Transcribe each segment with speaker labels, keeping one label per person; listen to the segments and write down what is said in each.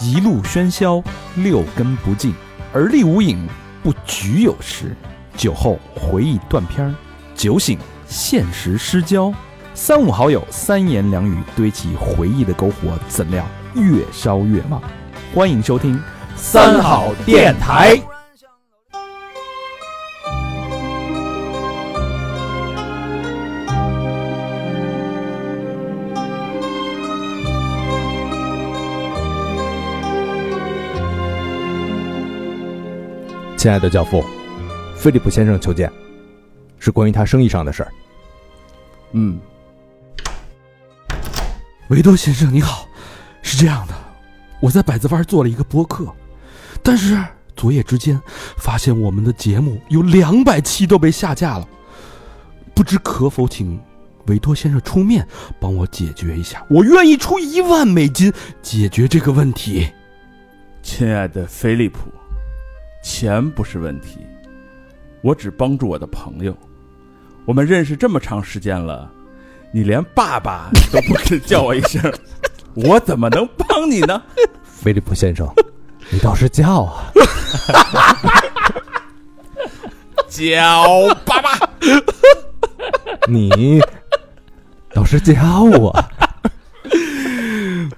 Speaker 1: 一路喧嚣，六根不净，而立无影，不局有时。酒后回忆断片儿，酒醒现实失焦。三五好友，三言两语堆起回忆的篝火，怎料越烧越旺。欢迎收听
Speaker 2: 三好电台。亲爱的教父，菲利普先生求见，是关于他生意上的事儿。
Speaker 1: 嗯，维多先生你好，是这样的，我在百子湾做了一个播客，但是昨夜之间发现我们的节目有两百期都被下架了，不知可否请维多先生出面帮我解决一下？我愿意出一万美金解决这个问题。
Speaker 3: 亲爱的菲利普，钱不是问题，我只帮助我的朋友。我们认识这么长时间了，你连爸爸都不肯叫我一声， 我怎么能帮你呢？
Speaker 2: 菲利普先 生，你倒是叫啊！
Speaker 3: 叫爸爸，
Speaker 2: 你倒是叫 啊！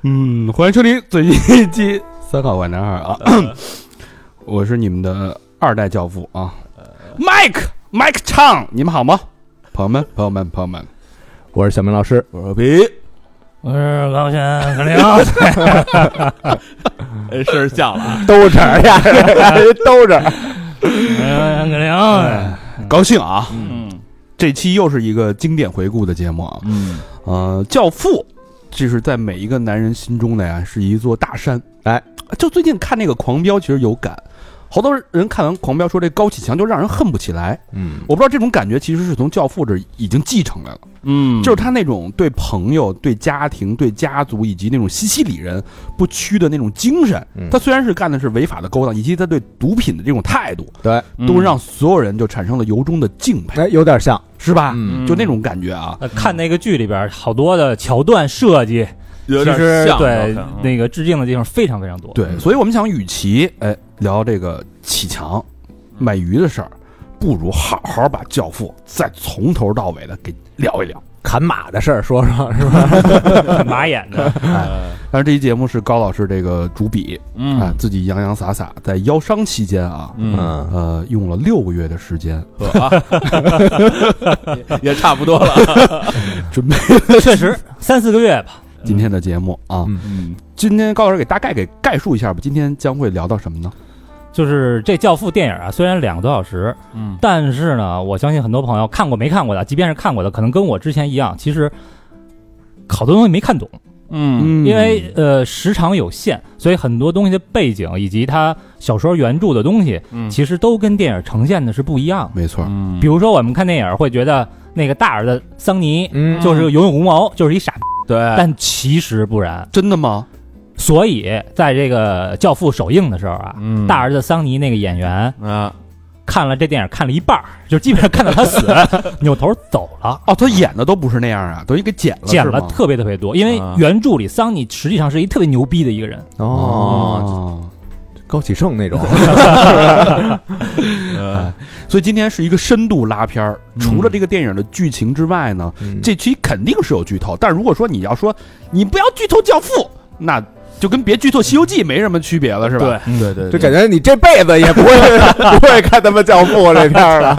Speaker 1: 嗯，欢迎收听最新一期《三好坏男孩》啊， 我是你们的二代教父啊，Mike Mike 唱，你们好吗？朋友们，朋友们，朋友们，
Speaker 2: 我是小明老师，
Speaker 3: 我说别，
Speaker 4: 我是高轩肯定，
Speaker 3: 哎声儿笑了啊。
Speaker 2: 兜着呀， 兜着。
Speaker 4: 肯定，
Speaker 1: 高兴啊！
Speaker 3: 嗯
Speaker 1: 这期又是一个经典回顾的节目啊，
Speaker 3: 嗯，
Speaker 1: 呃，教父，这是在每一个男人心中的呀，是一座大山。
Speaker 2: 哎，
Speaker 1: 就最近看那个《狂飙》，其实有感，好多人看完《狂飙》说这高启强就让人恨不起来。
Speaker 2: 嗯，
Speaker 1: 我不知道这种感觉其实是从教父这儿已经继承来了。
Speaker 3: 嗯
Speaker 1: 就是他那种对朋友、对家庭、对家族以及那种西西里人不屈的那种精神
Speaker 2: 嗯。
Speaker 1: 他虽然是干的是违法的勾当，以及他对毒品的这种态度，
Speaker 2: 对，
Speaker 3: 嗯
Speaker 1: 都让所有人就产生了由衷的敬佩，
Speaker 2: 哎，有点像。
Speaker 1: 是吧？
Speaker 2: 嗯
Speaker 1: 就那种感觉啊。
Speaker 4: 呃看那个剧里边好多的桥段设计，
Speaker 3: 有
Speaker 4: 其
Speaker 3: 点
Speaker 4: 实
Speaker 3: 像嗯
Speaker 4: 对那
Speaker 3: 个
Speaker 4: 个致敬的地方非常非常
Speaker 3: 嗯
Speaker 4: 多。
Speaker 1: 对，所以我们想，与其哎聊这个启强卖鱼的事儿，不如好好把《教父》再从头到尾的给聊一聊。
Speaker 2: 砍马的事儿说说是吧？
Speaker 4: 对，马眼的，
Speaker 1: 但是这期节目是高老师这个主笔，啊
Speaker 3: 嗯，
Speaker 1: 自己洋洋洒洒在腰伤期间啊，
Speaker 3: 嗯，
Speaker 2: 嗯，
Speaker 1: 呃，用了六个月的时间，
Speaker 3: 呵啊 也也差不多了。
Speaker 1: 准备
Speaker 4: 确实三四个月吧。
Speaker 1: 今天的节目啊。
Speaker 2: 嗯
Speaker 3: 嗯
Speaker 1: 今天高老师给大概给概述一下吧，今天将会聊到什么呢？
Speaker 4: 就是这《教父》电影啊，虽然两个多小时，
Speaker 3: 嗯
Speaker 4: 但是呢，我相信很多朋友看过没看过的，即便是看过的，可能跟我之前一样，其实好多东西没看懂。
Speaker 3: 嗯
Speaker 4: 因为呃时长有限，所以很多东西的背景以及它小说原著的东西，
Speaker 3: 嗯
Speaker 4: 其实都跟电影呈现的是不一样的。
Speaker 1: 没错，
Speaker 3: 嗯
Speaker 4: 比如说我们看电影会觉得那个大耳的桑尼
Speaker 2: 嗯
Speaker 4: 就是个游泳无毛，就是一傻逼，
Speaker 3: 对，
Speaker 4: 但其实不然。
Speaker 1: 真的吗？
Speaker 4: 所以在这个《教父》首映的时候啊，
Speaker 3: 嗯
Speaker 4: 大儿子桑尼那个演员
Speaker 3: 啊，
Speaker 4: 看了这电影看了一半儿，就基本上看到他死，扭头走了。
Speaker 1: 哦，他演的都不是那样啊，等于给剪了，
Speaker 4: 剪
Speaker 1: 是
Speaker 4: 了
Speaker 1: 吗
Speaker 4: 特别特别多，因为
Speaker 3: 啊
Speaker 4: 原著里桑尼实际上是一特别牛逼的一个人，
Speaker 2: 哦，
Speaker 1: 哦。
Speaker 2: 高启盛那种。
Speaker 3: 呃
Speaker 1: 所以今天是一个深度拉片儿，除了这个电影的剧情之外呢，这期肯定是有剧透。但如果说你要说你不要剧透《教父》，那就跟别剧透《西游记》没什么区别了，是吧？
Speaker 4: 对
Speaker 3: 对对，
Speaker 2: 就
Speaker 3: 对
Speaker 2: 感觉你这辈子也不会不会看他们教父这片儿了。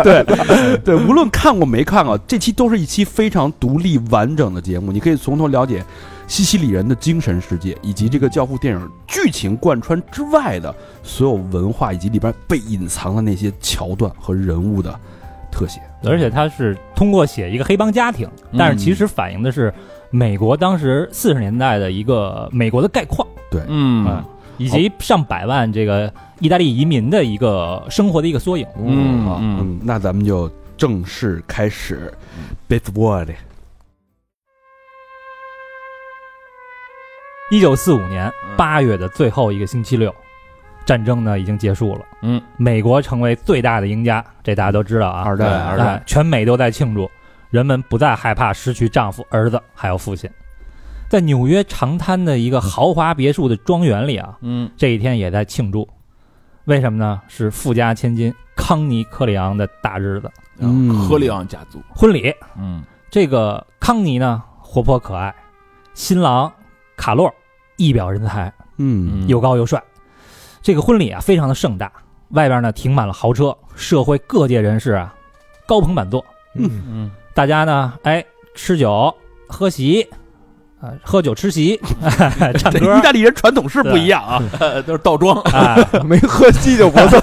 Speaker 1: 对，无论看过没看过，啊这期都是一期非常独立完整的节目，你可以从头了解西西里人的精神世界，以及这个《教父》电影剧情贯穿之外的所有文化，以及里边被隐藏的那些桥段和人物的特写。
Speaker 4: 而且他是通过写一个黑帮家庭，但是其实反映的是美国当时四十年代的一个美国的概况，
Speaker 3: 嗯
Speaker 4: 啊以及上百万这个意大利移民的一个生活的一个缩影。
Speaker 3: 嗯嗯
Speaker 1: 嗯，那咱们就正式开始。b i t w o r d
Speaker 4: 一九四五年
Speaker 3: 嗯
Speaker 4: 八月的最后一个星期六，战争呢已经结束了，
Speaker 3: 嗯，
Speaker 4: 美国成为最大的赢家，这大家都知道啊，
Speaker 1: 二代
Speaker 3: 对
Speaker 1: 二
Speaker 3: 二
Speaker 1: 代，
Speaker 4: 哎，全美都在庆祝，人们不再害怕失去丈夫、儿子还有父亲。在纽约长滩的一个豪华别墅的庄园里啊，
Speaker 3: 嗯，
Speaker 4: 这一天也在庆祝。为什么呢？是富家千金康妮·克里昂的大日子，
Speaker 2: 嗯
Speaker 5: 然后科里昂家族，
Speaker 4: 婚礼。
Speaker 3: 嗯
Speaker 4: 这个康妮呢，活泼可爱，新郎卡洛一表人才，
Speaker 2: 嗯
Speaker 4: 又高又帅。这个婚礼啊，非常的盛大，外边呢停满了豪车，社会各界人士啊，高朋满座。
Speaker 2: 嗯
Speaker 3: 嗯
Speaker 4: 大家呢，哎，吃酒喝席，啊、喝酒吃席，唱
Speaker 2: 这
Speaker 4: 歌
Speaker 2: 意大利人传统是不一样啊，
Speaker 5: 呃， 都是倒装，
Speaker 4: 啊。
Speaker 6: 没喝鸡就不错。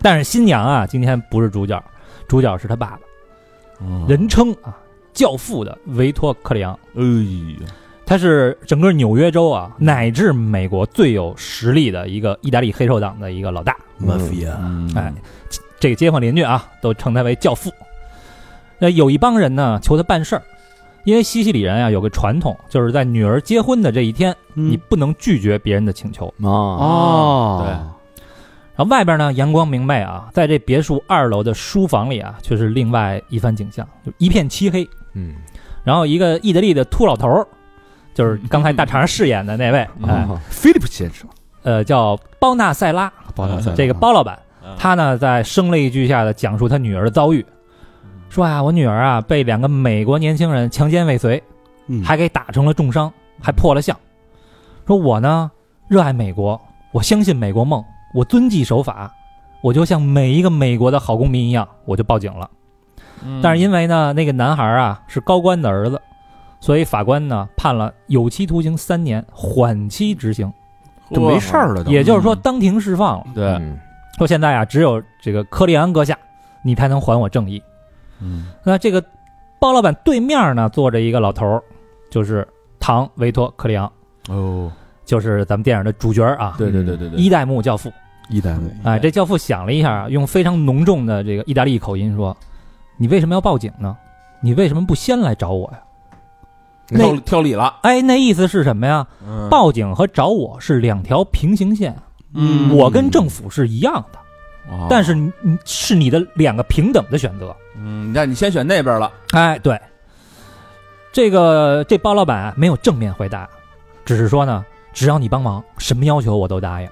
Speaker 4: 但是新娘啊，今天不是主角，主角是他爸爸，人称啊教父的维托克里昂。
Speaker 5: 哎呀，
Speaker 4: 他是整个纽约州啊，乃至美国最有实力的一个意大利黑手党的一个老大。
Speaker 2: mafia，
Speaker 3: 嗯
Speaker 4: 哎，这个街坊邻居啊，都称他为教父。那有一帮人呢，求他办事儿，因为西西里人啊有个传统，就是在女儿结婚的这一天，
Speaker 1: 嗯
Speaker 4: 你不能拒绝别人的请求。
Speaker 6: 啊，
Speaker 2: 哦，
Speaker 4: 然后外边呢，阳光明媚啊，在这别墅二楼的书房里啊，却是另外一番景象，就一片漆黑。
Speaker 6: 嗯，
Speaker 4: 然后一个意大利的秃老头儿，就是刚才大肠饰演的那位，哎，
Speaker 6: 啊
Speaker 2: 菲利普先生，
Speaker 4: 呃，叫包纳塞拉，嗯
Speaker 2: 包大赛
Speaker 4: 啊这个包老板，
Speaker 5: 嗯
Speaker 4: 他呢在声泪俱下的讲述他女儿的遭遇，说啊，我女儿啊被两个美国年轻人强奸未遂，
Speaker 2: 嗯
Speaker 4: 还给打成了重伤，还破了相。说我呢热爱美国，我相信美国梦，我遵纪守法，我就像每一个美国的好公民一样，我就报警了。
Speaker 5: 嗯
Speaker 2: 嗯
Speaker 4: 但是因为呢那个男孩啊是高官的儿子，所以法官呢判了有期徒刑三年，缓期执行，
Speaker 2: 就没事儿了都，嗯
Speaker 4: 也就是说当庭释放了。
Speaker 5: 对，
Speaker 6: 嗯
Speaker 4: 说现在啊，只有这个科利安阁下，你才能还我正义。
Speaker 3: 嗯
Speaker 4: 那这个包老板对面呢，坐着一个老头儿，就是唐维托克里昂，
Speaker 5: 哦，
Speaker 4: 就是咱们电影的主角啊，
Speaker 5: 对对对对嗯对，
Speaker 4: 一代目教父。
Speaker 2: 一代目，
Speaker 4: 哎，这教父想了一下，用非常浓重的这个意大利口音说：“你为什么要报警呢？你为什么不先来找我呀
Speaker 5: 挑挑理了，？”
Speaker 4: 哎，那意思是什么呀？
Speaker 5: 嗯
Speaker 4: 报警和找我是两条平行线，
Speaker 2: 嗯
Speaker 4: 我跟政府是一样的，
Speaker 5: 哦
Speaker 4: 但是你你是你的两个平等的选择。
Speaker 5: 嗯，那你先选那边了，
Speaker 4: 哎，对，这个这包老板啊没有正面回答，只是说呢，只要你帮忙，什么要求我都答应。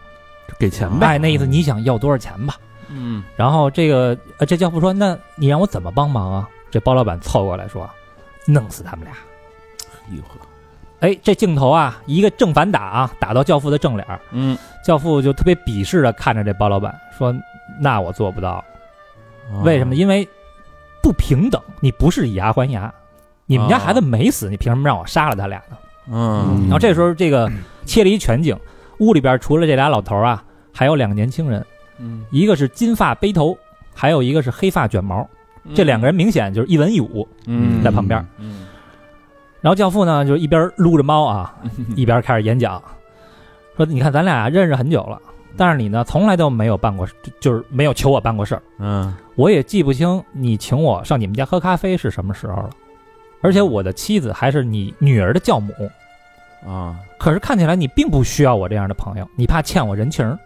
Speaker 2: 给钱呗，
Speaker 4: 哎，那
Speaker 5: 嗯
Speaker 4: 意思你想要多少钱吧？
Speaker 3: 嗯
Speaker 4: 然后这个呃，这教父说：“那你让我怎么帮忙啊？”这包老板凑过来说：“弄死他们俩。
Speaker 5: 哟呵，”
Speaker 4: 哎，这镜头啊，一个正反打啊，打到教父的正脸儿，
Speaker 3: 嗯
Speaker 4: 教父就特别鄙视的看着这包老板说：“那我做不到，
Speaker 3: 嗯
Speaker 4: 为什么？因为不平等，你不是以牙还牙，你们家孩子没死，你凭什么让我杀了他俩呢？”
Speaker 3: 嗯
Speaker 5: 哦
Speaker 4: 然后这时候这个切离全景，屋里边除了这俩老头儿啊，还有两个年轻人，
Speaker 3: 嗯，
Speaker 4: 一个是金发背头，还有一个是黑发卷毛。这两个人明显就是一文一武
Speaker 3: 嗯
Speaker 4: 在旁边。
Speaker 3: 嗯
Speaker 4: 然后教父呢，就一边撸着猫啊，
Speaker 5: 嗯
Speaker 4: 一边开始演讲，说：“你看咱俩认识很久了，但是你呢，从来都没有办过，就就是没有求我办过事儿。
Speaker 3: 嗯
Speaker 4: 我也记不清你请我上你们家喝咖啡是什么时候了，而且我的妻子还是你女儿的教母。”
Speaker 3: 啊
Speaker 4: 可是看起来你并不需要我这样的朋友，你怕欠我人情儿。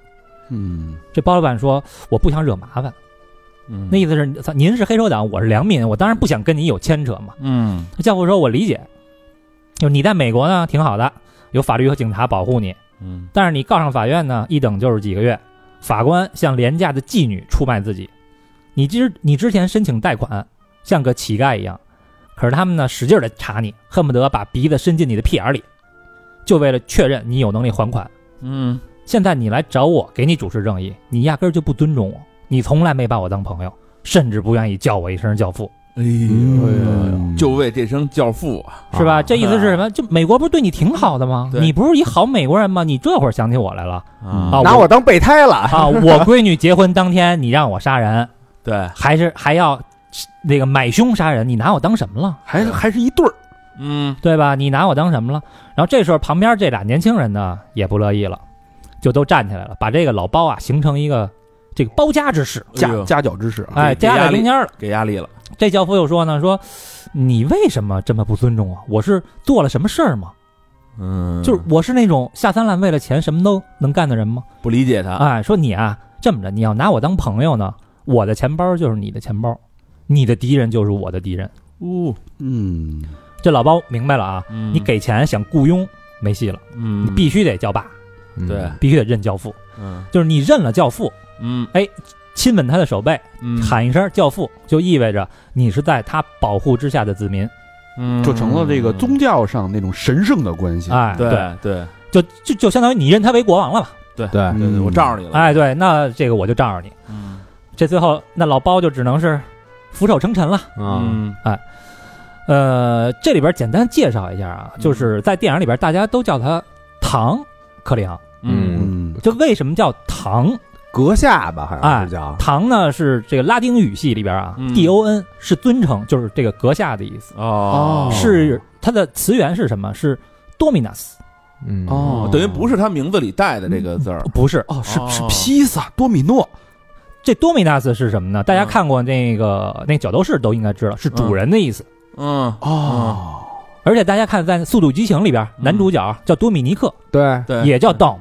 Speaker 2: 嗯，
Speaker 4: 这包老板说我不想惹麻烦，
Speaker 3: 嗯
Speaker 4: 那意思是操您是黑手党，我是良民，我当然不想跟你有牵扯嘛。
Speaker 3: 嗯
Speaker 4: 教父说我理解，就你在美国呢挺好的，有法律和警察保护你，
Speaker 3: 嗯
Speaker 4: 但是你告上法院呢，一等就是几个月，法官像廉价的妓女出卖自己。你之你之前申请贷款，像个乞丐一样，可是他们呢使劲的查你，恨不得把鼻子伸进你的屁眼儿里，就为了确认你有能力还款。
Speaker 3: 嗯
Speaker 4: 现在你来找我，给你主持正义，你压根儿就不尊重我，你从来没把我当朋友，甚至不愿意叫我一声教父，
Speaker 5: 哎呦，就为这声教父啊，
Speaker 4: 是吧？
Speaker 6: 啊
Speaker 4: 这意思是什么？就美国不是对你挺好的吗？
Speaker 5: 对
Speaker 4: 你不是一好美国人吗？你这会儿想起我 来了
Speaker 3: 啊
Speaker 4: 啊！
Speaker 6: 拿我当备胎了。
Speaker 4: 啊！ 我闺女结婚当天，你让我杀人，
Speaker 5: 对，
Speaker 4: 还是还要那个买凶杀人，你拿我当什么了？
Speaker 2: 还是还是一对儿，
Speaker 3: 嗯
Speaker 4: 对吧？你拿我当什么了？然后这时候旁边这俩年轻人呢也不乐意了，就都站起来了，把这个老包啊形成一个这个包夹之势，
Speaker 5: 哎
Speaker 2: 夹
Speaker 5: 呦
Speaker 2: 夹角之势啊，
Speaker 4: 哎，
Speaker 5: 给
Speaker 4: 夹
Speaker 5: 压
Speaker 4: 在
Speaker 5: 力
Speaker 4: 中间了。
Speaker 5: 给压力了，
Speaker 4: 这教父又说呢，说你为什么这么不尊重我？我是做了什么事儿吗？
Speaker 5: 嗯
Speaker 4: 就是我是那种下三滥为了钱什么都能干的人吗？
Speaker 5: 不理解他，
Speaker 4: 哎，说你啊，这么着，你要拿我当朋友呢，我的钱包就是你的钱包，你的敌人就是我的敌人。
Speaker 5: 呜，
Speaker 2: 嗯，
Speaker 4: 这老包明白了啊，
Speaker 3: 嗯
Speaker 4: 你给钱想雇佣没戏了，
Speaker 3: 嗯，
Speaker 4: 你必须得叫爸，
Speaker 6: 嗯
Speaker 3: 对
Speaker 4: 必须得认教父。
Speaker 3: 嗯
Speaker 4: 就是你认了教父，
Speaker 3: 嗯
Speaker 4: 亲吻他的手背，
Speaker 3: 嗯
Speaker 4: 喊一声“教父”，就意味着你是在他保护之下的子民。
Speaker 3: 嗯
Speaker 2: 就成了这个宗教上那种神圣的关系。
Speaker 4: 哎，
Speaker 3: 对对
Speaker 4: 就就就相当于你认他为国王了嘛。
Speaker 2: 嗯
Speaker 6: 对，
Speaker 3: 对对，我罩着你了，
Speaker 4: 哎，对，那这个我就罩着你。
Speaker 2: 啊
Speaker 3: 嗯
Speaker 4: 这最后，那老包就只能是俯首称臣了。
Speaker 6: 嗯，
Speaker 4: 呃，这里边简单介绍一下啊，
Speaker 3: 嗯
Speaker 4: 就是在电影里边大家都叫他唐克里昂，
Speaker 3: 嗯
Speaker 2: 嗯，
Speaker 4: 就为什么叫唐？
Speaker 6: 阁下吧，好像是
Speaker 2: 哎
Speaker 6: 叫，
Speaker 4: 唐呢是这个拉丁语系里边啊、
Speaker 3: 嗯
Speaker 4: d O N 是尊称，就是这个阁下的意思。
Speaker 3: 哦
Speaker 4: 是它的词源是什么？是 Dominus，
Speaker 6: 嗯
Speaker 2: 哦
Speaker 3: 等于不是他名字里带的这个字儿，
Speaker 4: 不是
Speaker 2: 哦，是是
Speaker 3: 哦
Speaker 2: 披萨多米诺，
Speaker 4: 这 Dominus 是什么呢？大家
Speaker 3: 嗯
Speaker 4: 看过那个、那角斗士都应该知道，是主人的意思。
Speaker 3: 嗯
Speaker 2: 哦，
Speaker 4: 而且大家看，在《速度与激情》里边，
Speaker 3: 嗯
Speaker 4: 男主角叫多米尼克，
Speaker 6: 对，
Speaker 3: 对，
Speaker 4: 也叫 Dom，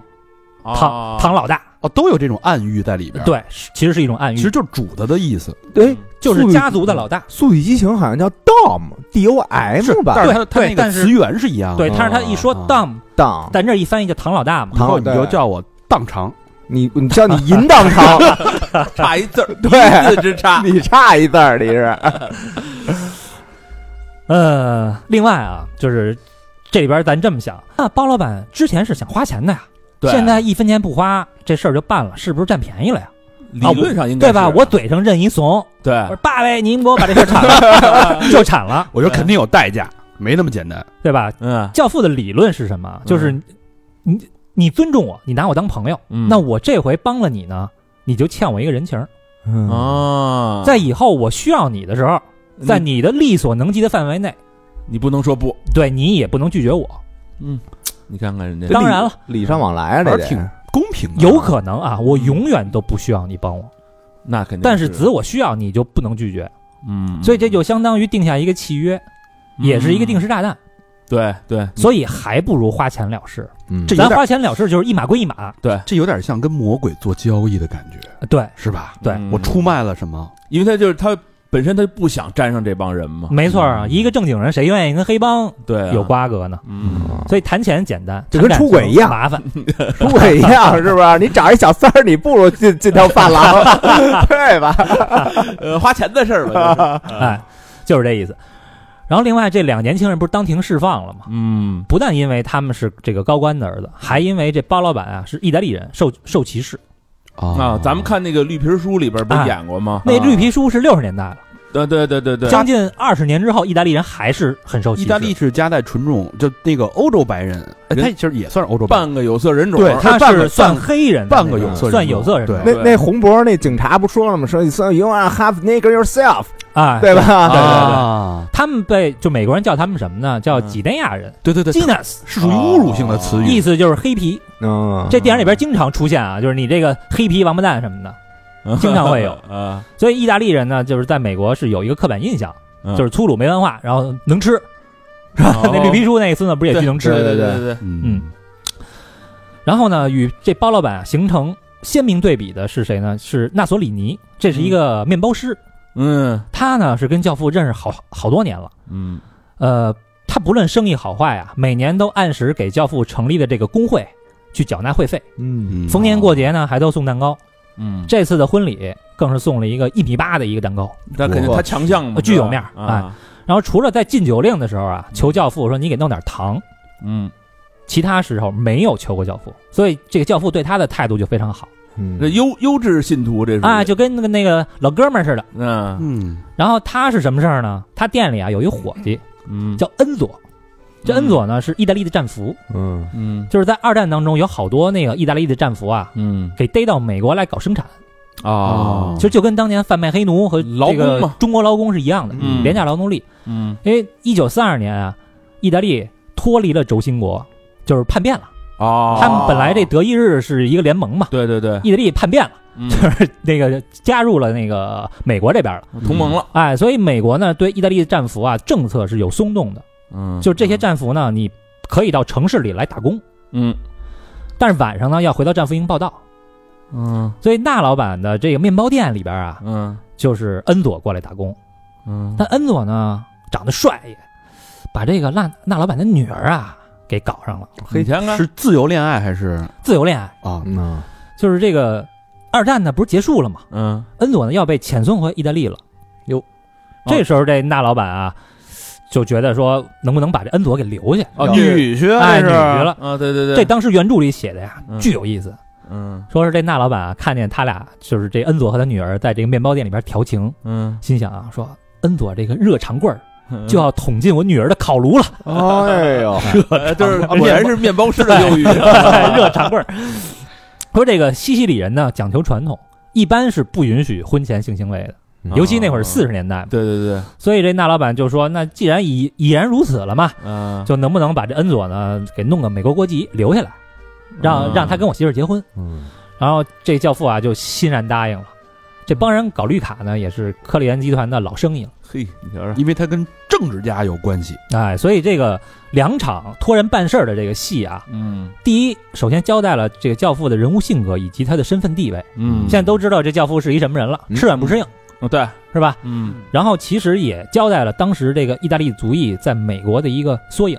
Speaker 3: 哦
Speaker 4: 唐唐老大。
Speaker 2: 哦，都有这种暗喻在里边。，
Speaker 4: 对，是其实是一种暗喻，
Speaker 2: 其实就是主子的意思。
Speaker 3: 哎
Speaker 6: 对，
Speaker 4: 就是家族的老大。
Speaker 6: 《速度与激情》好像叫 Dom D O
Speaker 2: 是
Speaker 6: M 吧
Speaker 2: 但是它它
Speaker 4: 对
Speaker 2: 那个
Speaker 4: 但是
Speaker 2: 词源是一样的。
Speaker 4: 对，但是他一说
Speaker 2: 哦
Speaker 4: Dom，
Speaker 6: ，Dom，
Speaker 4: 咱这一翻译叫唐老大嘛
Speaker 2: 以。后你
Speaker 6: 唐
Speaker 2: 就
Speaker 6: 对
Speaker 2: 叫我当场。
Speaker 6: 你你叫你淫荡长，
Speaker 3: 差一字儿，
Speaker 6: 对
Speaker 3: 一字之差，
Speaker 6: 你差一字儿，你是，
Speaker 4: 呃，另外啊，就是这里边咱这么想，那包老板之前是想花钱的呀，
Speaker 3: 对啊
Speaker 4: 现在一分钱不花，这事儿就办了，是不是占便宜了呀？
Speaker 3: 理
Speaker 4: 哦
Speaker 3: 论上应该
Speaker 4: 对
Speaker 3: 是啊
Speaker 4: 吧？我嘴上认一怂，
Speaker 3: 对
Speaker 4: 我说爸呗，您给我把这事儿铲 了，就铲了，
Speaker 2: 我说肯定有代价，没那么简单。
Speaker 4: 对吧？
Speaker 3: 嗯
Speaker 4: 教父的理论是什么？就是你你你尊重我，你拿我当朋友，
Speaker 3: 嗯
Speaker 4: 那我这回帮了你呢，你就欠我一个人情儿。
Speaker 3: 啊，
Speaker 4: 在以后我需要你的时候，在
Speaker 3: 你
Speaker 4: 你的力所能及的范围内，
Speaker 3: 你不能说不，
Speaker 4: 对你也不能拒绝我。
Speaker 3: 你看看人家
Speaker 4: 当然了，
Speaker 6: 礼尚往来啊，这
Speaker 2: 还
Speaker 6: 得
Speaker 2: 是挺公平的。
Speaker 4: 有可能啊，我永远都不需要你帮我，
Speaker 3: 那肯定，
Speaker 4: 但是只我需要你就不能拒绝，
Speaker 3: 嗯，
Speaker 4: 所以这就相当于定下一个契约，也是一个定
Speaker 3: 时，
Speaker 4: 时炸弹。
Speaker 3: 对对，
Speaker 4: 所以还不如花钱了事，
Speaker 6: 嗯
Speaker 2: 这有
Speaker 4: 咱
Speaker 2: 点
Speaker 4: 花钱了事就是一码归一码，
Speaker 2: 这有点像跟魔鬼做交易的感觉，
Speaker 4: 对，
Speaker 2: 是吧？
Speaker 4: 对
Speaker 3: 嗯
Speaker 2: 我出，卖了什么？
Speaker 3: 因为他就是他本身他就不想沾上这帮人嘛，
Speaker 4: 没错啊，一个正经人谁愿意跟黑帮
Speaker 3: 对啊，
Speaker 4: 有瓜葛呢？
Speaker 3: 嗯，
Speaker 4: 所以谈钱简单，
Speaker 6: 就跟
Speaker 4: 谈感
Speaker 6: 出轨
Speaker 4: 情
Speaker 6: 一样
Speaker 4: 麻烦。
Speaker 6: 出轨一样，是不是？你找一小三儿，你不如进进趟发 廊，对吧？
Speaker 3: 呃，花钱的事儿吧，就是
Speaker 4: 哎，就是这意思。然后另外这两个年轻人不是当庭释放了吗？
Speaker 3: 嗯
Speaker 4: 不但因为他们是这个高官的儿子，还因为这包老板啊是意大利人，受受歧视。
Speaker 1: 哦
Speaker 3: 啊，
Speaker 2: 哦
Speaker 3: 咱们看那个绿皮书里边不是
Speaker 4: 哎
Speaker 3: 演过吗？
Speaker 4: 那绿皮书是六十年代了，
Speaker 3: 对对对对对，
Speaker 4: 将近二十年之后，意大利人还是很受歧
Speaker 2: 意
Speaker 4: 视。
Speaker 2: 大利是夹带纯种，就那个欧洲白人，哎，
Speaker 3: 人
Speaker 2: 他其实也算是欧洲白人。
Speaker 3: 半个有色人种，
Speaker 2: 对
Speaker 4: 他
Speaker 2: 啊半
Speaker 4: 是
Speaker 2: 个
Speaker 4: 算黑人的那
Speaker 2: 半个
Speaker 4: 种，
Speaker 2: 有色人种
Speaker 4: 算有色人种
Speaker 2: 对
Speaker 6: 那
Speaker 3: 对
Speaker 6: 那红脖那警察不说了吗？说 so you are half nigger yourself，
Speaker 4: 啊，
Speaker 6: 对吧？
Speaker 3: 对
Speaker 2: 啊，
Speaker 4: 他们被就美国人叫他们什么呢？叫
Speaker 3: 嗯
Speaker 4: 几内亚人
Speaker 2: 对对对，
Speaker 4: （Ginas），
Speaker 2: 是属于侮辱性的词
Speaker 4: 意
Speaker 2: 语。
Speaker 4: 思就是黑皮。
Speaker 6: 嗯，
Speaker 4: 这电影里边经常出现啊，就是你这个黑皮王八蛋什么的。经常会有
Speaker 3: 啊，
Speaker 4: 所以意大利人呢，就是在美国是有一个刻板印象，
Speaker 3: 嗯
Speaker 4: 就是粗鲁没文化，然后能吃，是吧？
Speaker 3: 哦
Speaker 4: 那绿皮书那个孙子不是也
Speaker 3: 对
Speaker 4: 巨能吃？
Speaker 3: 哦对对
Speaker 6: 对
Speaker 3: 对对，
Speaker 4: 嗯，然后呢，与这包老板啊形成鲜明对比的是谁呢？是纳索里尼，这是一个面包师，
Speaker 3: 嗯
Speaker 4: 他呢是跟教父认识好好多年了。
Speaker 3: 嗯
Speaker 4: 呃，他不论生意好坏啊，每年都按时给教父成立的这个工会去缴纳会费，
Speaker 6: 嗯，
Speaker 2: 嗯
Speaker 4: 逢年过节呢还都送蛋糕。
Speaker 3: 嗯，
Speaker 4: 这次的婚礼更是送了一个一米八的一个蛋糕。
Speaker 3: 那肯定他强项嘛，
Speaker 4: 呃具有面儿哎
Speaker 3: 是吧啊，
Speaker 4: 然后除了在禁酒令的时候啊，求教父说你给弄点糖，
Speaker 3: 嗯，
Speaker 4: 其他时候没有求过教父，所以这个教父对他的态度就非常好
Speaker 3: 这
Speaker 6: 嗯
Speaker 3: 优优质信徒这是
Speaker 4: 啊，就跟那个那个老哥们儿似的。
Speaker 3: 嗯
Speaker 2: 嗯，
Speaker 4: 然后他是什么事儿呢？他店里啊有一伙计
Speaker 3: 嗯
Speaker 4: 叫恩佐，这恩佐呢是意大利的战俘，
Speaker 6: 嗯
Speaker 3: 嗯
Speaker 4: 就是在二战当中有好多那个意大利的战俘啊。
Speaker 3: 嗯
Speaker 4: 给逮到美国来搞生产，
Speaker 3: 啊
Speaker 4: 其实就跟当年贩卖黑奴和
Speaker 3: 嗯劳
Speaker 4: 这
Speaker 3: 工
Speaker 4: 个
Speaker 3: 嘛
Speaker 4: 中国劳工是一样的，
Speaker 3: 嗯
Speaker 4: 廉价劳动力。
Speaker 3: 嗯
Speaker 4: 因为一九四二年啊，意大利脱离了轴心国，就是叛变了。
Speaker 3: 啊，
Speaker 4: 他们本来这德意日是一个联盟嘛，
Speaker 3: 对对对，
Speaker 4: 意大利叛变了，
Speaker 3: 嗯
Speaker 4: 就是那个加入了那个美国这边了。
Speaker 3: 同盟了，
Speaker 4: 哎，所以美国呢对意大利的战俘啊政策是有松动的，
Speaker 3: 嗯，
Speaker 4: 就是这些战俘呢，你可以到城市里来打工，
Speaker 3: 嗯
Speaker 4: 但是晚上呢要回到战俘营报道。
Speaker 3: 嗯
Speaker 4: 所以那老板的这个面包店里边啊，
Speaker 3: 嗯
Speaker 4: 就是恩佐过来打工。
Speaker 3: 嗯
Speaker 4: 但恩佐呢长得帅也，把这个那那老板的女儿啊给搞上了，
Speaker 3: 你前看，
Speaker 1: 嗯是自由恋爱还是
Speaker 4: 自由恋爱。
Speaker 1: 啊？
Speaker 6: 嗯，
Speaker 4: 就是这个二战呢不是结束了吗？
Speaker 3: 嗯，
Speaker 4: 恩佐呢要被遣送回意大利了。哦
Speaker 6: 哟，
Speaker 4: 这时候这那老板啊就觉得说，能不能把这恩佐给留下？
Speaker 3: 哦，女
Speaker 7: 女婿
Speaker 4: 哎，
Speaker 7: 这
Speaker 4: 女
Speaker 7: 是
Speaker 4: 婿了。
Speaker 3: 啊，对对对，
Speaker 4: 这当时原著里写的呀，
Speaker 3: 嗯
Speaker 4: 巨有意思。
Speaker 3: 嗯
Speaker 4: 说是这那老板啊，看见他俩就是这恩佐和他女儿在这个面包店里边调情，
Speaker 3: 嗯，
Speaker 4: 心想啊，说恩佐这个热长棍儿
Speaker 3: 嗯
Speaker 4: 就要捅进我女儿的烤炉了，
Speaker 6: 哎呦，
Speaker 3: 呃就是果然是面包师的忧郁，
Speaker 4: 热长棍儿。说这个西西里人呢讲求传统，一般是不允许婚前性行为的，
Speaker 3: 啊
Speaker 4: 尤其那会儿四十年代嘛。
Speaker 3: 对对对，
Speaker 4: 所以这那老板就说：“那既然已已然如此了嘛，
Speaker 3: 嗯，
Speaker 4: 就能不能把这恩佐呢给弄个美国国籍留下来，让
Speaker 3: 嗯
Speaker 4: 让他跟我媳妇儿结婚
Speaker 6: 嗯？”
Speaker 4: 然后这教父啊就欣然答应了。这帮人搞绿卡呢，也是科里安集团的老生意了，
Speaker 3: 嘿，你瞧瞧，
Speaker 1: 因为他跟政治家有关系，
Speaker 4: 哎，所以这个两场托人办事儿的这个戏啊，
Speaker 3: 嗯
Speaker 4: 第一首先交代了这个教父的人物性格以及他的身份地位，
Speaker 3: 嗯
Speaker 4: 现在都知道这教父是一什么人了，
Speaker 6: 嗯
Speaker 4: 吃软不吃硬，
Speaker 3: 哦对，
Speaker 4: 是吧？
Speaker 3: 嗯
Speaker 4: 然后其实也交代了当时这个意大利族裔在美国的一个缩影。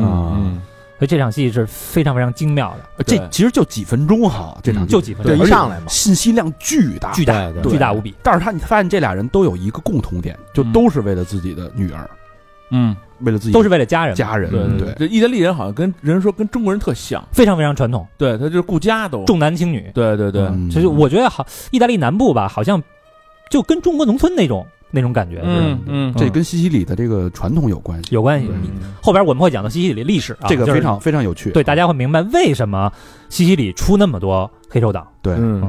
Speaker 4: 啊
Speaker 3: 嗯
Speaker 4: 所以这场戏是非常非常精妙的，
Speaker 1: 呃这其实就几分钟哈，这场
Speaker 6: 嗯
Speaker 1: 就
Speaker 4: 就几分
Speaker 6: 对，
Speaker 4: 钟，
Speaker 6: 一上来嘛，
Speaker 1: 信息量巨大，
Speaker 4: 巨大
Speaker 6: 对对
Speaker 4: 巨大无比。
Speaker 1: 但是他你发现这俩人都有一个共同点，就
Speaker 3: 嗯
Speaker 1: 都是为了自己的女儿，
Speaker 3: 嗯，
Speaker 1: 为了自己
Speaker 4: 都是为了家人嘛，
Speaker 1: 家人，
Speaker 3: 对
Speaker 1: 对
Speaker 3: 这意大利人好像跟人说跟中国人特像，
Speaker 4: 非常非常传统，
Speaker 3: 对他就是顾家都，
Speaker 4: 重男轻女。
Speaker 3: 对对对，
Speaker 1: 嗯
Speaker 4: 其实我觉得好，意大利南部吧，好像就跟中国农村那种那种感觉，
Speaker 3: 嗯
Speaker 4: 是吧
Speaker 3: 嗯
Speaker 1: 这跟西西里的这个传统有关系，
Speaker 4: 有关系。
Speaker 3: 嗯
Speaker 4: 后边我们会讲到西西里历史啊，
Speaker 1: 这个
Speaker 4: 就是
Speaker 1: 非常非常有趣，
Speaker 4: 对，大家会明白为什么西西里出那么多黑手党。
Speaker 1: 对
Speaker 4: 嗯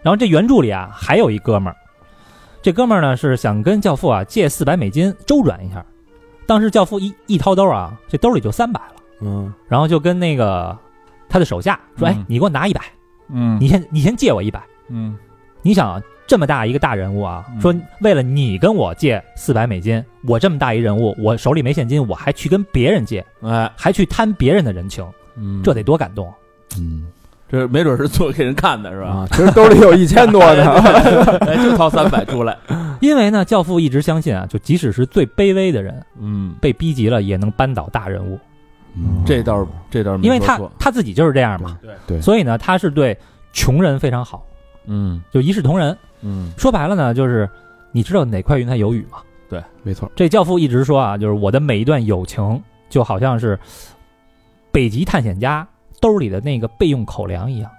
Speaker 4: 然后这原著里啊，还有一哥们儿，这哥们儿呢是想跟教父啊借四百美金周转一下，当时教父一一掏兜啊，这兜里就三百了。
Speaker 6: 嗯，
Speaker 4: 然后就跟那个他的手下说：“哎
Speaker 3: 嗯，
Speaker 4: 你给我拿一百，
Speaker 3: 嗯
Speaker 4: 你先你先借我一百。
Speaker 3: 嗯
Speaker 4: 你想啊这么大一个大人物啊，
Speaker 3: 嗯
Speaker 4: 说为了你跟我借四百美金，我这么大一人物，我手里没现金，我还去跟别人借，
Speaker 3: 哎，
Speaker 4: 还去贪别人的人情，
Speaker 3: 嗯
Speaker 4: 这得多感动啊！
Speaker 1: 嗯，
Speaker 3: 这没准是做给人看的是吧？
Speaker 6: 啊，其实兜里有一千多呢，
Speaker 3: 哎，就掏三百出 来，
Speaker 1: 嗯
Speaker 4: 因为呢，教父一直相信啊，就即使是最卑微的人，
Speaker 3: 嗯，
Speaker 4: 被逼急了也能扳倒大人物，
Speaker 1: 嗯
Speaker 3: 这倒是这倒是没
Speaker 4: 因为
Speaker 3: 说
Speaker 4: 他
Speaker 3: 错
Speaker 4: 他自己就是这样嘛。
Speaker 3: 对
Speaker 1: 对
Speaker 4: 所以呢，他是对穷人非常好，
Speaker 3: 嗯
Speaker 4: 就一视同仁。
Speaker 3: 嗯
Speaker 4: 说白了呢，就是你知道哪块云彩有雨吗？
Speaker 1: 没错，
Speaker 4: 这教父一直说啊，就是我的每一段友情就好像是北极探险家兜里的那个备用口粮一样。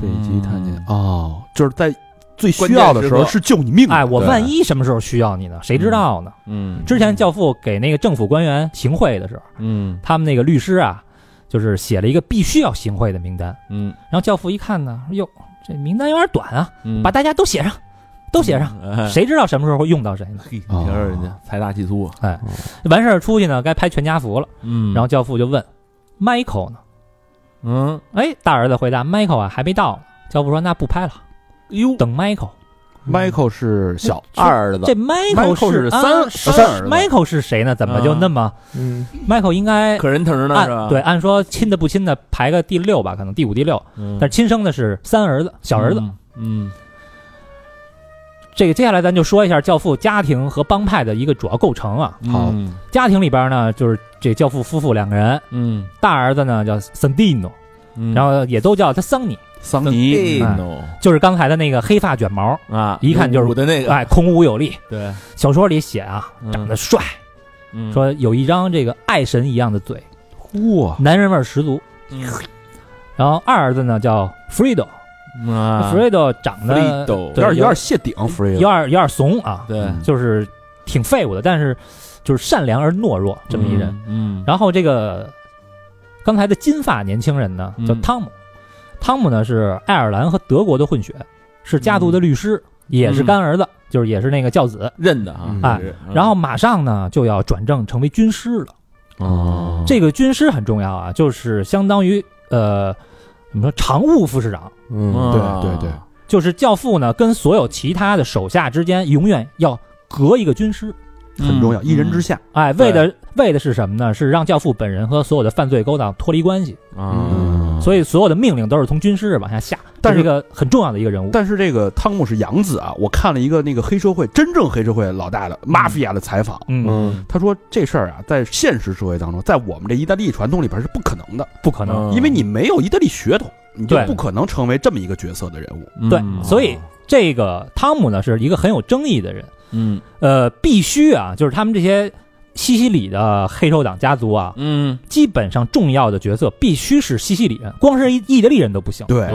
Speaker 1: 北极探险
Speaker 3: 嗯
Speaker 1: 哦，就是在最需要的时候
Speaker 3: 关键时刻
Speaker 1: 是救你命的，
Speaker 4: 哎，我
Speaker 1: 对
Speaker 4: 万一什么时候需要你呢？谁知道呢？
Speaker 3: 嗯
Speaker 4: 之前教父给那个政府官员行贿的时候，
Speaker 3: 嗯
Speaker 4: 他们那个律师啊，就是写了一个必须要行贿的名单。
Speaker 3: 嗯
Speaker 4: 然后教父一看呢，哟，这名单有点短啊，
Speaker 3: 嗯
Speaker 4: 把大家都写上，都写上，
Speaker 3: 哎
Speaker 4: 谁知道什么时候会用到谁呢？
Speaker 3: 嘿，你瞧瞧人
Speaker 1: 哦
Speaker 3: 家财大气粗啊，
Speaker 4: 完事儿出去呢，该拍全家福了。
Speaker 3: 嗯
Speaker 4: 然后教父就问，Michael 呢？
Speaker 3: 嗯，
Speaker 4: 哎，大儿子回答：“Michael 啊，还没到呢。”教父说：“那不拍了，
Speaker 3: 哟，
Speaker 4: 等 Michael。
Speaker 1: Michael 是小
Speaker 6: 二儿子
Speaker 4: 这，Michael
Speaker 1: Michael 是
Speaker 4: 是
Speaker 1: 三
Speaker 4: 啊是
Speaker 1: 三儿子
Speaker 4: Michael 是谁呢？怎么就那么、
Speaker 6: 嗯，
Speaker 4: Michael 应该
Speaker 3: 可人疼呢是吧？
Speaker 4: 啊按对按说亲的不亲的排个第六吧，可能第五第六，
Speaker 3: 嗯，
Speaker 4: 但是亲生的是三儿子小儿子。
Speaker 3: 嗯，
Speaker 4: 这个接下来咱就说一下教父家庭和帮派的一个主要构成啊。
Speaker 3: 嗯
Speaker 1: 好，
Speaker 4: 家庭里边呢，就是这教父夫妇两个人，
Speaker 3: 嗯，
Speaker 4: 大儿子呢叫 Sandino，
Speaker 3: 嗯
Speaker 4: 然后也都叫他桑尼，
Speaker 1: 桑
Speaker 3: 尼
Speaker 1: 尼，
Speaker 4: 哎就是刚才的那个黑发卷毛，
Speaker 3: 啊，
Speaker 4: 一看就是
Speaker 3: 舞的那个，
Speaker 4: 哎，孔武有力。
Speaker 3: 对，
Speaker 4: 小说里写啊，长得帅，
Speaker 3: 嗯
Speaker 4: 说有一张这个爱神一样的嘴，
Speaker 1: 哇，
Speaker 4: 男人味儿十足。
Speaker 3: 嗯
Speaker 4: 然后二儿子呢叫 Fredo，Fredo、
Speaker 3: 啊
Speaker 4: Fredo 长得
Speaker 3: Fredo
Speaker 1: 有
Speaker 4: 对
Speaker 1: 点有
Speaker 4: 有
Speaker 1: 点谢顶
Speaker 4: 有
Speaker 1: Free，
Speaker 4: 点有点怂啊，
Speaker 3: 对，
Speaker 1: 嗯
Speaker 4: 就是挺废物的，但是就是善良而懦弱这么一人。，
Speaker 3: 嗯，
Speaker 4: 然后这个刚才的金发年轻人呢
Speaker 3: 嗯
Speaker 4: 叫汤姆，汤姆呢是爱尔兰和德国的混血，是家族的律
Speaker 3: 嗯
Speaker 4: 师，也是干儿子，就是也是那个教子。
Speaker 3: 认的啊，
Speaker 4: 哎
Speaker 3: 是嗯
Speaker 4: 然后马上呢就要转正成为军师了。
Speaker 6: 哦，
Speaker 4: 这个军师很重要啊，就是相当于呃，怎么说常务副市长，
Speaker 6: 嗯，
Speaker 3: 啊
Speaker 1: 对对对，
Speaker 4: 就是教父呢跟所有其他的手下之间永远要隔一个军师。
Speaker 1: 很重要，一人之
Speaker 3: 下
Speaker 1: 下，
Speaker 4: 哎，
Speaker 3: 对
Speaker 4: 为的为的是什么呢？是让教父本人和所有的犯罪勾当脱离关系，
Speaker 3: 啊，
Speaker 1: 嗯
Speaker 2: 嗯
Speaker 4: 所以所有的命令都是从军师往下下，
Speaker 2: 但
Speaker 4: 是
Speaker 2: 是
Speaker 4: 一个很重要的一个人物。
Speaker 2: 但是这个汤姆是养子啊，我看了一个那个黑社会真正黑社会老大的 mafia 的采访，
Speaker 4: 嗯，
Speaker 6: 嗯
Speaker 2: 他说这事儿啊，在现实社会当中，在我们这意大利传统里边是不可能的，
Speaker 4: 不可能。
Speaker 2: 因为你没有意大利血统，你就
Speaker 4: 嗯对
Speaker 2: 不可能成为这么一个角色的人物。
Speaker 3: 嗯
Speaker 4: 对，所以这个汤姆呢是一个很有争议的人。
Speaker 3: 嗯
Speaker 4: 呃，必须啊，就是他们这些西西里的黑手党家族啊，
Speaker 3: 嗯
Speaker 4: 基本上重要的角色必须是西西里人，光是意大利人都不行。
Speaker 2: 对，
Speaker 3: 啊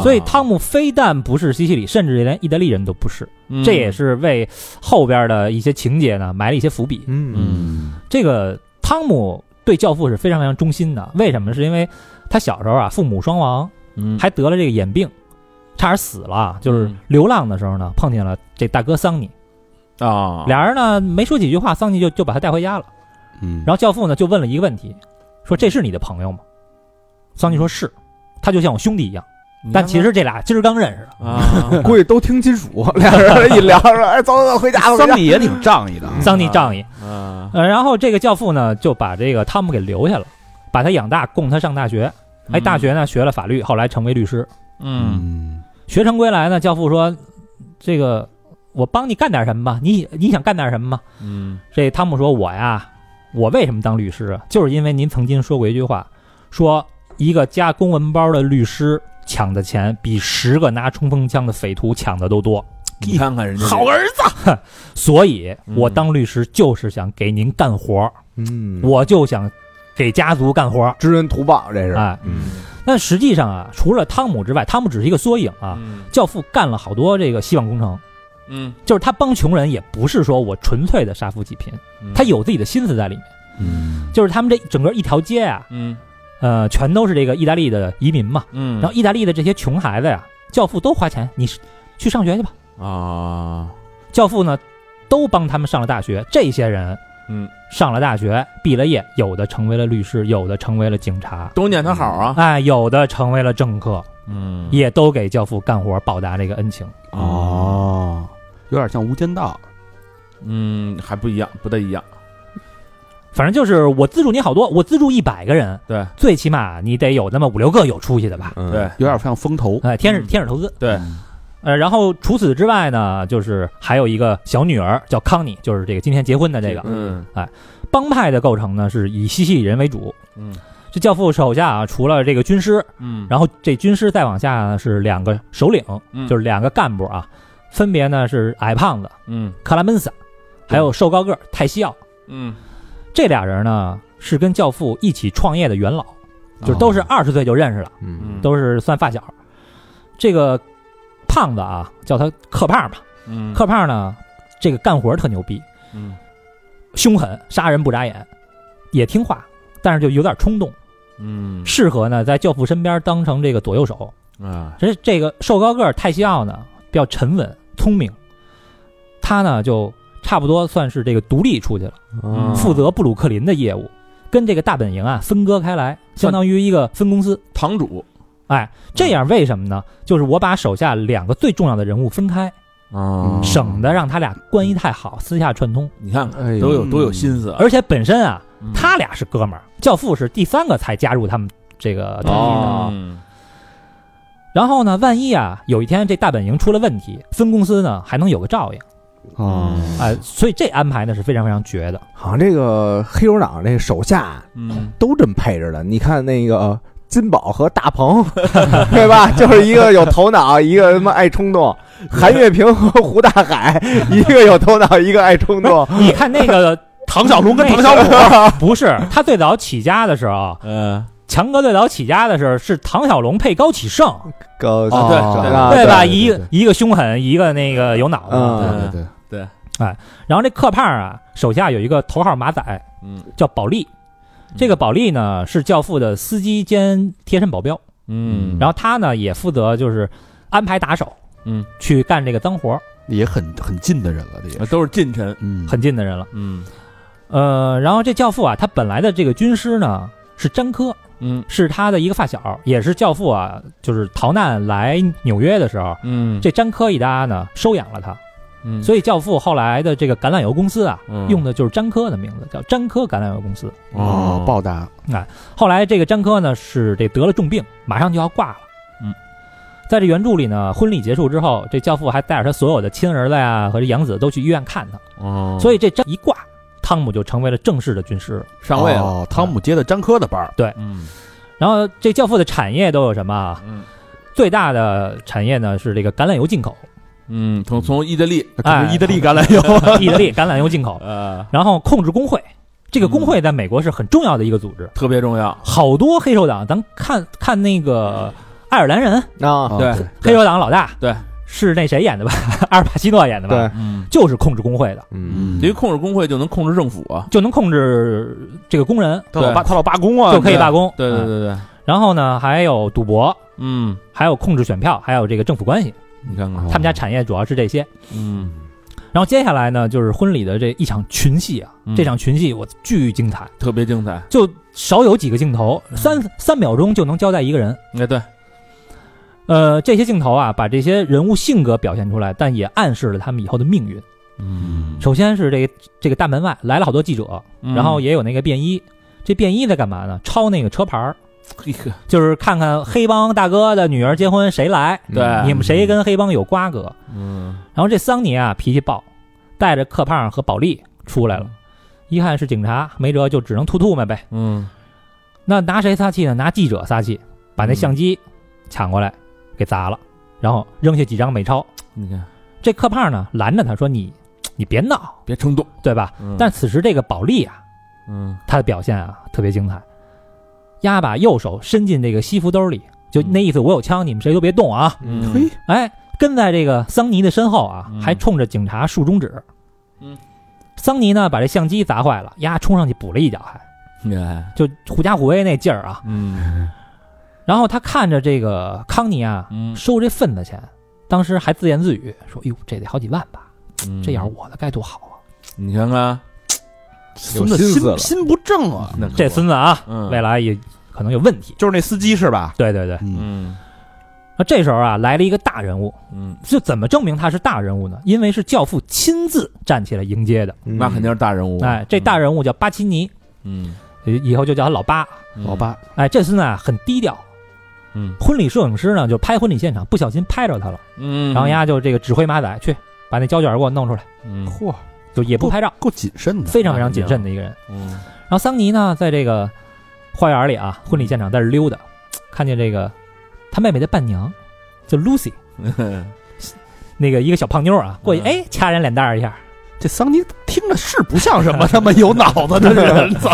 Speaker 4: 嗯所以汤姆非但不是西西里，甚至连意大利人都不是，
Speaker 3: 嗯
Speaker 4: 这也是为后边的一些情节呢埋了一些伏笔。
Speaker 6: 嗯
Speaker 3: 嗯
Speaker 4: 这个汤姆对教父是非常非常忠心的，为什么呢？是因为他小时候啊，父母双亡，
Speaker 3: 嗯
Speaker 4: 还得了这个眼病，差点死了。就是
Speaker 3: 嗯
Speaker 4: 流浪的时候呢，碰见了这大哥桑尼，
Speaker 3: 啊
Speaker 4: 俩人呢没说几句话，桑尼就就把他带回家了。
Speaker 2: 嗯，
Speaker 4: 然后教父呢就问了一个问题，说这是你的朋友吗？桑尼说是，他就像我兄弟一样，
Speaker 3: 嗯
Speaker 4: 但其实这俩今儿刚认识的。
Speaker 3: 啊
Speaker 6: 估计都听金属， 俩人一聊说：“哎，走走走，回家吧。”
Speaker 2: 桑尼也挺仗义的，
Speaker 3: 嗯
Speaker 6: 嗯
Speaker 4: 桑尼仗义，
Speaker 3: 啊
Speaker 4: 呃，然后这个教父呢就把这个汤姆给留下了，把他养大，供他上大学。哎，大学呢学了法律，后来成为律师。
Speaker 3: 嗯
Speaker 4: 学成归来呢，教父说：“这个我帮你干点什么吧？你你想干点什么吗
Speaker 3: 嗯？”
Speaker 4: 这汤姆说：“我呀，我为什么当律师啊？就是因为您曾经说过一句话，说一个加公文包的律师抢的钱比十个拿冲锋枪的匪徒抢的都多，
Speaker 3: 你看看人家
Speaker 2: 好儿子，
Speaker 4: 所以我
Speaker 3: 嗯
Speaker 4: 当律师就是想给您干活儿，
Speaker 6: 嗯，
Speaker 4: 我就想给家族干活儿。”
Speaker 6: 知恩图报，这是。
Speaker 4: 哎，
Speaker 6: 嗯
Speaker 4: 但实际上啊，除了汤姆之外，汤姆只是一个缩影啊。
Speaker 3: 嗯
Speaker 4: 教父干了好多这个希望工程，
Speaker 3: 嗯
Speaker 4: 就是他帮穷人也不是说我纯粹的杀富济贫，
Speaker 3: 嗯
Speaker 4: 他有自己的心思在里面。
Speaker 2: 嗯，
Speaker 4: 就是他们这整个一条街啊，
Speaker 3: 嗯
Speaker 4: 呃，全都是这个意大利的移民嘛，
Speaker 3: 嗯
Speaker 4: 然后意大利的这些穷孩子呀，教父都花钱，你是去上学去吧。
Speaker 3: 啊
Speaker 4: 教父呢，都帮他们上了大学，这些人
Speaker 3: 嗯
Speaker 4: 上了大学，毕了业，有的成为了律师，有的成为了警察，
Speaker 3: 都念他好啊
Speaker 4: 哎，有的成为了政客，
Speaker 3: 嗯
Speaker 4: 也都给教父干活报答这个恩情。
Speaker 2: 哦，有点像《无间道
Speaker 3: 嗯还不一样不太一样
Speaker 4: 反正就是我资助你好多，我资助一百个人，
Speaker 3: 对，
Speaker 4: 最起码你得有那么五六个有出息的吧？
Speaker 6: 嗯，
Speaker 3: 对，
Speaker 2: 有点像风投，
Speaker 4: 哎，天使
Speaker 3: 嗯
Speaker 4: 天使投资。
Speaker 3: 对
Speaker 4: 呃，然后除此之外呢，就是还有一个小女儿叫康妮，就是这个今天结婚的这个
Speaker 3: 嗯
Speaker 4: 帮派的构成呢，是以西西里人为主。
Speaker 3: 嗯
Speaker 4: 这教父手下啊，除了这个军师，
Speaker 3: 嗯
Speaker 4: 然后这军师再往下呢是两个首领，
Speaker 3: 嗯
Speaker 4: 就是两个干部啊，分别呢是矮胖子
Speaker 3: 嗯
Speaker 4: 克拉门萨，还有瘦高个儿泰西奥。
Speaker 3: 嗯
Speaker 4: 这俩人呢是跟教父一起创业的元老，就都是
Speaker 3: 哦
Speaker 4: 二十岁就认识了，
Speaker 6: 嗯，
Speaker 4: 都是算发小。这个胖子啊，叫他克胖吧。
Speaker 3: 嗯
Speaker 4: 克胖呢，这个干活儿特牛逼，
Speaker 3: 嗯
Speaker 4: 凶狠，杀人不眨眼，也听话，但是就有点冲动，
Speaker 3: 嗯
Speaker 4: 适合呢在教父身边当成这个左右手。
Speaker 3: 啊
Speaker 4: 这这个瘦高个儿泰西奥呢，比较沉稳聪明，他呢就差不多算是这个独立出去了，
Speaker 3: 嗯
Speaker 4: 负责布鲁克林的业务，跟这个大本营啊分割开来，相当于一个分公司。
Speaker 3: 堂主
Speaker 4: 哎，这样为什么呢？就是我把手下两个最重要的人物分开，
Speaker 3: 啊
Speaker 4: 省得让他俩关系太好，私下串通。
Speaker 3: 你看看
Speaker 6: 哎呦
Speaker 3: 都有多有心思啊
Speaker 4: 而且本身啊，
Speaker 3: 嗯
Speaker 4: 他俩是哥们儿，教父是第三个才加入他们这个团体的。啊
Speaker 3: 哦
Speaker 4: 然后呢，万一啊有一天这大本营出了问题，分公司呢还能有个照应，
Speaker 2: 啊，
Speaker 4: 哎、所以这安排呢是非常非常绝的。
Speaker 6: 好像这个黑手党这手下
Speaker 3: 嗯
Speaker 6: 都这么配着的。你看那个呃金宝和大 鹏，对吧？就是一个有头脑，一个他妈爱冲动；韩月平和胡大 海，一个有头脑，一个爱冲动。
Speaker 4: 你看那个唐小龙跟唐小虎，不是他最早起家的时候，
Speaker 3: 呃
Speaker 4: 强哥最早起家的时候是唐小龙配高启盛，
Speaker 6: 高
Speaker 3: 啊对对
Speaker 6: 啊
Speaker 4: 对吧？
Speaker 2: 对对
Speaker 4: 一
Speaker 2: 对
Speaker 4: 一个凶狠，一个那个有脑子。
Speaker 6: 嗯
Speaker 2: 对对对，
Speaker 4: 然后这克胖啊，手下有一个头号马仔
Speaker 3: 嗯
Speaker 4: 叫保利，这个保利呢是教父的司机兼贴身保镖。
Speaker 3: 嗯
Speaker 4: 然后他呢也负责就是安排打手，
Speaker 3: 嗯，
Speaker 4: 去干这个脏活儿，
Speaker 2: 也很很近的人了，这也
Speaker 3: 啊
Speaker 2: 是，
Speaker 3: 都是近臣
Speaker 2: 嗯，
Speaker 4: 很近的人了。
Speaker 3: 嗯
Speaker 4: 呃，然后这教父啊，他本来的这个军师呢是詹科，
Speaker 3: 嗯
Speaker 4: 是他的一个发小，也是教父啊，就是逃难来纽约的时候，
Speaker 3: 嗯
Speaker 4: 这詹科一家呢收养了他，
Speaker 3: 嗯
Speaker 4: 所以教父后来的这个橄榄油公司啊，
Speaker 3: 嗯
Speaker 4: 用的就是詹科的名字，叫詹科橄榄油公司。
Speaker 2: 哦，报答，
Speaker 4: 后来这个詹科呢是这得了重病，马上就要挂了。
Speaker 3: 嗯，
Speaker 4: 在这原著里呢，婚礼结束之后，这教父还带着他所有的亲儿子呀和这养子都去医院看他，
Speaker 3: 哦
Speaker 4: 所以这张一挂，汤姆就成为了正式的军师了。
Speaker 6: 上位了，
Speaker 2: 哦汤姆接的詹科的班儿，
Speaker 3: 嗯
Speaker 4: 然后这教父的产业都有什么啊？
Speaker 3: 嗯
Speaker 4: 最大的产业呢是这个橄榄油进口，
Speaker 3: 嗯，从从意大利
Speaker 2: 可能
Speaker 4: 哎
Speaker 2: 啊意大利橄榄油。
Speaker 4: 意大利橄榄油进口，
Speaker 3: 呃
Speaker 4: 然后控制工会。这个工会在美国是很重要的一个组织，
Speaker 3: 特别重要，
Speaker 4: 好多黑手党，咱看看那个爱尔兰人，
Speaker 6: 啊，
Speaker 3: 对
Speaker 2: 哦
Speaker 4: 黑手党老大，
Speaker 3: 对，
Speaker 4: 是那谁演的吧？ 阿尔帕西诺演的吧？
Speaker 6: 对，
Speaker 3: 嗯，
Speaker 4: 就是控制工会的，
Speaker 6: 嗯，
Speaker 3: 因为控制工会就能控制政府啊，
Speaker 4: 就能控制这个工人，
Speaker 2: 他老罢他老罢工啊，
Speaker 4: 就可以罢工。
Speaker 3: 对对
Speaker 4: 嗯
Speaker 3: 对对，
Speaker 4: 然后呢，还有赌博，
Speaker 3: 嗯，
Speaker 4: 还有控制选票，还有这个政府关系。
Speaker 3: 你看看
Speaker 4: 他，们家产业主要是这些。
Speaker 3: 嗯，
Speaker 4: 然后接下来呢，就是婚礼的这一场群戏啊，
Speaker 3: 嗯
Speaker 4: 这场群戏我巨精彩，
Speaker 3: 特别精彩，
Speaker 4: 就少有几个镜头，
Speaker 3: 嗯
Speaker 4: 三三秒钟就能交代一个人。
Speaker 3: 哎对，
Speaker 4: 呃，这些镜头啊，把这些人物性格表现出来，但也暗示了他们以后的命运。
Speaker 3: 嗯，
Speaker 4: 首先是这个这个大门外来了好多记者，然后也有那个便衣。这便衣在干嘛呢？抄那个车牌儿，
Speaker 3: 嘿呵
Speaker 4: 就是看看黑帮大哥的女儿结婚谁来，
Speaker 6: 嗯
Speaker 3: 对
Speaker 4: 你们谁跟黑帮有瓜葛。
Speaker 3: 嗯，
Speaker 4: 然后这桑尼啊脾气暴，带着克胖和保利出来了，一看是警察，没辙就只能吐吐沫呗。
Speaker 3: 嗯，
Speaker 4: 那拿谁撒气呢？拿记者撒气，把那相机抢过来给砸了，然后扔下几张美钞。
Speaker 3: 你看
Speaker 4: 这克胖呢拦着他说你：“你别闹，
Speaker 3: 别冲动，
Speaker 4: 对吧？”
Speaker 3: 嗯
Speaker 4: 但此时这个保利啊，
Speaker 3: 嗯
Speaker 4: 他的表现啊特别精彩，丫把右手伸进这个西服兜里，就
Speaker 3: 嗯
Speaker 4: 那意思，我有枪，你们谁都别动啊！
Speaker 3: 嗯，
Speaker 2: 嘿，
Speaker 4: 哎，跟在这个桑尼的身后啊
Speaker 3: 嗯，
Speaker 4: 还冲着警察竖中指。
Speaker 3: 嗯，
Speaker 4: 桑尼呢把这相机砸坏了，丫冲上去补了一脚，还
Speaker 3: 哎，
Speaker 4: 就狐假虎威那劲儿啊。
Speaker 3: 嗯
Speaker 4: 然后他看着这个康妮啊
Speaker 3: 嗯，
Speaker 4: 收这份子钱，当时还自言自语说：“哎呦，这得好几万吧？
Speaker 2: 嗯
Speaker 4: 这要是我的该多好啊
Speaker 3: 嗯你看看，
Speaker 2: 孙子
Speaker 6: 有心思
Speaker 2: 心
Speaker 6: 了
Speaker 2: 心不正啊，
Speaker 3: 那可不！”
Speaker 4: 这孙子啊，
Speaker 3: 嗯
Speaker 4: 未来也可能有问题。
Speaker 2: 就是那司机是吧？
Speaker 4: 对对对，
Speaker 2: 嗯，
Speaker 3: 嗯
Speaker 4: 那这时候啊来了一个大人物，
Speaker 3: 嗯，
Speaker 4: 这怎么证明他是大人物呢？因为是教父亲自站起来迎接的。
Speaker 3: 那肯定是大人物，
Speaker 4: 哎，这大人物叫巴奇尼，呃
Speaker 3: 嗯，
Speaker 4: 以后就叫他老八。
Speaker 3: 嗯
Speaker 2: 老，八，
Speaker 4: 哎，这次呢很低调，
Speaker 3: 嗯
Speaker 4: 婚礼摄影师呢就拍婚礼现场，不小心拍着他了，
Speaker 3: 嗯，
Speaker 4: 然后丫就这个指挥马仔去把那胶卷给我弄出来，
Speaker 3: 嗯，
Speaker 2: 嚯，
Speaker 4: 就也不拍照，
Speaker 2: 够谨慎的。
Speaker 4: 非常非常谨慎的一个人。
Speaker 3: 嗯
Speaker 4: 然后桑尼呢，在这个花园里啊，婚礼现场在这溜达，看见这个他妹妹的伴娘叫 Lucy，那个一个小胖妞啊，过去
Speaker 3: 嗯
Speaker 4: 哎掐人脸蛋儿一下，
Speaker 2: 这桑尼听着是不像什么他妈有脑子的 人，操，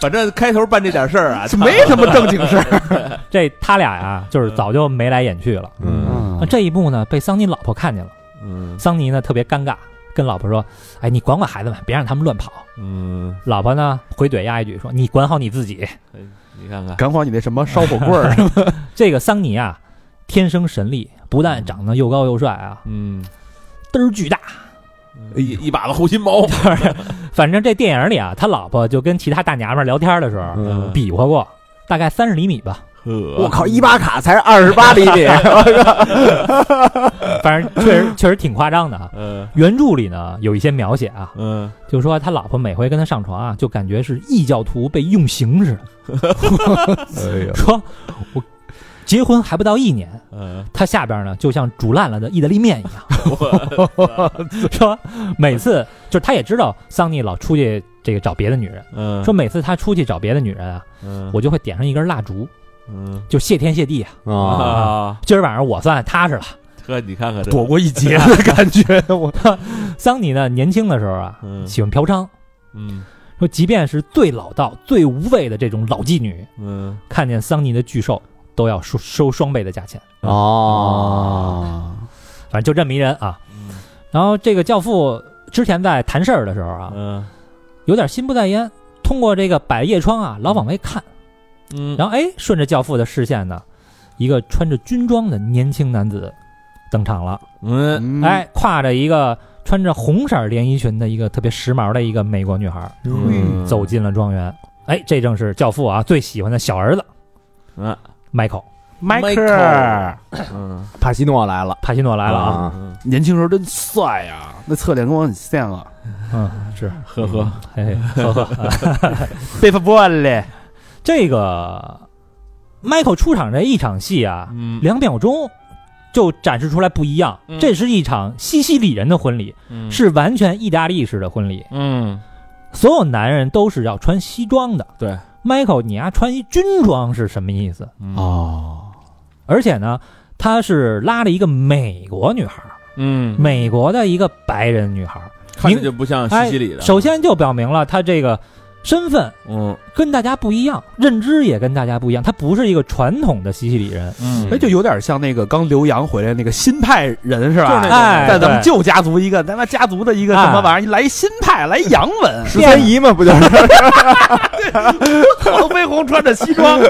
Speaker 3: 反正开头办这点事儿啊，
Speaker 2: 这没什么正经事儿。
Speaker 4: 这他俩呀、就是早就眉来眼去了。
Speaker 3: 嗯
Speaker 4: 啊，这一幕呢，被桑尼老婆看见了，
Speaker 3: 嗯
Speaker 4: 桑尼呢特别尴尬，跟老婆说：“哎，你管管孩子们，别让他们乱跑。”
Speaker 3: 嗯，
Speaker 4: 老婆呢回怼丫一句说：“你管好你自己。
Speaker 3: 哎你看看，
Speaker 2: 赶好你那什么烧火棍儿，”
Speaker 4: 这个桑尼啊，天生神力，不但长得又高又帅啊，
Speaker 3: 嗯，
Speaker 4: 嘚儿巨大。
Speaker 3: 一哎一把子护心毛，
Speaker 4: 反正这电影里啊，他老婆就跟其他大娘们儿聊天的时候
Speaker 6: 嗯
Speaker 4: 比划过，大概三十厘米吧，
Speaker 6: 我
Speaker 3: 我
Speaker 6: 靠，伊巴卡才二十八厘米，
Speaker 4: 反正确实确实挺夸张的啊。
Speaker 3: 嗯
Speaker 4: 原著里呢有一些描写啊，
Speaker 3: 嗯，
Speaker 4: 就说他老婆每回跟他上床啊，就感觉是异教徒被用刑似的，
Speaker 3: 哎
Speaker 4: 说我结婚还不到一年，
Speaker 3: 嗯，
Speaker 4: 他下边呢就像煮烂了的意大利面一样， 说每次就是他也知道桑尼老出去这个找别的女人，
Speaker 3: 嗯，
Speaker 4: 说每次他出去找别的女人啊，
Speaker 3: 嗯，
Speaker 4: 我就会点上一根蜡烛，
Speaker 3: 嗯
Speaker 4: 就谢天谢地啊，
Speaker 6: 啊，
Speaker 3: 啊，
Speaker 4: 今儿晚上我算踏实了。
Speaker 3: 呵，你看看这，
Speaker 2: 躲过一劫的感觉。我
Speaker 4: 桑尼呢，年轻的时候啊，
Speaker 3: 嗯
Speaker 4: 喜欢嫖娼，
Speaker 3: 嗯
Speaker 4: 说即便是最老道、最无畏的这种老妓女，
Speaker 3: 嗯，
Speaker 4: 看见桑尼的巨兽，都要收收双倍的价钱。
Speaker 6: 啊哦，
Speaker 4: 反正就这么一人啊。
Speaker 3: 嗯
Speaker 4: 然后这个教父之前在谈事儿的时候啊，
Speaker 3: 嗯
Speaker 4: 有点心不在焉，通过这个百叶窗啊，老往外看，
Speaker 3: 嗯，
Speaker 4: 然后哎，顺着教父的视线呢，一个穿着军装的年轻男子登场了，
Speaker 3: 嗯
Speaker 4: 哎，挎着一个穿着红色连衣裙的一个特别时髦的一个美国女孩。
Speaker 3: 嗯
Speaker 4: 走进了庄园。哎，这正是教父啊最喜欢的小儿子
Speaker 3: 嗯
Speaker 4: Michael
Speaker 2: 迈克
Speaker 3: 迈
Speaker 2: 尔，
Speaker 3: 嗯
Speaker 6: 帕西诺来了，
Speaker 4: 帕西诺来了啊。
Speaker 6: 啊
Speaker 3: 嗯，
Speaker 2: 年轻时候真帅啊，那侧脸跟我很像啊。
Speaker 4: 嗯，是，
Speaker 3: 呵呵，
Speaker 4: 嘿嘿，呵 呵。
Speaker 2: 贝弗伯嘞，
Speaker 4: 这个 Michael 出场这一场戏啊，
Speaker 3: 嗯
Speaker 4: 两秒钟就展示出来不一样
Speaker 3: 嗯。
Speaker 4: 这是一场西西里人的婚礼，
Speaker 3: 嗯
Speaker 4: 是完全意大利式的婚礼，
Speaker 3: 嗯
Speaker 4: 所有男人都是要穿西装的。
Speaker 3: 对
Speaker 4: ，Michael，你丫穿一军装是什么意思？
Speaker 3: 嗯
Speaker 2: 哦，
Speaker 4: 而且呢，他是拉了一个美国女孩儿，
Speaker 3: 嗯，
Speaker 4: 美国的一个白人女孩儿。
Speaker 3: 看着就不像西西里的。
Speaker 4: 首，先就表明了他这个身份
Speaker 3: 嗯
Speaker 4: 跟大家不一样，认知也跟大家不一样，他不是一个传统的西西里人。
Speaker 3: 嗯
Speaker 2: 哎，就有点像那个刚留洋回来那个新派人是吧？
Speaker 3: 就是那
Speaker 4: 哎，
Speaker 2: 在咱们
Speaker 4: 对
Speaker 2: 旧家族一个他妈家族的一个什么玩意儿，来一新派，来洋文，
Speaker 6: 十三姨嘛，不就是？
Speaker 2: 黄 飞鸿穿着西装，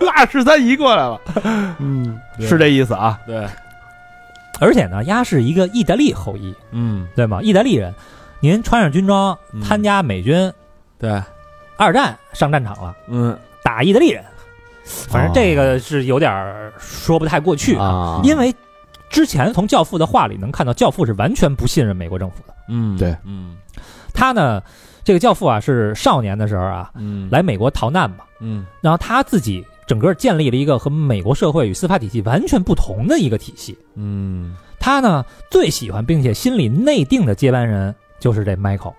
Speaker 2: 拉着十三姨过来了，嗯，是这意思啊？
Speaker 3: 对，
Speaker 4: 而且呢，丫是一个意大利后裔，
Speaker 3: 嗯
Speaker 4: 对吗？意大利人，您穿上军装
Speaker 3: 嗯
Speaker 4: 参加美军
Speaker 3: 对，
Speaker 4: 二战上战场了，
Speaker 3: 嗯
Speaker 4: 打意大利人，反正这个是有点儿说不太过去
Speaker 6: 啊
Speaker 4: 因为之前从教父的话里能看到，教父是完全不信任美国政府的。
Speaker 3: 嗯
Speaker 2: 对，
Speaker 3: 嗯
Speaker 4: 他呢，这个教父啊是少年的时候啊
Speaker 3: 嗯
Speaker 4: 来美国逃难嘛，
Speaker 3: 嗯
Speaker 4: 然后他自己整个建立了一个和美国社会与司法体系完全不同的一个体系。
Speaker 3: 嗯
Speaker 4: 他呢最喜欢并且心里内定的接班人就是这 Michael，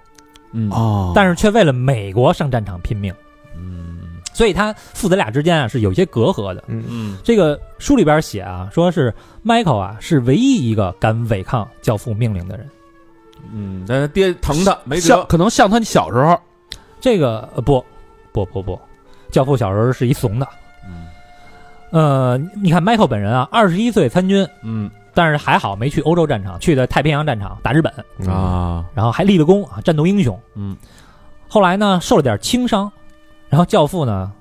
Speaker 3: 嗯
Speaker 2: 哦
Speaker 4: 但是却为了美国上战场拼命，
Speaker 3: 嗯
Speaker 4: 所以他父子俩之间啊是有一些隔阂的。
Speaker 6: 嗯
Speaker 3: 嗯
Speaker 4: 这个书里边写啊，说是 Michael 啊是唯一一个敢违抗教父命令的人。
Speaker 3: 嗯，但是爹疼他没
Speaker 2: 像
Speaker 3: 辙，
Speaker 2: 可能像他小时候，
Speaker 4: 这个呃不不不不，教父小时候是一怂的。
Speaker 3: 嗯
Speaker 4: 呃，你看 Michael 本人啊，二十一岁参军，
Speaker 3: 嗯
Speaker 4: 但是还好没去欧洲战场，去的太平洋战场打日本，
Speaker 3: 啊，
Speaker 4: 然后还立了功啊，战斗英雄。
Speaker 3: 嗯，
Speaker 4: 后来呢，受了点轻伤，然后教父呢，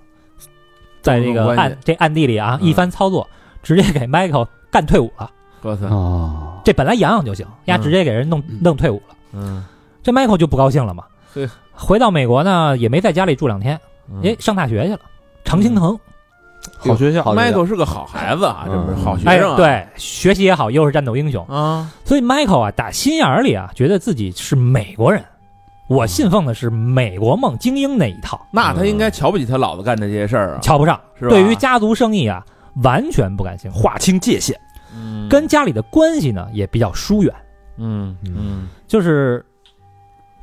Speaker 4: 在这
Speaker 3: 动
Speaker 4: 个
Speaker 3: 用关系
Speaker 4: 暗这暗地里啊
Speaker 3: 嗯啊
Speaker 4: 一番操作，直接给 Michael 干退伍了。
Speaker 3: 哥斯，
Speaker 2: 哦，
Speaker 4: 这本来养养就行，丫直接给人弄弄退伍了。
Speaker 3: 嗯
Speaker 4: 这 Michael 就不高兴了嘛
Speaker 3: 嘿，
Speaker 4: 回到美国呢，也没在家里住两天，
Speaker 3: 嗯
Speaker 4: 哎，上大学去了，常青藤。
Speaker 2: 好学校，
Speaker 6: 好学校
Speaker 3: ，Michael 是个好孩子啊，这不是
Speaker 6: 嗯
Speaker 3: 好学
Speaker 4: 哎，
Speaker 3: 生啊，
Speaker 4: 对，学习也好，又是战斗英雄，
Speaker 3: 啊，
Speaker 4: 所以 Michael 啊，打心眼儿里啊，觉得自己是美国人，我信奉的是美国梦精英那一套，
Speaker 3: 那他应该瞧不起他老子干这些事儿啊，
Speaker 4: 瞧不上。
Speaker 3: 是吧？
Speaker 4: 对于家族生意啊，完全不感兴趣，
Speaker 2: 划清界限，
Speaker 3: 嗯
Speaker 4: 跟家里的关系呢也比较疏远。
Speaker 3: 嗯嗯
Speaker 4: 就是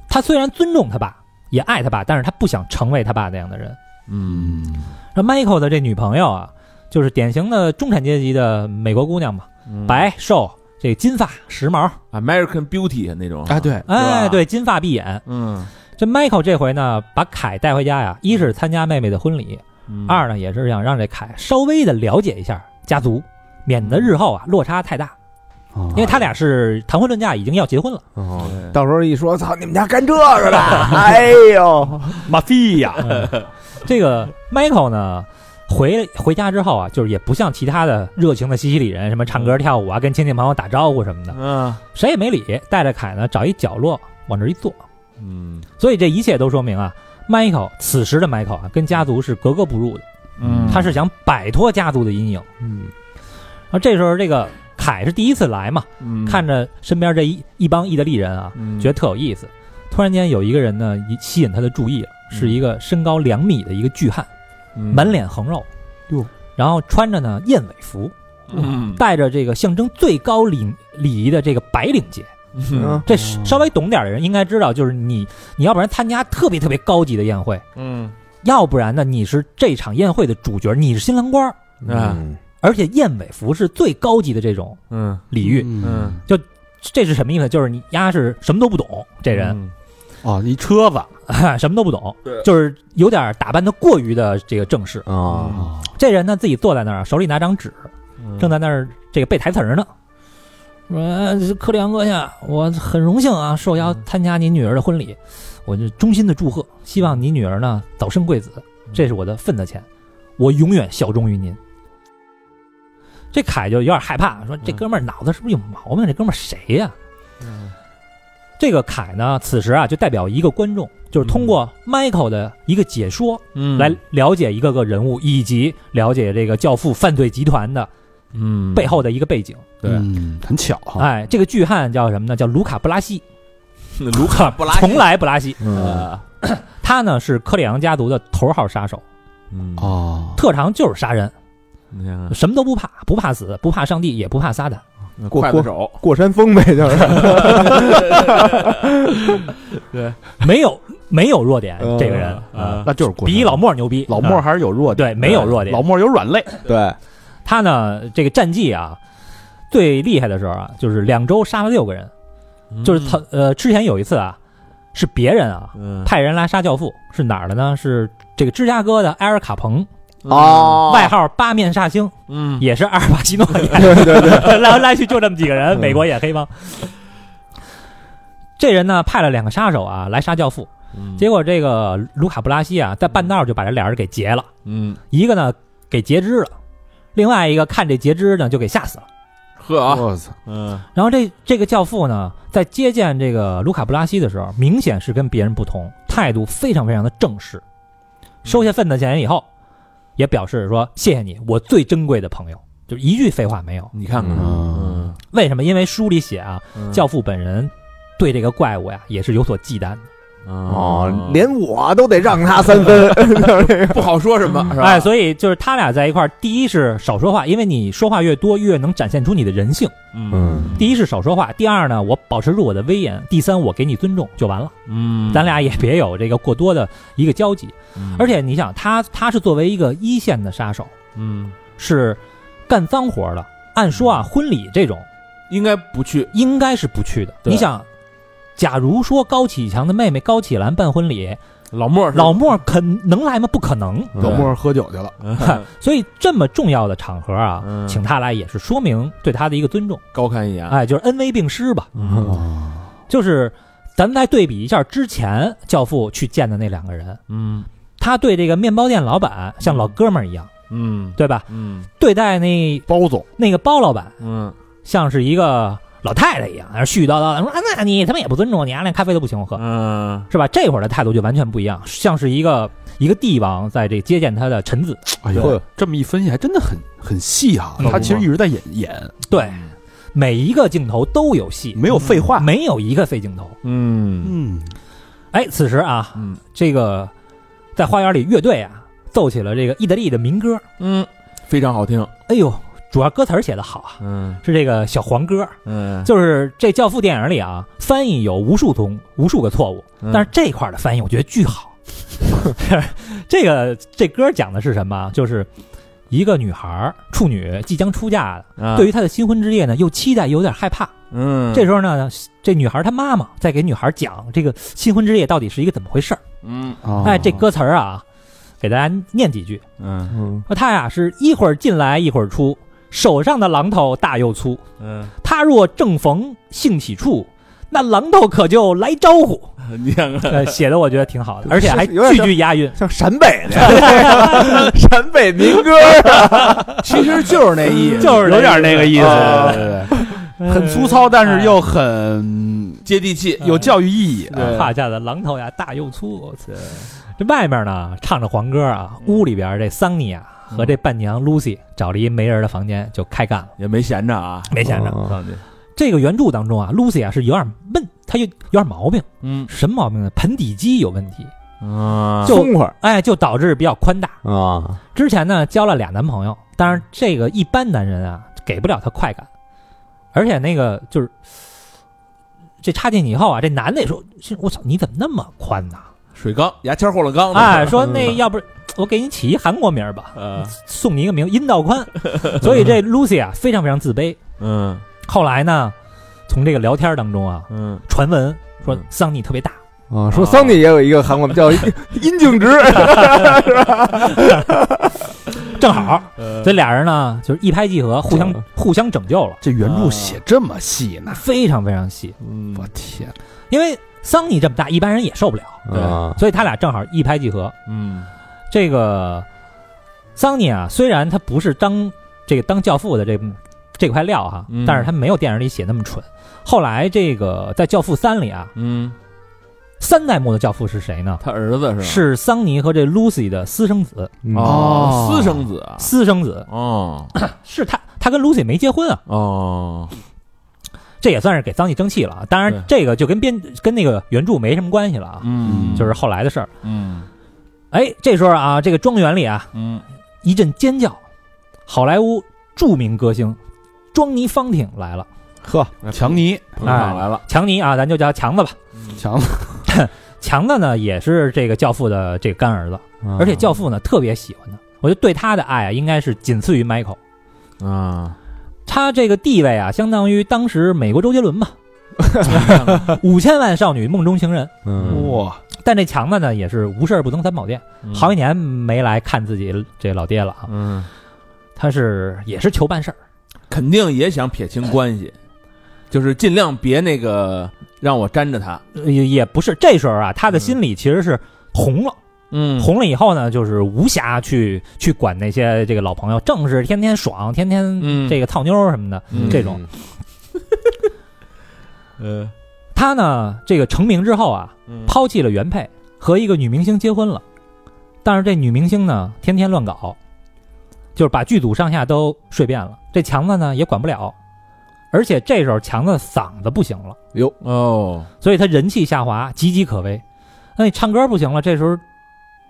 Speaker 4: 他虽然尊重他爸，也爱他爸，但是他不想成为他爸那样的人。
Speaker 3: 嗯
Speaker 4: 那 Michael 的这女朋友啊，就是典型的中产阶级的美国姑娘嘛，
Speaker 3: 嗯
Speaker 4: 白瘦，这金发时髦，
Speaker 3: American Beauty 那种
Speaker 2: 哎，，对，
Speaker 4: 哎，对，金发碧眼，
Speaker 3: 嗯，
Speaker 4: 这 Michael 这回呢，把凯带回家呀，一是参加妹妹的婚礼，
Speaker 3: 嗯
Speaker 4: 二呢也是想让这凯稍微的了解一下家族，免得日后啊落差太大。
Speaker 2: 哦
Speaker 4: 因为他俩是谈婚论嫁，已经要结婚了。
Speaker 6: 哦
Speaker 3: 嗯对
Speaker 6: 到时候一说，操，你们家干这个的， 哎呦，
Speaker 2: 马菲呀，
Speaker 4: 嗯 这个 Michael 呢，回回家之后啊，就是也不像其他的热情的西西里人，什么唱歌跳舞啊，跟亲戚朋友打招呼什么的，
Speaker 3: 嗯
Speaker 4: 谁也没理，带着凯呢找一角落往这儿一坐。
Speaker 3: 嗯
Speaker 4: 所以这一切都说明啊，Michael 此时的 Michael 啊，跟家族是格格不入的，
Speaker 3: 嗯
Speaker 4: 他是想摆脱家族的阴影。
Speaker 6: 嗯
Speaker 4: 然后这时候这个凯是第一次来嘛，看
Speaker 3: 着
Speaker 4: 着身边这一一帮意大利人啊，
Speaker 3: 嗯
Speaker 4: 觉得特有意思。突然间有一个人呢一吸引他的注意了，
Speaker 3: 嗯
Speaker 4: 是一个身高两米的一个巨汉，满脸横肉，
Speaker 2: 哟，
Speaker 4: 然后穿着呢燕尾服，
Speaker 3: 嗯
Speaker 4: 戴着这个象征最高礼礼仪的这个白领结。
Speaker 6: 嗯
Speaker 4: 这是稍微懂点的人应该知道，就是你你要不然参加特别特别高级的宴会，
Speaker 3: 嗯
Speaker 4: 要不然呢你是这场宴会的主角，你是新郎官儿，
Speaker 3: 啊
Speaker 6: 嗯
Speaker 4: 而且燕尾服是最高级的这种
Speaker 3: 嗯
Speaker 4: 礼遇。
Speaker 3: 嗯，
Speaker 4: 这是什么意思？就是你丫是什么都不懂，这
Speaker 3: 嗯
Speaker 4: 人、
Speaker 2: 哦，一车子，
Speaker 4: 什么都不懂
Speaker 3: 对，
Speaker 4: 就是有点打扮的过于的这个正式。
Speaker 6: 啊，
Speaker 2: 哦
Speaker 4: 这人呢自己坐在那儿，手里拿张纸，正
Speaker 3: 在
Speaker 4: 在那儿这个背台词儿呢。嗯说呃克里昂阁下，我很荣幸啊，受邀参加您女儿的婚礼，我就衷心的祝贺，希望您女儿呢早生贵子，这是我的份子钱，我永远效忠于您。这凯就有点害怕，说这哥们儿脑子是不是有毛病？这哥们儿谁呀、这个凯呢，此时啊就代表一个观众，就是通过 Michael 的一个解说
Speaker 3: 嗯
Speaker 4: 来了解一个个人物，以及了解这个教父犯罪集团的
Speaker 3: 嗯
Speaker 4: 背后的一个背景。
Speaker 3: 对
Speaker 2: 嗯很巧哈，
Speaker 4: 哎，这个巨汉叫什么呢？叫卢卡布拉西，
Speaker 3: 卢卡布拉
Speaker 4: 从来布拉西。呃
Speaker 6: 嗯他
Speaker 4: 他呢是科里昂家族的头号杀手，
Speaker 3: 嗯
Speaker 2: 哦，
Speaker 4: 特长就是杀人。
Speaker 3: 你想想，
Speaker 4: 什么都不怕，不怕死，不怕上帝，也不怕撒旦。
Speaker 3: 那
Speaker 6: 过
Speaker 3: 刽
Speaker 6: 过
Speaker 3: 子手，
Speaker 6: 过山峰呗， 就是。
Speaker 4: 没有 没有弱点
Speaker 6: 嗯，
Speaker 4: 这个人呃
Speaker 3: 啊
Speaker 2: 那就是过
Speaker 4: 比
Speaker 2: 山
Speaker 4: 老
Speaker 2: 峰
Speaker 4: 莫牛逼。呃
Speaker 2: 老莫还是有弱点，
Speaker 4: 对没有弱点
Speaker 2: 老莫有软肋，
Speaker 6: 对，
Speaker 4: 他呢，这个战绩啊，最厉害的时候啊，就是两周杀了六个人，就是他呃，之前有一次啊，是别人啊
Speaker 3: 嗯
Speaker 4: 派人来杀教父，是哪儿的呢？是这个芝加哥的埃尔卡彭，
Speaker 6: 哦，
Speaker 4: 外号八面煞星，
Speaker 3: 嗯
Speaker 4: 也是阿尔巴西诺演的
Speaker 6: 对对对，
Speaker 4: 来来去就这么几个人，
Speaker 6: 嗯
Speaker 4: 美国也黑帮。这人呢，派了两个杀手啊来杀教父，
Speaker 3: 嗯
Speaker 4: 结果这个卢卡布拉西啊，在半道就把这俩人给劫了，
Speaker 3: 嗯
Speaker 4: 一个呢给截肢了，另外一个看这截肢呢就给吓死了。
Speaker 3: 呵啊
Speaker 2: 我操，
Speaker 3: 嗯
Speaker 4: 然后这这个教父呢，在接见这个卢卡布拉西的时候，明显是跟别人不同，态度非常非常的正式。收下份子钱以后，也表示说谢谢你，我最珍贵的朋友，就一句废话没有。
Speaker 3: 你看看嗯
Speaker 2: 嗯
Speaker 4: 为什么？因为书里写啊，教父本人对这个怪物呀也是有所忌惮的，
Speaker 3: 嗯
Speaker 6: 哦，连我都得让他三分，
Speaker 3: 不好说什么是吧？
Speaker 4: 哎，所以就是他俩在一块儿，第一是少说话，因为你说话越多，越能展现出你的人性。
Speaker 3: 嗯
Speaker 4: 第一是少说话，第二呢，我保持住我的威严，第三我给你尊重就完了，
Speaker 3: 嗯，
Speaker 4: 咱俩也别有这个过多的一个交集。而且你想，他他是作为一个一线的杀手，
Speaker 3: 嗯，
Speaker 4: 是干脏活的，按说啊，婚礼这种
Speaker 3: 应该不去，
Speaker 4: 应该是不去的。
Speaker 3: 对
Speaker 4: 你想，假如说高启强的妹妹高启兰办婚礼，
Speaker 3: 老莫是
Speaker 4: 老莫肯能来吗？不可能。
Speaker 2: 老莫喝酒去了，
Speaker 3: 嗯
Speaker 4: 所以这么重要的场合啊，
Speaker 3: 嗯
Speaker 4: 请他来也是说明对他的一个尊重，
Speaker 3: 高看一眼，
Speaker 4: 哎，就是恩威并施吧。
Speaker 3: 嗯
Speaker 2: 哦
Speaker 4: 就是咱们来对比一下之前教父去见的那两个人，
Speaker 3: 嗯
Speaker 4: 他对这个面包店老板像老哥们儿一样，
Speaker 3: 嗯
Speaker 4: 对吧？
Speaker 3: 嗯
Speaker 4: 对待那
Speaker 2: 包总
Speaker 4: 那个包老板
Speaker 3: 嗯
Speaker 4: 像是一个老太太一样，然后絮絮叨叨的说：“啊，那你他妈也不尊重我，你啊，连咖啡都不请我喝，
Speaker 3: 嗯
Speaker 4: 是吧？”这会儿的态度就完全不一样，像是一个一个帝王在这接见他的臣子。
Speaker 2: 哎呦
Speaker 6: 对，
Speaker 2: 这么一分析还真的很很细啊
Speaker 4: 嗯。
Speaker 2: 他其实一直在演演，
Speaker 4: 对，每一个镜头都有戏，
Speaker 2: 嗯没有废话。
Speaker 4: 没有一个废镜头。
Speaker 3: 嗯
Speaker 2: 嗯，
Speaker 4: 哎，此时啊，
Speaker 3: 嗯
Speaker 4: 这个在花园里乐队啊奏起了这个意大利的民歌，
Speaker 3: 嗯，非常好听，
Speaker 4: 哎呦，主要歌词儿写得好啊，
Speaker 3: 嗯
Speaker 4: 是这个小黄歌，
Speaker 3: 嗯，
Speaker 4: 就是这《教父》电影里啊，翻译有无数种无数个错误，
Speaker 6: 嗯
Speaker 4: 但是这块儿的翻译我觉得巨好。 这个这歌讲的是什么啊？就是一个女孩儿处女即将出嫁的，
Speaker 6: 啊
Speaker 4: 对于她的新婚之夜呢，又期待又有点害怕。
Speaker 3: 啊嗯
Speaker 4: 这时候呢，这女孩她妈妈在给女孩讲这个新婚之夜到底是一个怎么回事儿。
Speaker 3: 嗯
Speaker 6: 哦
Speaker 4: 哎，这歌词儿啊，给大家念几句。
Speaker 3: 嗯
Speaker 6: 嗯，
Speaker 4: 说他呀是一会儿进来一会儿出，手上的榔头大又粗。
Speaker 3: 嗯，
Speaker 4: 他若正逢兴起处，那榔头可就来招呼。
Speaker 3: 你啊看看，
Speaker 4: 呃，写的我觉得挺好的，而且还
Speaker 6: 是有点
Speaker 4: 句句押韵。
Speaker 6: 像陕北的，陕北民歌，
Speaker 2: 其实就是那意 思，
Speaker 4: 就是
Speaker 2: 有点那
Speaker 1: 哎
Speaker 2: 个意思，
Speaker 6: 啊
Speaker 2: 对对对很粗糙，但是又很
Speaker 3: 接地 气，
Speaker 2: 有教育意义啊。
Speaker 6: 对
Speaker 4: 胯下的榔头呀，大又粗。我操这外面呢唱着黄歌啊，屋里边这桑尼啊和这伴娘 Lucy 找了一没人的房间就开干了，
Speaker 3: 也没闲着啊，
Speaker 4: 没闲着。
Speaker 6: 哦
Speaker 3: 上去，
Speaker 4: 这个原著当中啊，Lucy 啊是有点闷，她有有点毛病，
Speaker 3: 嗯
Speaker 4: 什么毛病呢？盆底肌有问题，
Speaker 3: 啊
Speaker 4: 就
Speaker 6: 松快儿
Speaker 4: 哎，就导致比较宽大。
Speaker 6: 啊，
Speaker 4: 之前呢交了俩男朋友，但是这个一般男人啊给不了她快感，而且那个就是这插进去以后啊，这男的也说：“是我操，你怎么那么宽呢
Speaker 3: 水缸，牙签后了？”缸，嗯
Speaker 4: 哎，，说那要不我给你起一韩国名儿吧，
Speaker 3: 呃，
Speaker 4: 送你一个名阴道宽。 所以这 Lucy 啊非常非常自卑。
Speaker 3: 嗯
Speaker 4: 后来呢，从这个聊天当中啊，
Speaker 3: 嗯，
Speaker 4: 传闻说
Speaker 3: 嗯
Speaker 4: 桑尼特别大，
Speaker 6: 啊，说桑尼也有一个韩国 叫阴茎直，
Speaker 4: 正好这
Speaker 3: 这
Speaker 4: 俩人呢就是一拍即合，互相
Speaker 6: 嗯
Speaker 4: 互相拯救了，
Speaker 2: 这原著写这么细呢，
Speaker 4: 非常非常细。
Speaker 3: 嗯
Speaker 2: 我天，
Speaker 4: 因为桑尼这么大，一般人也受不了，
Speaker 3: 对
Speaker 6: 啊
Speaker 4: 所以他俩正好一拍即合。
Speaker 3: 嗯
Speaker 4: 这个桑尼啊，虽然他不是当这个当教父的这这块料哈、
Speaker 3: 嗯
Speaker 4: 但是他没有电影里写那么蠢。后来这个在《教父三》里啊，
Speaker 3: 嗯，
Speaker 4: 三代目的教父是谁呢？
Speaker 3: 他儿子是啊
Speaker 4: 是桑尼和这 Lucy 的私生子，
Speaker 6: 嗯
Speaker 3: 吧？哦，私生子啊，
Speaker 4: 私生子
Speaker 3: 哦
Speaker 4: 是他，他跟 Lucy 没结婚啊，
Speaker 3: 哦，
Speaker 4: 这也算是给桑尼争气了啊。当然，这个就跟编跟那个原著没什么关系了啊，
Speaker 3: 嗯，
Speaker 4: 就是后来的事儿。
Speaker 3: 嗯
Speaker 4: 哎，这时候啊，这个庄园里啊，
Speaker 3: 嗯
Speaker 4: 一阵尖叫，好莱坞著名歌星庄尼·方挺来了。
Speaker 2: 呵，
Speaker 1: 嗯
Speaker 3: 哎
Speaker 2: 强尼
Speaker 3: 捧场来了，
Speaker 4: 强尼啊，咱就叫强子吧。
Speaker 2: 强子
Speaker 4: 强子呢，也是这个教父的这个干儿子，
Speaker 3: 哎
Speaker 2: 嗯
Speaker 4: 而且教父呢特别喜欢他，我觉得对他的爱啊，应该是仅次于 Michael。
Speaker 3: 啊，
Speaker 4: 他这个地位啊，相当于当时美国周 杰伦吧，五千万少女梦中情人。
Speaker 3: 嗯
Speaker 2: 哇，
Speaker 4: 但这强子呢，也是无事儿不登三宝殿，好几年没来看自己这老爹了啊。
Speaker 3: 嗯，
Speaker 4: 他是也是求办事儿，
Speaker 3: 肯定也想撇清关系，就是尽量别那个让我粘着他，
Speaker 4: 也呃也不是这时候啊，他的心里其实是红了，
Speaker 3: 嗯
Speaker 4: 红了以后呢，就是无暇去去管那些这个老朋友，正是天天爽，天天
Speaker 3: 嗯
Speaker 4: 这个泡妞儿什么的、
Speaker 3: 嗯
Speaker 4: 这种。
Speaker 3: 呃，
Speaker 4: 他呢，这个成名之后啊，
Speaker 3: 嗯
Speaker 4: 抛弃了原配，和一个女明星结婚了。但是这女明星呢，天天乱搞，就是把剧组上下都睡遍了。这强子呢也管不了，而且这时候强子嗓子不行了，
Speaker 3: 哦，
Speaker 4: 所以他人气下滑，岌岌可危。那你唱歌不行了，这时候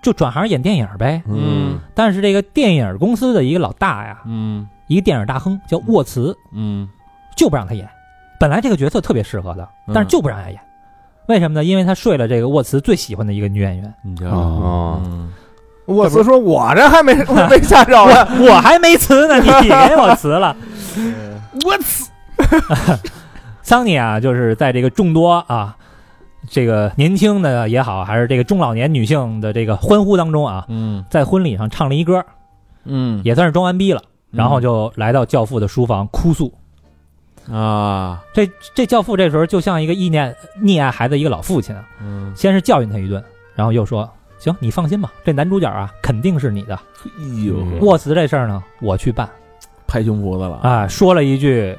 Speaker 4: 就转行演电影呗。
Speaker 3: 嗯
Speaker 4: 但是这个电影公司的一个老大呀，
Speaker 3: 嗯
Speaker 4: 一个电影大亨叫沃茨，
Speaker 3: 嗯
Speaker 4: 就不让他演。本来这个角色特别适合他，
Speaker 3: 嗯
Speaker 4: 但是就不让他演。为什么呢？因为他睡了这个沃茨最喜欢的一个女演员。
Speaker 3: 你瞧
Speaker 2: 啊，
Speaker 6: 哦，
Speaker 3: 嗯
Speaker 6: 我是说，我这还没没下手呢，
Speaker 3: 嗯
Speaker 4: 我还没辞呢，你 给我辞了，
Speaker 6: 我操！
Speaker 4: 桑尼啊，就是在这个众多啊，这个年轻的也好，还是这个中老年女性的这个欢呼当中啊，
Speaker 3: 嗯
Speaker 4: 在婚礼上唱了一歌，
Speaker 3: 嗯
Speaker 4: 也算是装完逼了，然后就来到教父的书房哭诉。
Speaker 3: 啊，
Speaker 4: 这这教父这时候就像一个意念溺爱孩子一个老父亲啊，
Speaker 3: 嗯，
Speaker 4: 先是教训他一顿，然后又说：“行，你放心吧，这男主角啊肯定是你的。
Speaker 3: 哎呦，
Speaker 4: 沃茨这事儿呢，我去办。”
Speaker 3: 拍胸脯子了，
Speaker 4: 啊，说了一句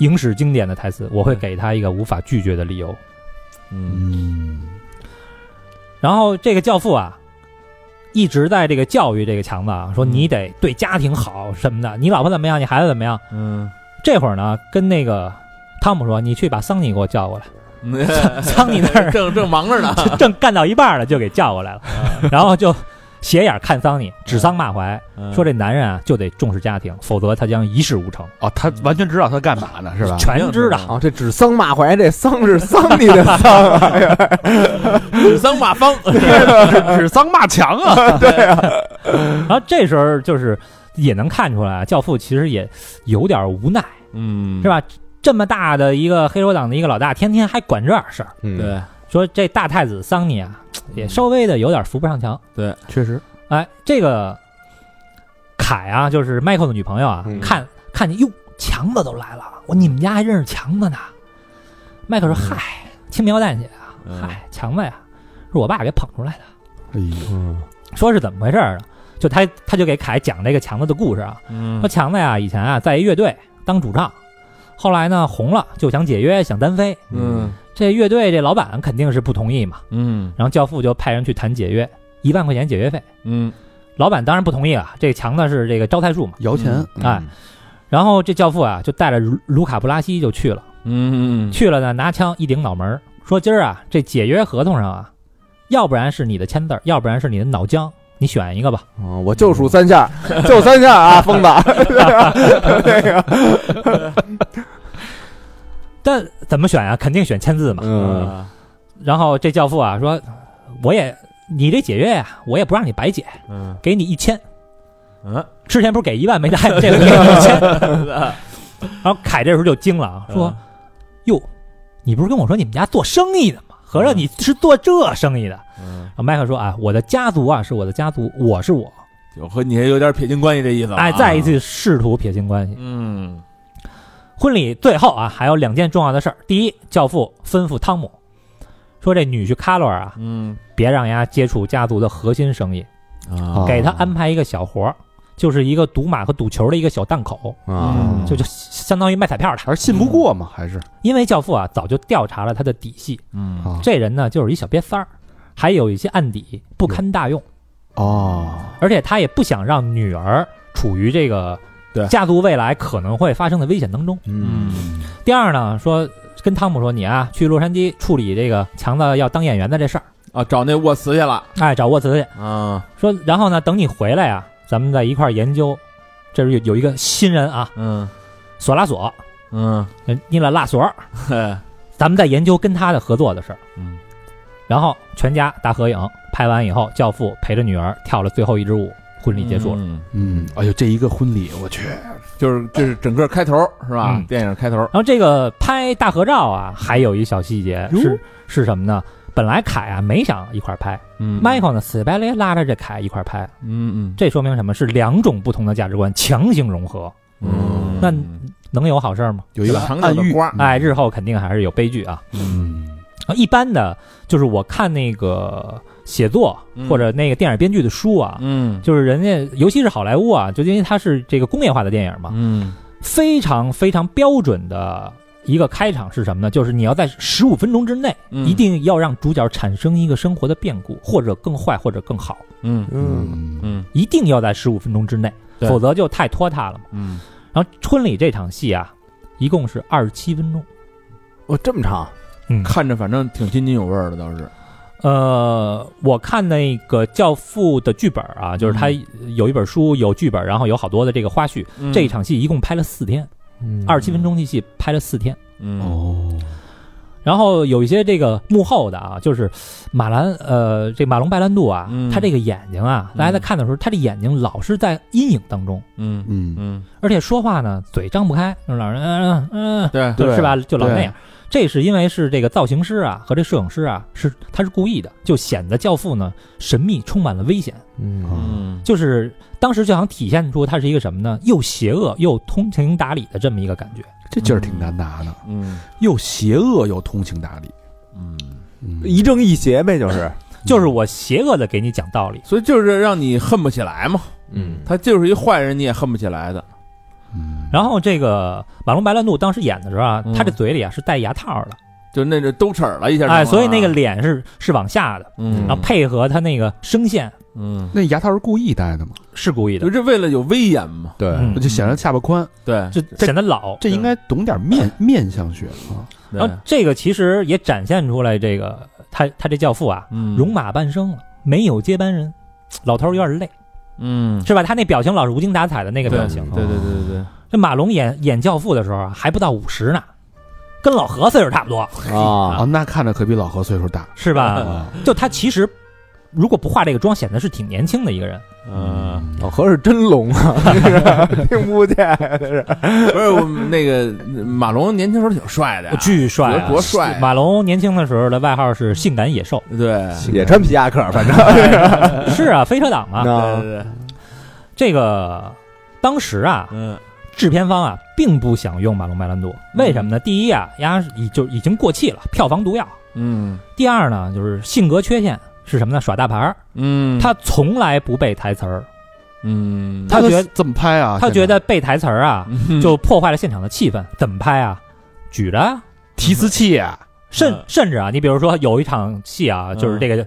Speaker 4: 影史经典的台词，我会给他一个无法拒绝的理由。
Speaker 3: 嗯
Speaker 2: 嗯，
Speaker 4: 然后这个教父啊，一直在这个教育这个强子啊，说
Speaker 3: 嗯
Speaker 4: 你得对家庭好什么的，你老婆怎么样，你孩子怎么样。
Speaker 3: 嗯，
Speaker 4: 这会儿呢，跟那个汤姆说，你去把桑尼给我叫过来。桑尼那儿
Speaker 3: 正正忙着呢，
Speaker 4: 正干到一半儿了，就给叫过来了，然后就斜眼看桑尼，指桑骂槐，
Speaker 3: 嗯
Speaker 4: 说这男人啊就得重视家庭，否则他将一事无成。
Speaker 2: 哦，他完全知道他干嘛呢，是吧？
Speaker 4: 全知道，
Speaker 6: 啊，这指桑骂槐，这桑是桑你的桑啊，哎呀
Speaker 3: 指桑骂方，
Speaker 2: 指桑骂强啊！
Speaker 4: 然后这时候就是也能看出来啊，教父其实也有点无奈，
Speaker 3: 嗯
Speaker 4: 是？吧？这么大的一个黑手党的一个老大，天天还管这点事儿，
Speaker 6: 嗯，
Speaker 3: 对
Speaker 4: 说这大太子桑尼啊，也稍微的有点扶不上墙。
Speaker 3: 嗯对，
Speaker 6: 确实，
Speaker 4: 哎，这个凯啊，就是迈克的女朋友啊，
Speaker 6: 嗯
Speaker 4: 看看见哟，强子都来了，我你们家还认识强子呢。迈克说：“嗨，轻描淡写啊，
Speaker 3: 嗯
Speaker 4: 嗨，强子呀，是我爸给捧出来的。”
Speaker 2: 哎呦，
Speaker 6: 嗯
Speaker 4: 说是怎么回事儿呢？就他他就给凯讲这个强子的故事啊，
Speaker 3: 嗯
Speaker 4: 说强子呀，以前啊在一乐队当主唱，后来呢红了就想解约，想单飞。
Speaker 3: 嗯
Speaker 4: 这乐队这老板肯定是不同意嘛，
Speaker 3: 嗯
Speaker 4: 然后教父就派人去谈解约，一万块钱解约费，
Speaker 3: 嗯
Speaker 4: 老板当然不同意了。这强子是这个招待处嘛，
Speaker 2: 摇钱
Speaker 3: 嗯，
Speaker 4: 哎，然后这教父啊就带着卢卢卡布拉西就去了，
Speaker 3: 嗯，
Speaker 4: 去了呢拿枪一顶脑门儿，说今儿啊这解约合同上啊，要不然是你的签字儿，要不然是你的脑浆，你选一个吧。
Speaker 6: 啊，我就数 三下，就三下啊，疯子，那个，
Speaker 4: 但怎么选啊？肯定选签字嘛。
Speaker 6: 嗯，
Speaker 3: 啊
Speaker 4: 然后这教父啊说，我也你这解约呀、我也不让你白解，
Speaker 3: 嗯
Speaker 4: 给你一千。
Speaker 3: 嗯啊
Speaker 4: 之前不是给一万没答应，这回给你一 千。 然后凯这时候就惊了啊，
Speaker 3: 嗯
Speaker 4: 说：“哟，你不是跟我说你们家做生意的吗？合着你是做这生意的？”
Speaker 3: 嗯，
Speaker 4: 然后麦克说：“啊，我的家族啊是我的家族，我是我。
Speaker 3: 我和你也有点撇清关系这意思”了，
Speaker 4: 哎，再一，次试图撇清关系。
Speaker 3: 嗯
Speaker 4: 婚礼最后啊，还有两件重要的事儿。第一，教父吩咐汤姆说：“这女婿卡罗尔啊，
Speaker 3: 嗯
Speaker 4: 别让人家接触家族的核心生意，
Speaker 3: 啊
Speaker 4: 给他安排一个小活儿，就是一个赌马和赌球的一个小档口，
Speaker 3: 哦
Speaker 6: 啊，
Speaker 3: 嗯
Speaker 4: 就就相当于卖彩票的。
Speaker 2: 还是信不过嘛，还是
Speaker 4: 因为教父啊，早就调查了他的底细，
Speaker 3: 嗯
Speaker 2: 啊
Speaker 4: 这人呢就是一小瘪三儿，还有一些案底不堪大用，
Speaker 2: 哦，
Speaker 4: 而且他也不想让女儿处于这个
Speaker 3: 对
Speaker 4: 家族未来可能会发生的危险当中。
Speaker 3: 嗯
Speaker 4: 第二呢，说跟汤姆说，你啊去洛杉矶处理这个强子要当演员的这事儿，
Speaker 3: 啊，找那沃茨去了
Speaker 4: 哎，找沃茨去。
Speaker 3: 啊，
Speaker 4: 说，然后呢，等你回来啊，咱们再一块儿研究这是有有一个新人啊，
Speaker 3: 嗯
Speaker 4: 索拉索，
Speaker 3: 嗯，
Speaker 4: 呃尼勒拉索尔，
Speaker 3: 嘿
Speaker 4: 咱们在研究跟他的合作的事儿。
Speaker 3: 嗯，
Speaker 4: 然后全家大合影，拍完以后，教父陪着女儿跳了最后一支舞，婚礼结束了。
Speaker 3: 嗯，
Speaker 2: 嗯，哎呦，这一个婚礼，我去，
Speaker 3: 就是这是整个开头是吧
Speaker 4: 嗯？
Speaker 3: 电影开头，
Speaker 4: 然后这个拍大合照啊，还有一小细节
Speaker 2: 哟
Speaker 4: 是是什么呢？本来凯啊没想一块儿拍、
Speaker 3: 嗯
Speaker 4: m i c h a e l 呢死白赖拉着这凯一块儿拍，
Speaker 3: 嗯嗯
Speaker 4: 这说明什么？是两种不同的价值观强行融合，
Speaker 3: 嗯，
Speaker 4: 那能有好事儿吗？
Speaker 2: 有一个
Speaker 3: 长久
Speaker 2: 暗
Speaker 3: 的
Speaker 2: 喻，
Speaker 3: 瓜，
Speaker 4: 哎，日后肯定还是有悲剧啊。
Speaker 2: 嗯，
Speaker 4: 啊，一般的就是我看那个写作
Speaker 3: 嗯
Speaker 4: 或者那个电影编剧的书啊，
Speaker 3: 嗯
Speaker 4: 就是人家尤其是好莱坞啊，就因为它是这个工业化的电影嘛，
Speaker 3: 嗯
Speaker 4: 非常非常标准的一个开场是什么呢？就是你要在十五分钟之内，
Speaker 3: 嗯
Speaker 4: 一定要让主角产生一个生活的变故，或者更坏，或者更好，
Speaker 3: 嗯
Speaker 6: 嗯，
Speaker 3: 嗯
Speaker 4: 一定要在十五分钟之内，
Speaker 3: 对
Speaker 4: 否则就太拖沓了嘛。
Speaker 3: 嗯
Speaker 4: 然后春里这场戏啊，一共是二十七分钟，
Speaker 6: 哦，这么长，
Speaker 4: 嗯
Speaker 3: 看着反正挺津津有味儿的，倒是，
Speaker 4: 呃，我看那个《教父》的剧本啊，就是他
Speaker 3: 嗯
Speaker 4: 有一本书，有剧本，然后有好多的这个花絮。这一场戏一共拍了四天，二十七分钟的戏拍了四天。
Speaker 3: 嗯
Speaker 2: 哦，
Speaker 4: 然后有一些这个幕后的啊，就是马兰呃，这马龙白兰度啊，
Speaker 3: 嗯
Speaker 4: 他这个眼睛啊，
Speaker 3: 嗯
Speaker 4: 大家在看的时候，他这眼睛老是在阴影当中，
Speaker 3: 嗯
Speaker 2: 嗯，
Speaker 3: 嗯，
Speaker 4: 而且说话呢嘴张不开，就是老人嗯嗯
Speaker 3: 对
Speaker 4: 嗯，
Speaker 2: 对
Speaker 4: 是吧？就老
Speaker 2: 对
Speaker 4: 那样。这是因为是这个造型师啊和这摄影师啊，是他是故意的，就显得教父呢神秘，充满了危险。
Speaker 2: 啊
Speaker 6: 嗯
Speaker 3: 嗯
Speaker 4: 就是当时就想体现出他是一个什么呢？又邪恶又通情达理的这么一个感觉。
Speaker 2: 这劲儿挺难拿的，
Speaker 3: 嗯
Speaker 2: 又邪恶又通情达理，
Speaker 3: 嗯，
Speaker 2: 嗯
Speaker 6: 一正一邪呗，就是，
Speaker 4: 就是我邪恶的给你讲道理，
Speaker 3: 所以就是让你恨不起来嘛，
Speaker 6: 嗯
Speaker 3: 他就是一坏人，你也恨不起来的，
Speaker 2: 嗯
Speaker 4: 然后这个马龙白兰度当时演的时候啊
Speaker 3: 嗯，
Speaker 4: 他这嘴里啊是戴牙套的，
Speaker 3: 就那这兜齿儿了一下，
Speaker 4: 哎，所以那个，脸是是往下的，
Speaker 3: 嗯，
Speaker 4: 然后配合他那个声线
Speaker 3: 嗯，
Speaker 2: 那牙套是故意戴的吗？
Speaker 4: 是故意的
Speaker 3: 就，是为了有威严嘛，
Speaker 6: 对
Speaker 4: 嗯
Speaker 2: 就显得下巴宽，
Speaker 3: 对，
Speaker 4: 就显得老。
Speaker 2: 这应该懂点面面相学啊。
Speaker 4: 然后这个其实也展现出来，这个他他这教父啊，
Speaker 3: 嗯
Speaker 4: 戎，马半生了，没有接班人，老头儿有点累，
Speaker 3: 嗯，
Speaker 4: 是吧？他那表情老是无精打采的那个
Speaker 3: 对
Speaker 4: 表情啊
Speaker 3: 对，对对对对，
Speaker 4: 这马龙演演教父的时候啊，还不到五十呢，跟老何岁数差不多，
Speaker 6: 啊
Speaker 2: 啊，那看着可比老何岁数大
Speaker 4: 是 吧？
Speaker 2: 啊。
Speaker 4: 就他其实如果不化这个妆，显得是挺年轻的一个人。
Speaker 3: 嗯，
Speaker 6: 老何是真聋啊，听不见，这是
Speaker 3: 不是我们那个马龙年轻时候挺帅的呀，
Speaker 4: 巨帅啊、
Speaker 3: 多帅啊
Speaker 4: 马龙年轻的时候的外号是“性感野兽
Speaker 3: 对，
Speaker 6: 也穿皮夹克，反正”，
Speaker 4: 是啊，飞车党啊。
Speaker 3: 对
Speaker 6: 那
Speaker 3: 对对，
Speaker 4: 这个当时啊，
Speaker 3: 嗯
Speaker 4: 制片方啊并不想用马龙白兰度，为什么呢？第一啊，丫已就已经过气了，票房毒药；
Speaker 3: 嗯
Speaker 4: 第二呢，就是性格缺陷是什么呢？耍大牌儿，
Speaker 3: 嗯，
Speaker 4: 他从来不背台词儿，
Speaker 3: 嗯
Speaker 4: 他觉得
Speaker 2: 怎么拍啊？
Speaker 4: 他觉
Speaker 2: 现在
Speaker 4: 得背台词儿啊就破坏了现场的气氛，怎么拍啊？举着啊，
Speaker 2: 提词器啊，
Speaker 4: 甚
Speaker 3: 嗯
Speaker 4: 甚至啊，你比如说有一场戏啊，就是这个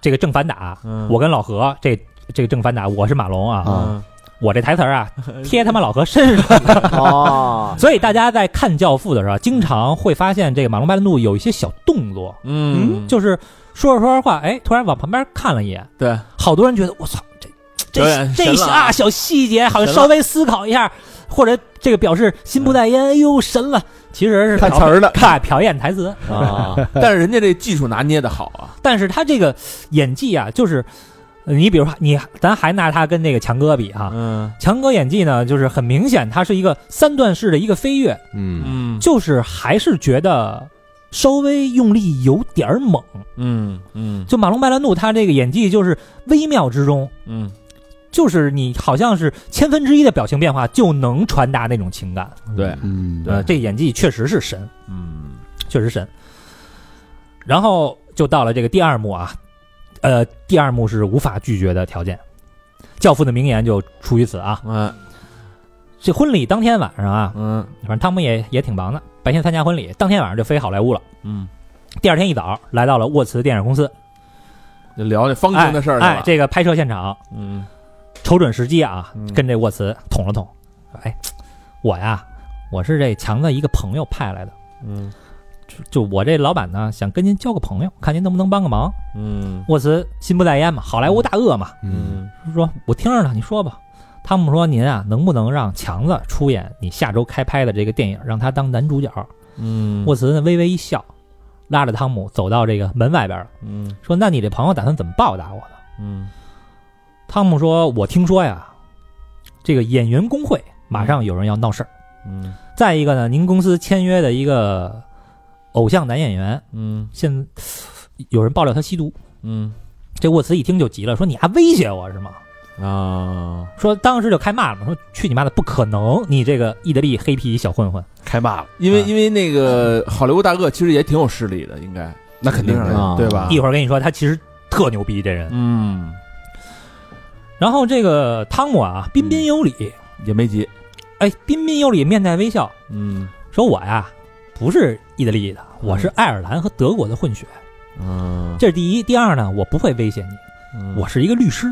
Speaker 4: 这个正反打，
Speaker 3: 嗯
Speaker 4: 我跟老何这这个正反打，我是马龙啊，
Speaker 2: 啊
Speaker 4: 我这台词儿 啊贴他妈老何身上，
Speaker 6: 哦，
Speaker 4: 所以大家在看《教父》的时候，经常会发现这个马龙白兰度有一些小动作，
Speaker 3: 嗯
Speaker 4: 就是说着说着话，哎，突然往旁边看了一眼，
Speaker 3: 对，
Speaker 4: 好多人觉得我操，这
Speaker 3: 有
Speaker 4: 这
Speaker 3: 点
Speaker 4: 这
Speaker 3: 神了
Speaker 4: 小
Speaker 3: 啊
Speaker 4: 啊小细节，好像
Speaker 3: 神
Speaker 4: 稍微思考一下，或者这个表示心不在焉，哎呦神了，其实是
Speaker 6: 看词
Speaker 4: 瞟
Speaker 6: 儿呢
Speaker 4: 看瞟一眼台词，
Speaker 6: 啊，
Speaker 3: 但是人家这技术拿捏的好啊，
Speaker 4: 但是他这个演技啊，就是呃你比如说你，咱还拿他跟那个强哥比哈、
Speaker 3: 嗯
Speaker 4: 强哥演技呢，就是很明显，他是一个三段式的一个飞跃，
Speaker 6: 嗯
Speaker 3: 嗯
Speaker 4: 就是还是觉得稍微用力有点儿猛。
Speaker 3: 嗯嗯
Speaker 4: 就马龙白兰度他这个演技就是微妙之中，
Speaker 3: 嗯
Speaker 4: 就是你好像是千分之一的表情变化就能传达那种情感。
Speaker 3: 对
Speaker 2: 嗯，
Speaker 4: 呃，这演技确实是神，
Speaker 3: 嗯
Speaker 4: 确实神。然后就到了这个第二幕啊，呃，第二幕是无法拒绝的条件。教父的名言就出于此啊。
Speaker 3: 嗯
Speaker 4: 这婚礼当天晚上啊，
Speaker 3: 嗯
Speaker 4: 反正汤姆也也挺忙的，白天参加婚礼，当天晚上就飞好莱坞了。
Speaker 3: 嗯，
Speaker 4: 第二天一早来到了沃茨电影公司，
Speaker 3: 就聊这方
Speaker 4: 哎
Speaker 3: 形的事儿
Speaker 4: 哎，
Speaker 3: 是吧？
Speaker 4: 这个拍摄现场
Speaker 3: 嗯
Speaker 4: 瞅准时机啊
Speaker 3: 嗯，
Speaker 4: 跟这沃茨捅了捅。哎，我呀，我是这强子一个朋友派来的，
Speaker 3: 嗯
Speaker 4: 就就我这老板呢，想跟您交个朋友，看您能不能帮个忙。
Speaker 3: 嗯
Speaker 4: 沃茨心不在焉嘛，好莱坞大鳄嘛，
Speaker 3: 嗯
Speaker 4: 说我听着呢，你说吧。汤姆说：“您啊，能不能让强子出演你下周开拍的这个电影，让他当男主角？”
Speaker 3: 嗯
Speaker 4: 沃茨呢微微一笑，拉着汤姆走到这个门外边了，
Speaker 3: 嗯
Speaker 4: 说：“那你这朋友打算怎么报答我呢
Speaker 3: 嗯？”
Speaker 4: 汤姆说：“我听说呀，这个演员工会马上有人要闹事儿。
Speaker 3: 嗯
Speaker 4: 再一个呢，您公司签约的一个偶像男演员，
Speaker 3: 嗯
Speaker 4: 现有人爆料他吸毒。
Speaker 3: 嗯
Speaker 4: 这沃茨一听就急了，说：‘你还威胁我是吗？’
Speaker 3: 啊，
Speaker 4: 说当时就开骂了嘛，说去你妈的，不可能！你这个意大利黑皮小混混，
Speaker 5: 开骂了，
Speaker 3: 因为
Speaker 4: 啊
Speaker 3: 因为那个好莱坞大哥其实也挺有势力的，应该
Speaker 5: 那肯定的
Speaker 6: 啊
Speaker 2: 嗯
Speaker 5: 对吧？
Speaker 4: 一会儿跟你说他其实特牛逼这人。
Speaker 3: 嗯
Speaker 4: 然后这个汤姆啊，彬彬有礼，
Speaker 3: 也没急，
Speaker 4: 哎，彬彬有礼，面带微笑，
Speaker 3: 嗯
Speaker 4: 说我呀不是意大利的，我是爱尔兰和德国的混血，
Speaker 3: 嗯，
Speaker 4: 这是第一。第二呢，我不会威胁你，
Speaker 3: 嗯
Speaker 4: 我是一个律师。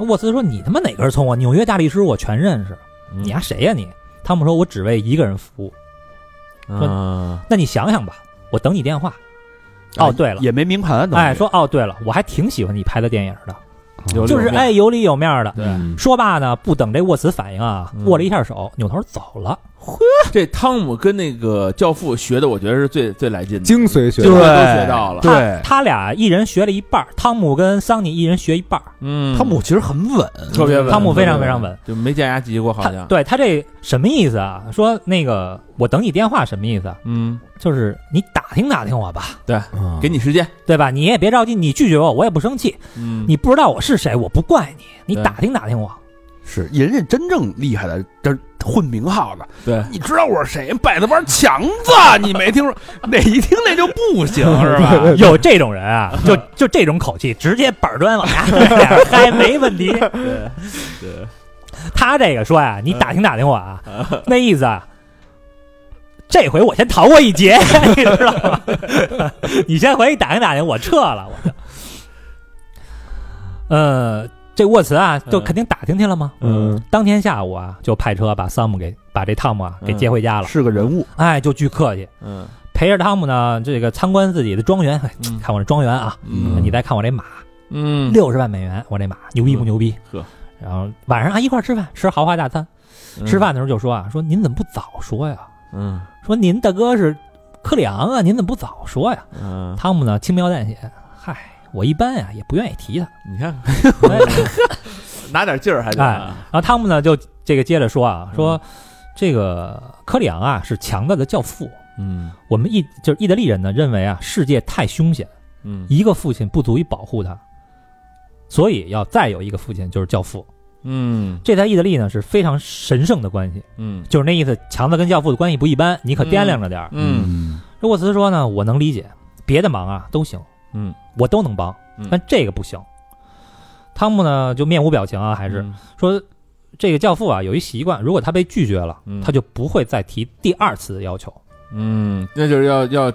Speaker 4: 沃茨说：“你他妈哪根葱啊？纽约大律师我全认识，
Speaker 3: 嗯
Speaker 4: 你丫、谁呀、你？”汤姆说：“我只为一个人服务。
Speaker 3: 啊
Speaker 4: 那你想想吧，我等你电话。”
Speaker 5: 啊
Speaker 4: 哦，对了，
Speaker 5: 也没明
Speaker 2: 啊
Speaker 5: 盘，
Speaker 4: 哎，说哦，对了，我还挺喜欢你拍的电影的，
Speaker 2: 嗯
Speaker 3: 有理有
Speaker 4: 就是
Speaker 3: 面
Speaker 4: 哎有理有面儿的。
Speaker 3: 对，
Speaker 4: 说罢呢，不等这沃茨反应啊，
Speaker 3: 嗯
Speaker 4: 握了一下手，扭头走了。
Speaker 3: 这汤姆跟那个教父学的，我觉得是最最来劲的，
Speaker 6: 精髓学
Speaker 3: 对
Speaker 6: 到
Speaker 3: 都学到了，
Speaker 5: 对
Speaker 4: 他，他俩一人学了一半儿，汤姆跟桑尼一人学一半儿。
Speaker 3: 嗯，
Speaker 2: 汤姆其实很稳，
Speaker 3: 特别稳，
Speaker 4: 汤姆非常
Speaker 3: 特别
Speaker 4: 非常稳，
Speaker 3: 就没见人家急过，好
Speaker 4: 他
Speaker 3: 像，
Speaker 4: 对他这什么意思啊？说那个我等你电话什么意思啊？
Speaker 3: 嗯，
Speaker 4: 就是你打听打听我吧，
Speaker 6: 嗯
Speaker 3: 给你时间，
Speaker 4: 对吧？你也别着急，你拒绝我，我也不生气。
Speaker 3: 嗯，
Speaker 4: 你不知道我是谁，我不怪你，你
Speaker 3: 对
Speaker 4: 打听打听我。
Speaker 2: 是嗯人家真正厉害的，这混名号的，
Speaker 3: 对
Speaker 2: 你知道我是谁？百子湾强 子，你没听说？哪一听那就不行，是吧？
Speaker 4: 有这种人啊，就就这种口气，直接板砖往下嗨，没问题。
Speaker 3: 对，
Speaker 4: 他这个说呀、你打听打听我啊，那意思啊，这回我先逃过一劫， 你知道吗？你先回去打听打听，我撤了，我就。呃，这沃茨啊，就肯定打听去了吗？
Speaker 3: 嗯，
Speaker 4: 当天下午啊，就派车把桑姆给把这汤姆啊给接回家了。
Speaker 2: 是个人物，
Speaker 4: 哎，就巨客气，
Speaker 3: 嗯
Speaker 4: 陪着汤姆呢，这个参观自己的庄园。哎
Speaker 3: 嗯
Speaker 4: 看我这庄园啊，
Speaker 3: 嗯
Speaker 4: 你再看我这马，
Speaker 3: 嗯，
Speaker 4: 六十万美元，我这马牛逼不牛逼？
Speaker 3: 呵，
Speaker 4: 然后晚上啊一块儿吃饭，吃豪华大餐。吃饭的时候就说啊，说您怎么不早说呀？
Speaker 3: 嗯，
Speaker 4: 说您大哥是克里昂啊，您怎么不早说呀？
Speaker 3: 嗯
Speaker 4: 汤姆呢轻描淡写，嗨，我一般呀也不愿意 提他。
Speaker 3: 嗯，你看
Speaker 4: 哎
Speaker 3: 拿点劲儿还得
Speaker 4: 哎，然后汤姆呢就这个接着说啊，说
Speaker 3: 嗯
Speaker 4: 这个克里昂啊是强大的教父。
Speaker 3: 嗯
Speaker 4: 我们意就是意大利人呢认为啊世界太凶险，
Speaker 3: 嗯
Speaker 4: 一个父亲不足以保护他，所以要再有一个父亲就是教父。
Speaker 3: 嗯
Speaker 4: 这在意大利呢是非常神圣的关系，
Speaker 3: 嗯
Speaker 4: 就是那意思，强子跟教父的关系不一般，你可掂量着点儿。
Speaker 3: 嗯，
Speaker 4: 这沃茨说呢，我能理解，别的忙啊都行，
Speaker 3: 嗯，
Speaker 4: 我都能帮
Speaker 3: 嗯，
Speaker 4: 但这个不行。汤姆呢就面无表情啊，还
Speaker 3: 还
Speaker 4: 是说这个教父啊有一习惯，如果他被拒绝了
Speaker 3: 嗯，
Speaker 4: 他就不会再提第二次的要求。
Speaker 3: 嗯，那就是要要，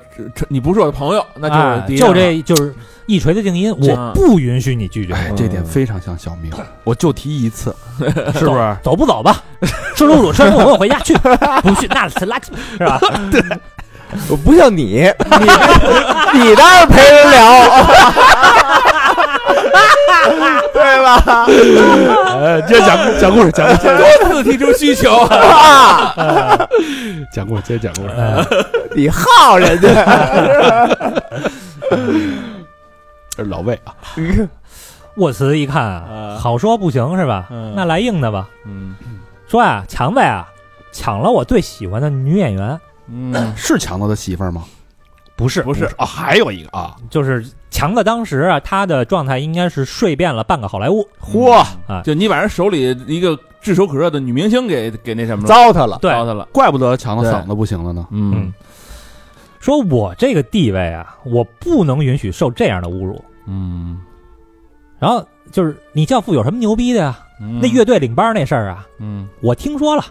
Speaker 3: 你不是我的朋友，那
Speaker 4: 哎
Speaker 3: 就是
Speaker 4: 就这就是一锤子定音，
Speaker 3: 这
Speaker 4: 我不允许你拒绝，
Speaker 2: 哎，这点非常像小明，我就提一次，是不
Speaker 4: 走
Speaker 2: 是？
Speaker 4: 走不走 吧？吃卤煮，吃卤煮，我回家去，不去那是垃圾，是吧？
Speaker 6: 我不像你，你你倒是陪人聊，对吧？
Speaker 2: 呃，接着讲讲故事，讲故事，
Speaker 3: 多次提出需求，
Speaker 6: 啊，
Speaker 2: 讲故事，接着讲故事。
Speaker 4: 哎
Speaker 6: 你耗人家，
Speaker 2: 这是老魏啊，
Speaker 4: 沃茨一看啊
Speaker 3: 啊，
Speaker 4: 好说不行是吧？
Speaker 3: 嗯
Speaker 4: 那来硬的吧。
Speaker 3: 嗯
Speaker 4: 说啊，强子呀，抢了我最喜欢的女演员，
Speaker 3: 嗯，
Speaker 2: 是强子的媳妇儿吗？
Speaker 4: 不是，
Speaker 3: 不是
Speaker 2: 啊，还有一个啊，
Speaker 4: 就是强子当时啊，他的状态应该是睡遍了半个好莱坞。
Speaker 2: 嚯，
Speaker 4: 啊
Speaker 3: 就你把人手里一个炙手可热的女明星给给那什么了，
Speaker 6: 糟蹋了，
Speaker 4: 对，
Speaker 3: 糟蹋了，
Speaker 2: 怪不得强子
Speaker 3: 对
Speaker 2: 嗓子不行了呢。
Speaker 4: 嗯，说我这个地位啊，我不能允许受这样的侮辱。
Speaker 3: 嗯，
Speaker 4: 然后就是你教父有什么牛逼的呀？那
Speaker 3: 那
Speaker 4: 乐队领班那事儿啊，
Speaker 3: 嗯
Speaker 4: 我听说了，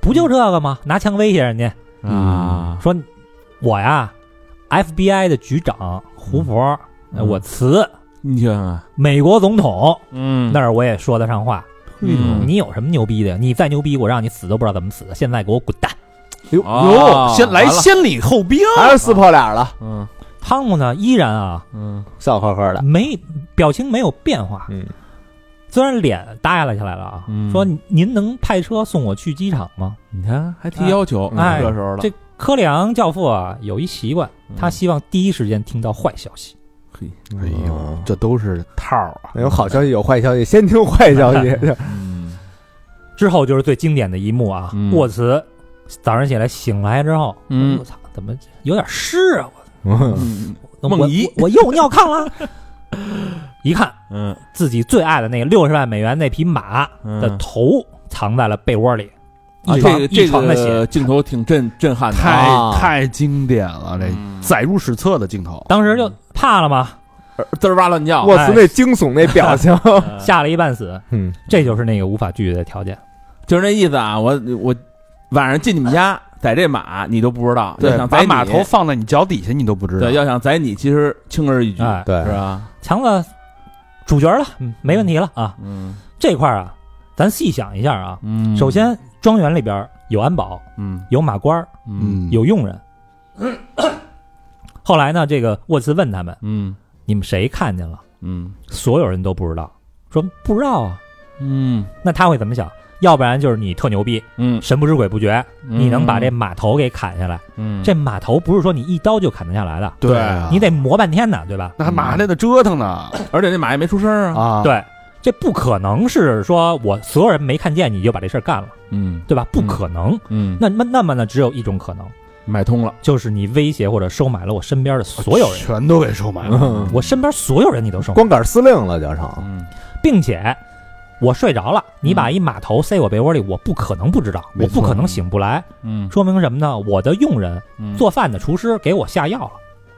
Speaker 4: 不就这个吗？拿枪威胁人家，
Speaker 3: 啊，
Speaker 4: 说我呀，FBI 的局长胡佛，哎
Speaker 3: 嗯
Speaker 4: 我辞
Speaker 3: 你想啊，
Speaker 4: 美国总统
Speaker 3: 嗯
Speaker 4: 那儿我也说得上话。
Speaker 3: 嗯
Speaker 4: 你有什么牛逼的呀？你再牛逼，我让你死都不知道怎么死的。现在给我滚蛋！
Speaker 6: 哟
Speaker 3: 哦
Speaker 2: 先来
Speaker 3: 完了
Speaker 2: 先礼后兵，
Speaker 6: 还是撕破脸了，
Speaker 3: 嗯
Speaker 4: 汤姆呢，依然啊
Speaker 3: 嗯
Speaker 6: 笑呵呵的，
Speaker 4: 没表情没有变化，
Speaker 6: 嗯
Speaker 4: 虽然脸耷拉下来了啊，
Speaker 3: 嗯
Speaker 4: 说您能派车送我去机场吗？
Speaker 3: 你看还提要求，
Speaker 4: 哎
Speaker 3: 嗯这时候了，
Speaker 4: 这科里昂教父啊有一习惯，
Speaker 3: 嗯
Speaker 4: 他希望第一时间听到坏消息。
Speaker 3: 嘿，
Speaker 2: 哎呦，这都是套儿啊！
Speaker 6: 有哎好消息有坏消息，先听坏消 息。
Speaker 3: 嗯
Speaker 4: 之后就是最经典的一幕啊，
Speaker 3: 嗯
Speaker 4: 沃茨早上起来醒来之后，
Speaker 3: 嗯
Speaker 4: 我操，怎么有点湿啊？
Speaker 6: 嗯
Speaker 3: 嗯
Speaker 4: 我
Speaker 3: 梦遗
Speaker 4: 我我我又尿炕了。 一看
Speaker 3: 嗯
Speaker 4: 自己最爱的那个六十万美元那匹马
Speaker 3: 嗯
Speaker 4: 的头藏在了被窝里，
Speaker 3: 啊，
Speaker 4: 一
Speaker 3: 这
Speaker 4: 床
Speaker 3: 个
Speaker 4: 一
Speaker 3: 这
Speaker 4: 床的血。
Speaker 3: 个镜头挺震震撼的啊，
Speaker 2: 太、
Speaker 6: 啊
Speaker 2: 太经典了，这
Speaker 3: 嗯
Speaker 2: 载入史册的镜头。
Speaker 4: 当时就怕了嘛，
Speaker 3: 滋儿哇乱叫，
Speaker 6: 沃茨那惊悚那表 情，
Speaker 3: 嗯
Speaker 4: 吓了一半死。
Speaker 6: 嗯，
Speaker 4: 这就是那个无法拒绝的条件。
Speaker 3: 就是那意思啊，我我晚上进你们家宰这马，你都不知道，要想宰
Speaker 2: 把
Speaker 3: 你
Speaker 2: 码头放在你脚底下，你都不知道。
Speaker 3: 嗯对，要想宰你，其实轻而易举，
Speaker 4: 哎，
Speaker 6: 对
Speaker 3: 是，吧？
Speaker 4: 强子主角了，嗯没问题了啊。
Speaker 3: 嗯
Speaker 4: 这块儿啊，咱细想一下啊。
Speaker 3: 嗯
Speaker 4: 首，先，庄园里边有安保，
Speaker 3: 嗯
Speaker 4: 有马官儿，
Speaker 3: 嗯
Speaker 2: 嗯，
Speaker 4: 有佣人。后来呢，这个沃茨问他们
Speaker 3: 嗯：“
Speaker 4: 你们谁看见了
Speaker 3: 嗯？”
Speaker 4: 所有人都不知道，说不知道啊。
Speaker 3: 嗯
Speaker 4: 那他会怎么想？要不然就是你特牛逼，
Speaker 3: 嗯，
Speaker 4: 神不知鬼不觉，你能把这
Speaker 3: 嗯
Speaker 4: 码头给砍下来。
Speaker 3: 嗯
Speaker 4: 这码头不是说你一刀就砍得下来的，
Speaker 2: 对啊，
Speaker 4: 你得磨半天呢，对吧？
Speaker 2: 那还马还得折腾呢
Speaker 3: 而且那马也没出声啊，
Speaker 2: 啊！
Speaker 4: 对，这不可能是说我所有人没看见你就把这事儿干了，
Speaker 3: 嗯
Speaker 4: 对吧？不可能。
Speaker 3: 嗯，
Speaker 4: 那么那么呢，只有一种可能，
Speaker 3: 买通 了，
Speaker 4: 就是你威胁或者收买了我身边的所有人，
Speaker 2: 全都给收买了。
Speaker 3: 哦
Speaker 6: 嗯
Speaker 4: 我身边所有人你都收买，
Speaker 6: 光杆司令了就成。
Speaker 3: 嗯
Speaker 4: 并且我睡着了，你把一码头塞我被窝里，我不可能不知道，
Speaker 2: 没
Speaker 4: 我
Speaker 2: 错
Speaker 4: 不可能醒不来。
Speaker 3: 嗯
Speaker 4: 说明什么呢？我的佣人
Speaker 3: 嗯
Speaker 4: 做饭的厨师给我下药了，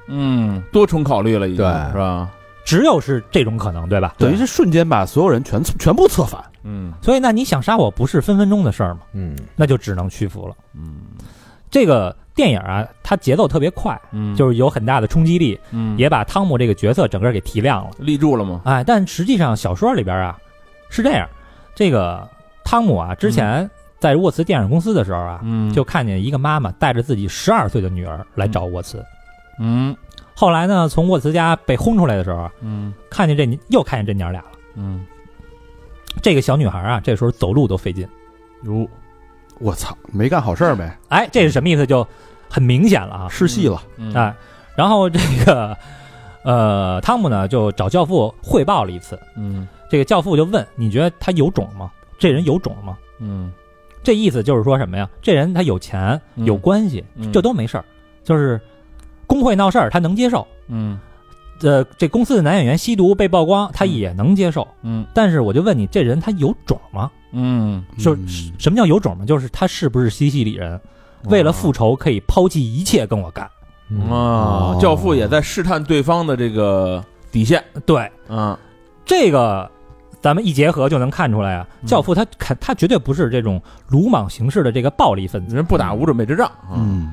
Speaker 3: 嗯多重考虑了，已经
Speaker 6: 对
Speaker 3: 是吧？
Speaker 4: 只有是这种可能，对吧？
Speaker 2: 等于是瞬间把所有人全全部策反，
Speaker 3: 嗯
Speaker 4: 所以那你想杀我不是分分钟的事儿吗？
Speaker 6: 嗯，
Speaker 4: 那就只能屈服了。
Speaker 3: 嗯
Speaker 4: 这个电影啊，它节奏特别快，
Speaker 3: 嗯，
Speaker 4: 就是有很大的冲击力，
Speaker 3: 嗯
Speaker 4: 也把汤姆这个角色整个给提亮了。
Speaker 3: 立住了吗？
Speaker 4: 哎，但实际上小说里边啊是这样，这个汤姆啊之前在沃茨电影公司的时候啊，
Speaker 3: 嗯
Speaker 4: 就看见一个妈妈带着自己十二岁的女儿来找沃茨。
Speaker 3: 嗯
Speaker 4: 后来呢，从沃茨家被轰出来的时候啊，
Speaker 3: 嗯
Speaker 4: 看见这你又看见这娘儿俩了。
Speaker 3: 嗯，
Speaker 4: 这个小女孩啊，这时候走路都费劲。
Speaker 3: 哟，
Speaker 2: 我操，没干好事儿呗，
Speaker 4: 哎，这是什么意思？就很明显了啊。
Speaker 2: 失戏了。
Speaker 3: 嗯
Speaker 4: 哎，然后这个呃，汤姆呢就找教父汇报了一次。
Speaker 3: 嗯
Speaker 4: 这个教父就问：“你觉得他有种吗？这人有种吗
Speaker 3: 嗯，？”
Speaker 4: 这意思就是说什么呀？这人他有钱
Speaker 3: 嗯
Speaker 4: 有关系，
Speaker 3: 嗯
Speaker 4: 这都没事儿，就是工会闹事儿他能接受。
Speaker 3: 嗯
Speaker 4: 呃，这公司的男演员吸毒被曝光，他
Speaker 3: 嗯
Speaker 4: 也能接受。
Speaker 3: 嗯
Speaker 4: 但是我就问你，这人他有种吗？
Speaker 3: 嗯，
Speaker 4: 就是
Speaker 2: 嗯
Speaker 4: 什么叫有种吗？就是他是不是西西里人？
Speaker 3: 哦
Speaker 4: 为了复仇可以抛弃一切跟我干？
Speaker 3: 啊，教父也在试探对方的这个底线，
Speaker 4: 对，
Speaker 3: 嗯
Speaker 4: 这个咱们一结合就能看出来啊，
Speaker 3: 嗯
Speaker 4: 教父他肯他绝对不是这种鲁莽行事的这个暴力分子，
Speaker 3: 人不打无准备之仗，啊，
Speaker 2: 嗯，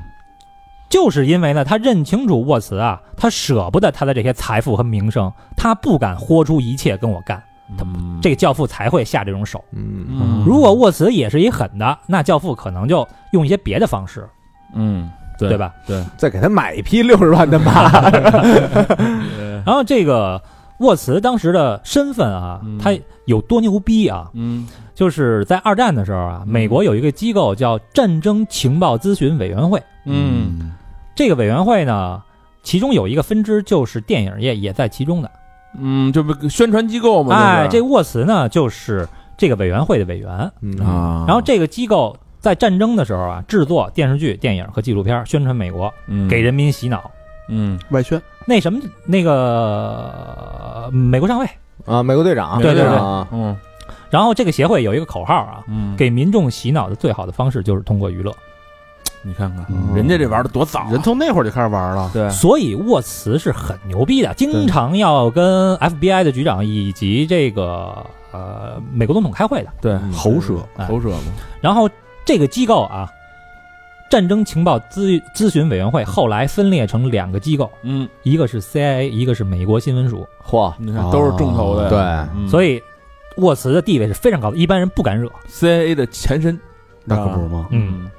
Speaker 4: 就是因为呢，他认清楚沃茨啊，他舍不得他的这些财富和名声，他不敢豁出一切跟我干，他
Speaker 3: 嗯
Speaker 4: 这个教父才会下这种手。
Speaker 6: 嗯
Speaker 3: 嗯
Speaker 4: 如果沃茨也是一狠的，那教父可能就用一些别的方式，
Speaker 3: 嗯对
Speaker 4: 对吧？
Speaker 3: 对，
Speaker 6: 再给他买一匹六十万的马，
Speaker 4: 然后这个沃茨当时的身份啊，
Speaker 3: 嗯
Speaker 4: 他有多牛逼啊？
Speaker 3: 嗯
Speaker 4: 就是在二战的时候啊，美国有一个机构叫战争情报咨询委员会，
Speaker 3: 嗯
Speaker 4: 这个委员会呢，其中有一个分支就是电影业也在其中的。
Speaker 3: 嗯，这不宣传机构嘛，
Speaker 4: 哎，这
Speaker 3: 就是
Speaker 4: 沃茨呢就是这个委员会的委员。
Speaker 6: 嗯
Speaker 3: 啊，
Speaker 4: 然后这个机构在战争的时候啊，制作电视剧、电影和纪录片，宣传美国，
Speaker 3: 嗯
Speaker 4: 给人民洗脑。
Speaker 3: 嗯
Speaker 2: 外宣
Speaker 4: 那什么，那个呃美国上尉，
Speaker 6: 啊，美国队长，
Speaker 3: 美国
Speaker 4: 队长
Speaker 6: 啊，
Speaker 3: 嗯
Speaker 4: 然后这个协会有一个口号啊，
Speaker 3: 嗯，
Speaker 4: 给民众洗脑的最好的方式就是通过娱乐。
Speaker 3: 你看看
Speaker 2: 嗯
Speaker 3: 人家这玩的多早啊，
Speaker 2: 人从那会儿就开始玩了，
Speaker 3: 对，
Speaker 4: 所以沃茨是很牛逼的，经常要跟 FBI 的局长以及这个呃美国总统开会的。
Speaker 3: 对
Speaker 2: 嗯喉舌
Speaker 4: 哎
Speaker 3: 喉舌嘛，
Speaker 4: 然后这个机构啊，战争情报咨咨询委员会后来分裂成两个机构，
Speaker 3: 嗯，
Speaker 4: 一个是 CIA，一个是美国新闻署，
Speaker 6: 嚯，
Speaker 3: 你看都是重头的，
Speaker 6: 对，
Speaker 3: 嗯
Speaker 4: 所以沃茨的地位是非常高的，一般人不敢惹。
Speaker 3: CIA 的前身，
Speaker 2: 那可不是吗？
Speaker 4: 嗯，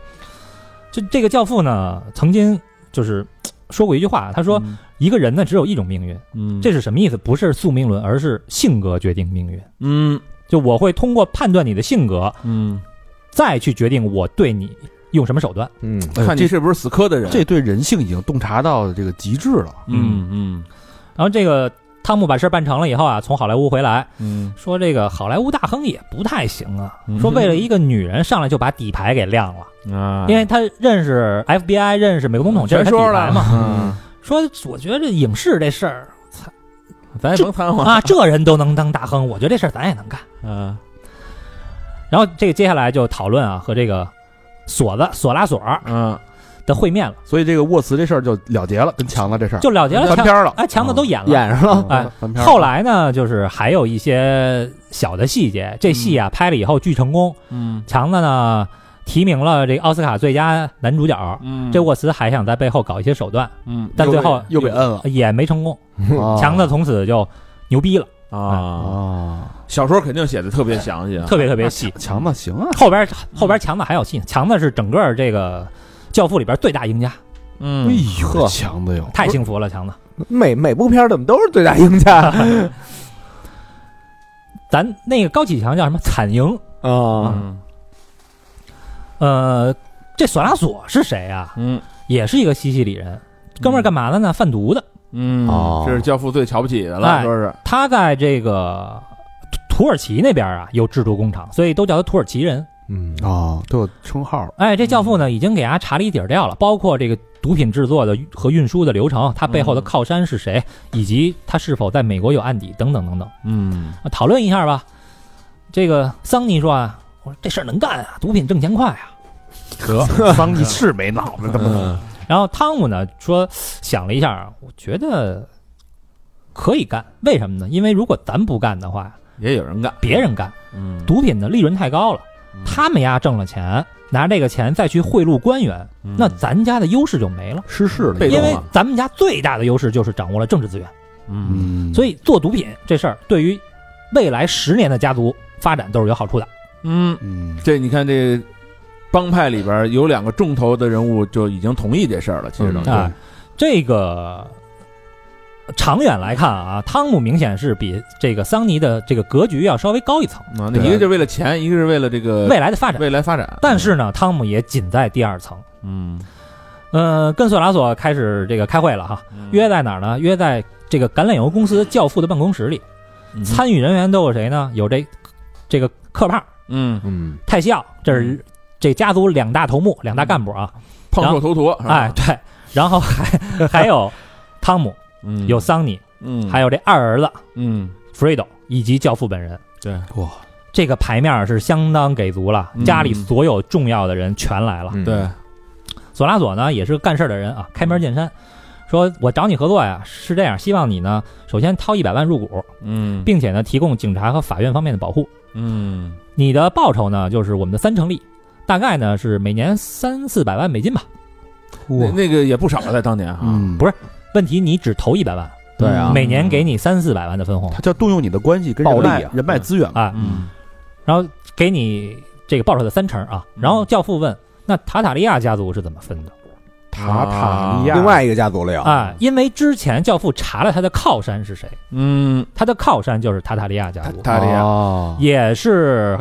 Speaker 4: 这这个教父呢，曾经就是嘖说过一句话，他说
Speaker 3: 嗯，
Speaker 4: 一个人呢只有一种命运，
Speaker 3: 嗯，
Speaker 4: 这是什么意思？不是宿命论，而是性格决定命运。
Speaker 3: 嗯
Speaker 4: 就我会通过判断你的性格，
Speaker 3: 嗯，
Speaker 4: 再去决定我对你用什么手段。
Speaker 6: 嗯，
Speaker 2: 哎呦
Speaker 3: 看你
Speaker 2: 这
Speaker 3: 是不是死磕的人，
Speaker 2: 这对人性已经洞察到这个极致了。
Speaker 3: 嗯嗯
Speaker 4: 然后这个汤姆把事儿办成了以后啊，从好莱坞回来，
Speaker 3: 嗯
Speaker 4: 说这个好莱坞大亨也不太行啊，
Speaker 3: 嗯
Speaker 4: 说为了一个女人上来就把底牌给亮了，
Speaker 3: 啊，
Speaker 4: 因为他认识 FBI，认识美国总统，这是他
Speaker 3: 全说
Speaker 4: 底牌
Speaker 3: 了
Speaker 4: 嘛。
Speaker 3: 嗯，
Speaker 4: 说我觉得这影视这事儿
Speaker 3: 咱也甭掺和
Speaker 4: 啊，这人都能当大亨，我觉得这事儿咱也能 干。
Speaker 3: 啊，
Speaker 4: 然后这个接下来就讨论啊和这个索子索拉索尔
Speaker 3: 嗯，
Speaker 4: 的会面了，
Speaker 2: 所以这个沃茨这事儿就了结了，跟强子这事儿
Speaker 4: 就了结了
Speaker 2: 翻
Speaker 4: 强
Speaker 2: 篇儿了。嗯
Speaker 4: 哎强子都
Speaker 3: 嗯
Speaker 4: 演了。
Speaker 6: 演上了，
Speaker 4: 哎
Speaker 2: 翻篇儿了
Speaker 4: 后来呢，就是还有一些小的细节，这戏啊拍了以后巨成功，
Speaker 3: 嗯
Speaker 4: 强子呢提名了这个奥斯卡最佳男主角，
Speaker 3: 嗯，
Speaker 4: 这沃茨还想在背后搞一些手段，
Speaker 3: 嗯
Speaker 4: 但最后
Speaker 2: 又被摁了。
Speaker 4: 也没成功，
Speaker 2: 哦
Speaker 4: 强子从此就牛逼了，
Speaker 3: 啊，
Speaker 1: 哎
Speaker 2: 啊，
Speaker 3: 小说肯定写的特别详细啊，
Speaker 4: 特别特别细。
Speaker 2: 强子行啊，
Speaker 4: 后边后边强子还有戏呢，强子是整个这个《教父》里边最大赢家，
Speaker 3: 嗯
Speaker 2: 哎呦，
Speaker 6: 呵
Speaker 2: 强子哟，
Speaker 4: 太幸福了，强子。
Speaker 6: 每每部片儿怎么都是最大赢 家
Speaker 4: 咱那个高启强叫什么？惨赢。
Speaker 6: 啊？
Speaker 3: 嗯
Speaker 4: 呃，这索拉索是谁啊？
Speaker 3: 嗯
Speaker 4: 也是一个西西里人，哥们儿干嘛的呢？贩毒的。
Speaker 3: 嗯
Speaker 6: 哦
Speaker 3: 这是教父最瞧不起的了，
Speaker 4: 哎
Speaker 3: 说是
Speaker 4: 他在这个土土耳其那边啊有制毒工厂，所以都叫他土耳其人。
Speaker 6: 嗯
Speaker 2: 啊，都有称号了。
Speaker 4: 哎，这教父呢已经给他查了一底儿掉了，包括这个毒品制作的和运输的流程，他背后的靠山是谁，以及他是否在美国有案底等等等等。
Speaker 3: 嗯
Speaker 4: 啊讨论一下吧。这个桑尼说啊，我说这事儿能干啊，毒品挣钱快啊。
Speaker 2: 得，桑尼是没脑子，这么
Speaker 3: 嗯
Speaker 4: 然后汤姆呢说，想了一下啊，我觉得可以干，为什么呢？因为如果咱不干的话，
Speaker 3: 也有人干，
Speaker 4: 别人干，
Speaker 3: 嗯
Speaker 4: 毒品的利润太高了，他们家挣了钱，拿这个钱再去贿赂官员，
Speaker 3: 嗯
Speaker 4: 那咱家的优势就没了。
Speaker 2: 失势了
Speaker 3: 被
Speaker 2: 已经，
Speaker 3: 动啊
Speaker 4: 因
Speaker 3: 了
Speaker 4: 为咱们家最大的优势就是掌握了政治资源，
Speaker 3: 嗯
Speaker 2: 嗯，
Speaker 4: 所以做毒品这事儿对于未来十年的家族发展都是有好处的。
Speaker 3: 嗯，
Speaker 2: 嗯，
Speaker 4: 啊
Speaker 3: 这你看这帮派里边有两个重头的人物就已经同意这事儿了，其实都
Speaker 2: 嗯
Speaker 3: 是
Speaker 2: 对
Speaker 4: 啊，这个长远来看啊，汤姆明显是比这个桑尼的这个格局要稍微高一层，
Speaker 3: 啊，那一个是为了钱，一个是为了这个
Speaker 4: 未来的发展。
Speaker 3: 未来发展，
Speaker 4: 但是呢，汤姆也仅在第二层。
Speaker 3: 嗯，
Speaker 4: 呃，跟索拉索开始这个开会了哈，
Speaker 3: 嗯
Speaker 4: 约在哪儿呢？约在这个橄榄油公司教父的办公室里。
Speaker 3: 嗯
Speaker 4: 参与人员都有谁呢？有这这个克帕、
Speaker 3: 嗯
Speaker 6: 嗯
Speaker 4: 泰西奥，这是这家族两大头目、两大干部啊。
Speaker 3: 碰触头陀，
Speaker 4: 哎，对，然后 还还有汤姆，
Speaker 3: 嗯
Speaker 4: 有桑尼，
Speaker 3: 嗯
Speaker 4: 还有这二儿子
Speaker 3: 嗯
Speaker 4: Fredo 以及教父本人，
Speaker 2: 哇，
Speaker 4: 这个牌面是相当给足了
Speaker 3: 嗯，
Speaker 4: 家里所有重要的人全来了。
Speaker 6: 嗯
Speaker 3: 对，
Speaker 4: 索拉索呢也是干事儿的人啊，开门见山，说我找你合作呀，是这样，希望你呢首先掏一百万入股，
Speaker 3: 嗯
Speaker 4: 并且呢提供警察和法院方面的保护。
Speaker 3: 嗯
Speaker 4: 你的报酬呢就是我们的三成利，大概呢是每年三四百万美金吧。
Speaker 3: 那那个也不少了，在当年哈，
Speaker 2: 嗯，
Speaker 4: 不是问题你只投一百万，
Speaker 3: 对啊
Speaker 4: 每年给你三四百万的分红
Speaker 2: 他，叫动用你的关系跟
Speaker 6: 暴
Speaker 2: 人
Speaker 6: 力
Speaker 2: 脉
Speaker 6: 啊
Speaker 2: 人脉资源嘛。
Speaker 4: 啊，
Speaker 3: 嗯
Speaker 4: 然后给你这个报酬的三成啊。然后教父问，那塔塔利亚家族是怎么分的？
Speaker 2: 塔塔利亚，
Speaker 6: 另外一个家族里有
Speaker 4: 啊，因为之前教父查了他的靠山是谁，
Speaker 3: 嗯，
Speaker 4: 他的靠山就是塔塔利亚家族，
Speaker 3: 塔利亚
Speaker 6: 哦
Speaker 4: 也是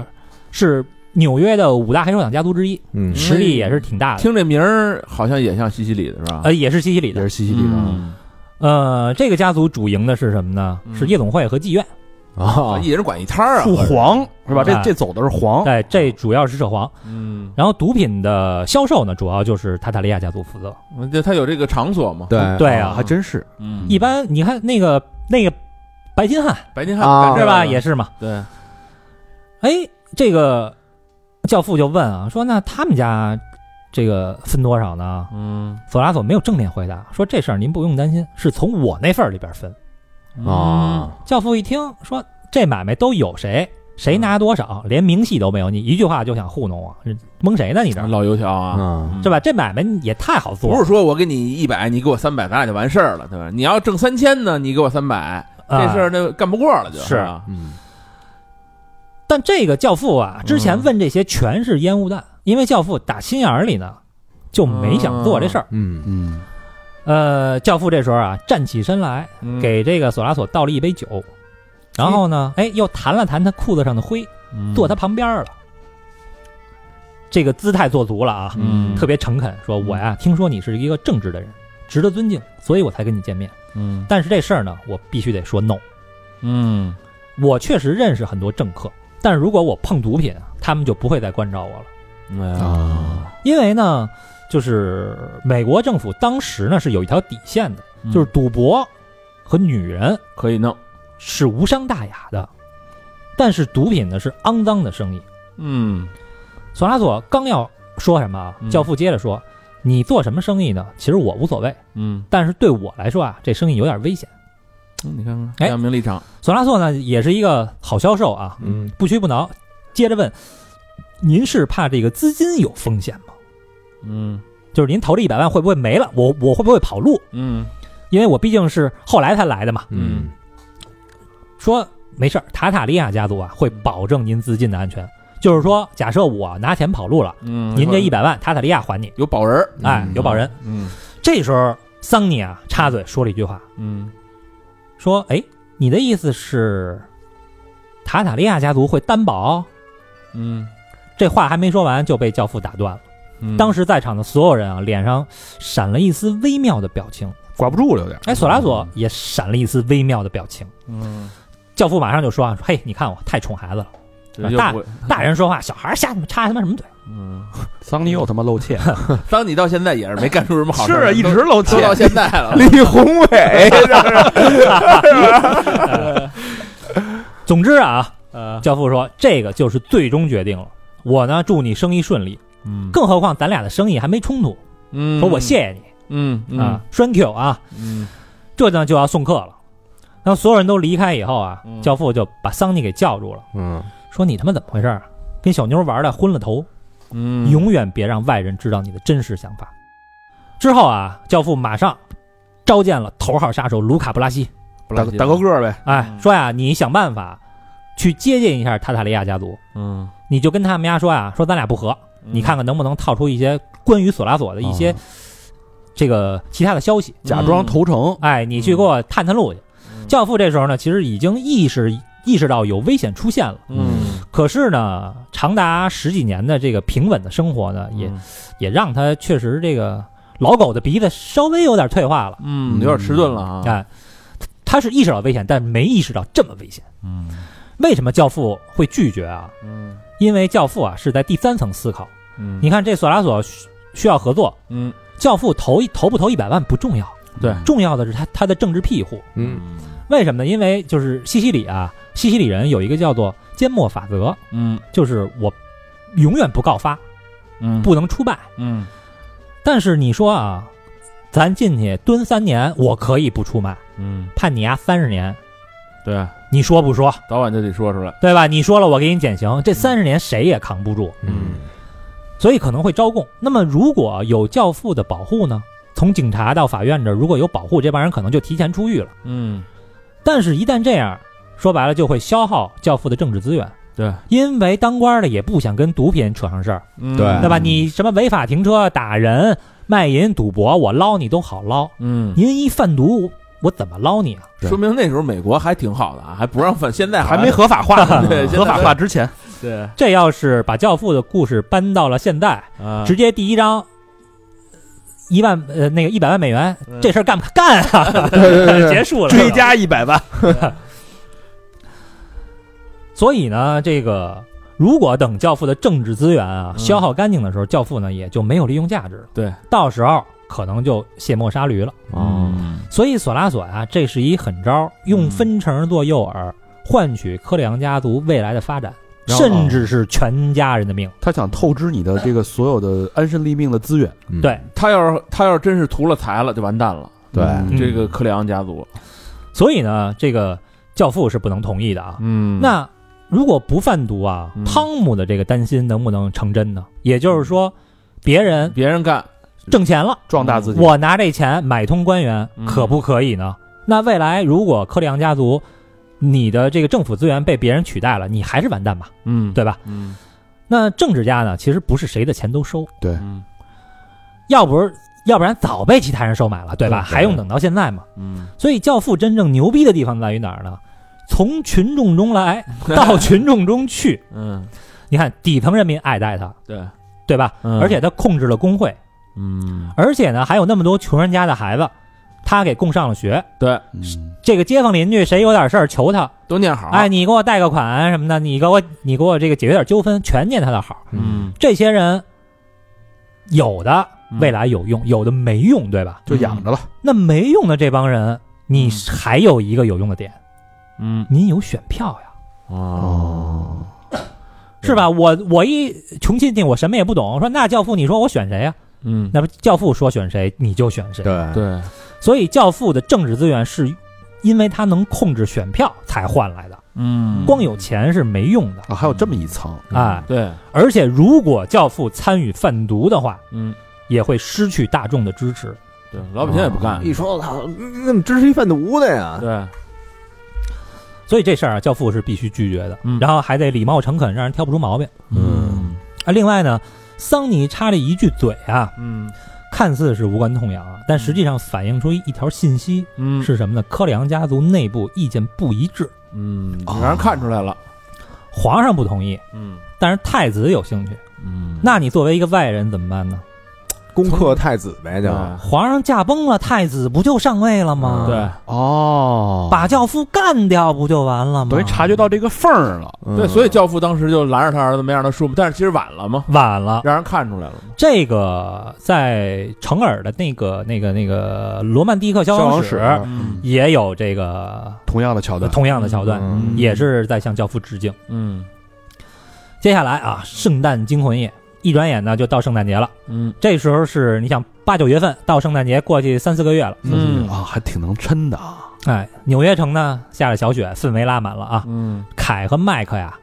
Speaker 4: 是纽约的五大黑手党家族之一，
Speaker 6: 嗯
Speaker 4: 实力也是挺大的，
Speaker 3: 听这名儿好像也像西西里的是吧？
Speaker 4: 呃，也是西西里
Speaker 2: 也
Speaker 4: 的
Speaker 2: 是。西西里的，
Speaker 3: 嗯
Speaker 4: 呃，这个家族主营的是什么呢？
Speaker 3: 嗯
Speaker 4: 是夜总会和妓院。
Speaker 6: 啊
Speaker 3: 一人管一摊儿啊，
Speaker 2: 护
Speaker 3: 合着
Speaker 2: 黄是吧？这
Speaker 4: 哎
Speaker 2: 这走的是黄，
Speaker 4: 对，这主要是涉黄。
Speaker 3: 嗯，
Speaker 4: 然后毒品的销售呢，主要就是塔塔利亚家族负责。
Speaker 3: 这嗯他有这个场所嘛？，
Speaker 1: 哎
Speaker 6: 对
Speaker 4: 对啊，
Speaker 2: 还真是
Speaker 3: 嗯，
Speaker 4: 一般你看那个那个白金汉
Speaker 3: 白金汉
Speaker 6: 啊
Speaker 3: 干这
Speaker 4: 是
Speaker 3: 个
Speaker 4: 吧，
Speaker 3: 的
Speaker 4: 也是嘛。
Speaker 3: 对，
Speaker 4: 哎，这个教父就问啊，说那他们家这个分多少呢？
Speaker 3: 嗯
Speaker 4: 索拉索没有正面回答，说这事儿您不用担心，是从我那份儿里边分。
Speaker 3: 嗯
Speaker 6: 啊，
Speaker 4: 教父一听说这买卖都有谁，谁拿多少，连明细都没有，你一句话就想糊弄我，蒙谁呢？你这儿
Speaker 3: 老油条啊，
Speaker 6: 嗯
Speaker 4: 是吧？这买卖也太好做
Speaker 3: 不
Speaker 4: 了，
Speaker 3: 是说我给你一百，你给我三百，咱俩就完事儿了，对吧？你要挣三千呢，你给我三百，这
Speaker 4: 啊
Speaker 3: 事儿就干不过了，就是啊
Speaker 6: 嗯
Speaker 4: 但这个教父啊，之
Speaker 3: 嗯
Speaker 4: 前问这些全是烟雾弹，因为教父打心眼儿里呢就没想做这事儿。
Speaker 6: 嗯
Speaker 2: 嗯，
Speaker 4: 呃，教父这时候啊站起身来，
Speaker 3: 嗯
Speaker 4: 给这个索拉索倒了一杯酒，然后呢，
Speaker 3: 嗯
Speaker 4: 哎，又弹了弹他裤子上的灰，坐他旁边了。这个姿态做足了啊，
Speaker 3: 嗯
Speaker 4: 特别诚恳，说我呀，听说你是一个正直的人，值得尊敬，所以我才跟你见面。
Speaker 3: 嗯
Speaker 4: 但是这事儿呢，我必须得说 no。
Speaker 3: 嗯
Speaker 4: 我确实认识很多政客，但是如果我碰毒品，他们就不会再关照我了。
Speaker 2: 嗯
Speaker 6: 啊，
Speaker 4: 因为呢，就是美国政府当时呢是有一条底线的，
Speaker 3: 嗯
Speaker 4: 就是赌博和女人
Speaker 3: 可以弄，
Speaker 4: 是无伤大雅的，但是毒品呢是肮脏的生意。
Speaker 3: 嗯
Speaker 4: 索拉索刚要说什么啊
Speaker 3: 嗯，
Speaker 4: 教父接着说：“你做什么生意呢？其实我无所谓，
Speaker 3: 嗯，
Speaker 4: 但是对我来说啊，这生意有点危险。
Speaker 3: 你看看
Speaker 4: 哎
Speaker 3: 亮明立场，”
Speaker 4: 索拉索呢也是一个好销售啊，
Speaker 6: 嗯，
Speaker 4: 不屈不挠。接着问：“您是怕这个资金有风险吗？
Speaker 3: 嗯
Speaker 4: 就是您投了一百万会不会没了？我我会不会跑路？
Speaker 3: 嗯
Speaker 4: 因为我毕竟是后来才来的嘛。
Speaker 6: 嗯，
Speaker 4: 说没事儿，塔塔利亚家族啊会保证您资金的安全。就是说，假设我拿钱跑路了，
Speaker 3: 嗯，
Speaker 4: 您这一百万塔塔利亚还你，
Speaker 3: 有保人儿，
Speaker 4: 哎，有保人。
Speaker 3: 嗯
Speaker 4: 这时候桑尼啊插嘴说了一句话，
Speaker 3: 嗯
Speaker 4: 说：“哎，你的意思是塔塔利亚家族会担保
Speaker 3: 嗯？”
Speaker 4: 这话还没说完就被教父打断了。
Speaker 3: 嗯，
Speaker 4: 当
Speaker 3: 时
Speaker 4: 时在场的所有人啊，脸上闪了一丝微妙的表情。
Speaker 2: 管不住了有点。
Speaker 4: 哎，索拉
Speaker 3: 哦
Speaker 4: 索也闪了一丝微妙的表情。
Speaker 3: 嗯，
Speaker 4: 教父马上就说啊：“说嘿，你看我太宠孩 子了，
Speaker 3: 这就
Speaker 4: 啊大
Speaker 3: 不
Speaker 4: 大人说话，小孩儿瞎他妈插他妈什么嘴？
Speaker 3: 嗯，
Speaker 2: 桑尼又他妈露怯，
Speaker 3: 当你到现在也是没干出什么好事
Speaker 2: 是
Speaker 3: 儿，
Speaker 2: 啊，一直露
Speaker 3: 都
Speaker 2: 怯。
Speaker 3: 到现在 了，
Speaker 6: 李宏 伟，
Speaker 4: 总之 啊，
Speaker 3: 呃
Speaker 4: 教父说这个就是最终决定了。我呢，祝你生意顺利。
Speaker 3: 嗯
Speaker 4: 更何况咱俩的生意还没冲突，
Speaker 3: 嗯，
Speaker 4: 说我谢谢你
Speaker 3: 嗯嗯
Speaker 4: 啊，thank you 啊，
Speaker 3: 嗯
Speaker 4: 这呢就要送客了。当所有人都离开以后啊
Speaker 3: 嗯，
Speaker 4: 教父就把桑尼给叫住了，
Speaker 6: 嗯，
Speaker 4: 说你他妈怎么回事儿啊？跟小妞玩的昏了头，
Speaker 3: 嗯，
Speaker 4: 永远别让外人知道你的真实想法。之后啊，教父马上召见了头号杀手卢卡布拉西，
Speaker 3: 不
Speaker 2: 打
Speaker 3: 拉稀
Speaker 2: 打高个儿呗，
Speaker 4: 哎
Speaker 3: 嗯，
Speaker 4: 说呀，你想办法去接近一下塔塔利亚家族，
Speaker 3: 嗯，
Speaker 4: 你就跟他们家说呀，说咱俩不和，
Speaker 3: 嗯哦
Speaker 4: 你看看能不能套出一些关于索拉索的一些这个其他的消息。
Speaker 2: 假装投诚。
Speaker 4: 哎，你去给我探探路去。
Speaker 3: 嗯
Speaker 4: 教父这时候呢，其实已经意识意识到有危险出现了，
Speaker 3: 嗯
Speaker 4: 可是呢，长达十几年的这个平稳的生活
Speaker 3: 嗯
Speaker 4: 呢，也、也让他确实这个老狗的鼻子稍微有点退化了。
Speaker 3: 嗯有点迟钝了啊，
Speaker 4: 哎，他他是意识到危险，但没意识到这么危险。
Speaker 3: 嗯
Speaker 4: 为什么教父会拒绝啊？
Speaker 3: 嗯
Speaker 4: 因为教父啊是在第三层思考。
Speaker 3: 嗯，
Speaker 4: 你看这索拉索需需要合作，
Speaker 3: 嗯
Speaker 4: 教父投一投不投一百万不重要，
Speaker 3: 对
Speaker 4: 重要的是他他的政治庇护。
Speaker 6: 嗯，
Speaker 4: 为什么呢？因为就是西西里啊，西西里人有一个叫做缄默法则，
Speaker 3: 嗯
Speaker 4: 就是我永远不告发，
Speaker 3: 嗯
Speaker 4: 不能出卖。
Speaker 3: 嗯
Speaker 4: 但是你说啊，咱进去蹲三年，我可以不出卖，
Speaker 3: 嗯，
Speaker 4: 判你丫三十年，
Speaker 3: 对啊，
Speaker 4: 你说不说？
Speaker 3: 早晚就得说出来，
Speaker 4: 对吧？你说了，我给你减刑，这三十年谁也扛不住，
Speaker 6: 嗯，
Speaker 4: 所以可能会招供。那么如果有教父的保护呢？从警察到法院这儿，如果有保护，这帮人可能就提前出狱了。
Speaker 3: 嗯
Speaker 4: 但是，一旦这样，说白了就会消耗教父的政治资源。
Speaker 3: 对，
Speaker 4: 因为当官的也不想跟毒品扯上事儿，
Speaker 3: 嗯
Speaker 6: 对
Speaker 4: 对吧？你什么违法停车、打人、卖淫、赌博，我捞你都好捞。
Speaker 3: 嗯，
Speaker 4: 您一贩毒，我怎么捞你啊？
Speaker 3: 说明那时候美国还挺好的啊，还不让犯，现在好
Speaker 2: 哎还
Speaker 3: 像
Speaker 2: 没合法化
Speaker 3: 对
Speaker 2: 呢，
Speaker 3: 现在
Speaker 2: 合法化之前，
Speaker 3: 对，
Speaker 4: 这要是把《教父》的故事搬到了现在，
Speaker 3: 啊
Speaker 4: 直接第一章一万呃那个一百万美元，这事儿干不干啊？
Speaker 6: 对对对对，
Speaker 4: 结束了，
Speaker 2: 追加一百万，
Speaker 4: 所以呢，这个如果等教父的政治资源啊
Speaker 3: 嗯
Speaker 4: 消耗干净的时候，教父呢也就没有利用价值了。
Speaker 3: 对，
Speaker 4: 到时候可能就卸磨杀驴了。
Speaker 6: 哦，
Speaker 3: 嗯
Speaker 4: 所以索拉索啊，这是一狠招，用分成做诱饵，换取科里昂家族未来的发展，
Speaker 2: 然后
Speaker 4: 甚至是全家人的命。
Speaker 2: 他想透支你的这个所有的安身立命的资源。
Speaker 6: 嗯
Speaker 4: 对
Speaker 3: 他要是他要是真是图了财了，就完蛋了。
Speaker 6: 对，
Speaker 2: 嗯
Speaker 3: 这个克里昂家族，
Speaker 4: 所以呢，这个教父是不能同意的啊。
Speaker 3: 嗯
Speaker 4: 那如果不贩毒啊
Speaker 3: 嗯，
Speaker 4: 汤姆的这个担心能不能成真呢？也就是说，别人
Speaker 3: 别人干，
Speaker 4: 挣钱了，
Speaker 2: 壮大自己。
Speaker 4: 我拿这钱买通官员
Speaker 3: 嗯，
Speaker 4: 可不可以呢？那未来如果科里昂家族，你的这个政府资源被别人取代了，你还是完蛋吧，
Speaker 3: 嗯，
Speaker 4: 对吧？
Speaker 3: 嗯，
Speaker 4: 那政治家呢，其实不是谁的钱都收，
Speaker 3: 嗯
Speaker 4: 要不是要不然早被其他人收买了，对吧？
Speaker 3: 对对
Speaker 4: 还用等到现在吗？
Speaker 3: 嗯
Speaker 4: 所以《教父》真正牛逼的地方在于哪儿呢？从群众中来 到群众中去。
Speaker 3: 嗯，
Speaker 4: 你看底层人民爱戴他，
Speaker 3: 对，
Speaker 4: 对吧？
Speaker 3: 嗯
Speaker 4: 而且他控制了工会，
Speaker 3: 嗯，
Speaker 4: 而且呢还有那么多穷人家的孩子，他给供上了学。
Speaker 3: 对，
Speaker 2: 嗯
Speaker 4: 这个街坊邻居谁有点事儿求他，
Speaker 3: 都念好，
Speaker 4: 哎，，你给我贷个款什么的，你给我你给我这个解决点纠纷，全念他的好。
Speaker 3: 嗯，
Speaker 4: 这些人有的
Speaker 3: 嗯
Speaker 4: 未来有用，有的没用，对吧？
Speaker 2: 就养着了。
Speaker 4: 那没用的这帮人，你
Speaker 3: 嗯
Speaker 4: 还有一个有用的点，
Speaker 3: 嗯，
Speaker 4: 您有选票呀，
Speaker 2: 嗯
Speaker 3: 哦，
Speaker 4: 是吧？我我一穷亲戚，我什么也不懂，说那教父，你说我选谁呀、啊
Speaker 3: 嗯，
Speaker 4: 那不教父说选谁你就选谁，
Speaker 6: 对，
Speaker 3: 对，
Speaker 4: 所以教父的政治资源是因为他能控制选票才换来的，
Speaker 3: 嗯，
Speaker 4: 光有钱是没用的。
Speaker 2: 啊，还有这么一层，
Speaker 4: 哎，
Speaker 3: 对，
Speaker 4: 而且如果教父参与贩毒的话，
Speaker 3: 嗯，
Speaker 4: 也会失去大众的支持。
Speaker 3: 对，老百姓也不干，
Speaker 6: 嗯一说我操，那怎么支持一贩毒的呀？
Speaker 3: 对，
Speaker 4: 所以这事儿啊，教父是必须拒绝的，
Speaker 3: 嗯
Speaker 4: 然后还得礼貌诚恳，让人挑不出毛病
Speaker 3: 嗯
Speaker 4: 啊。另外呢，桑尼插这一句嘴啊，
Speaker 3: 嗯
Speaker 4: 看似是无关痛痒啊，但实际上反映出一条信息
Speaker 3: 嗯，
Speaker 4: 是什么呢？科里昂家族内部意见不一致，
Speaker 3: 嗯，
Speaker 2: 哦
Speaker 3: 让人看出来了，
Speaker 4: 皇上不同意，
Speaker 3: 嗯
Speaker 4: 但是太子有兴趣。
Speaker 3: 嗯，
Speaker 4: 那你作为一个外人怎么办呢？
Speaker 6: 攻克太子呗，就
Speaker 3: 对
Speaker 4: 皇上驾崩了，太子不就上位了
Speaker 2: 嗯
Speaker 4: 吗？
Speaker 3: 对
Speaker 6: 哦
Speaker 4: 把教父干掉不就完了吗？
Speaker 2: 等于察觉到这个缝儿了。
Speaker 3: 对，所以教父当时就拦着他儿子，没让他输嘛，但是其实晚了嘛，
Speaker 4: 晚了。
Speaker 3: 让人看出来了嘛，
Speaker 4: 这个在成尔的那个、那个、那个罗曼蒂克消防
Speaker 2: 消
Speaker 4: 史
Speaker 2: 防
Speaker 3: 嗯
Speaker 4: 也有这个
Speaker 2: 同样的桥段，
Speaker 4: 同样的桥段，
Speaker 6: 嗯
Speaker 4: 也是在向教父致敬。
Speaker 3: 嗯
Speaker 4: 接下来啊，圣诞惊魂夜，一转眼呢就到圣诞节了。
Speaker 3: 嗯
Speaker 4: 这时候是你想八九月份到圣诞节过去三四个月了，
Speaker 3: 嗯
Speaker 2: 啊，还挺能抻的啊。
Speaker 4: 哎，纽约城呢下了小雪，氛围拉满了啊。
Speaker 3: 嗯，
Speaker 4: 凯和麦克呀，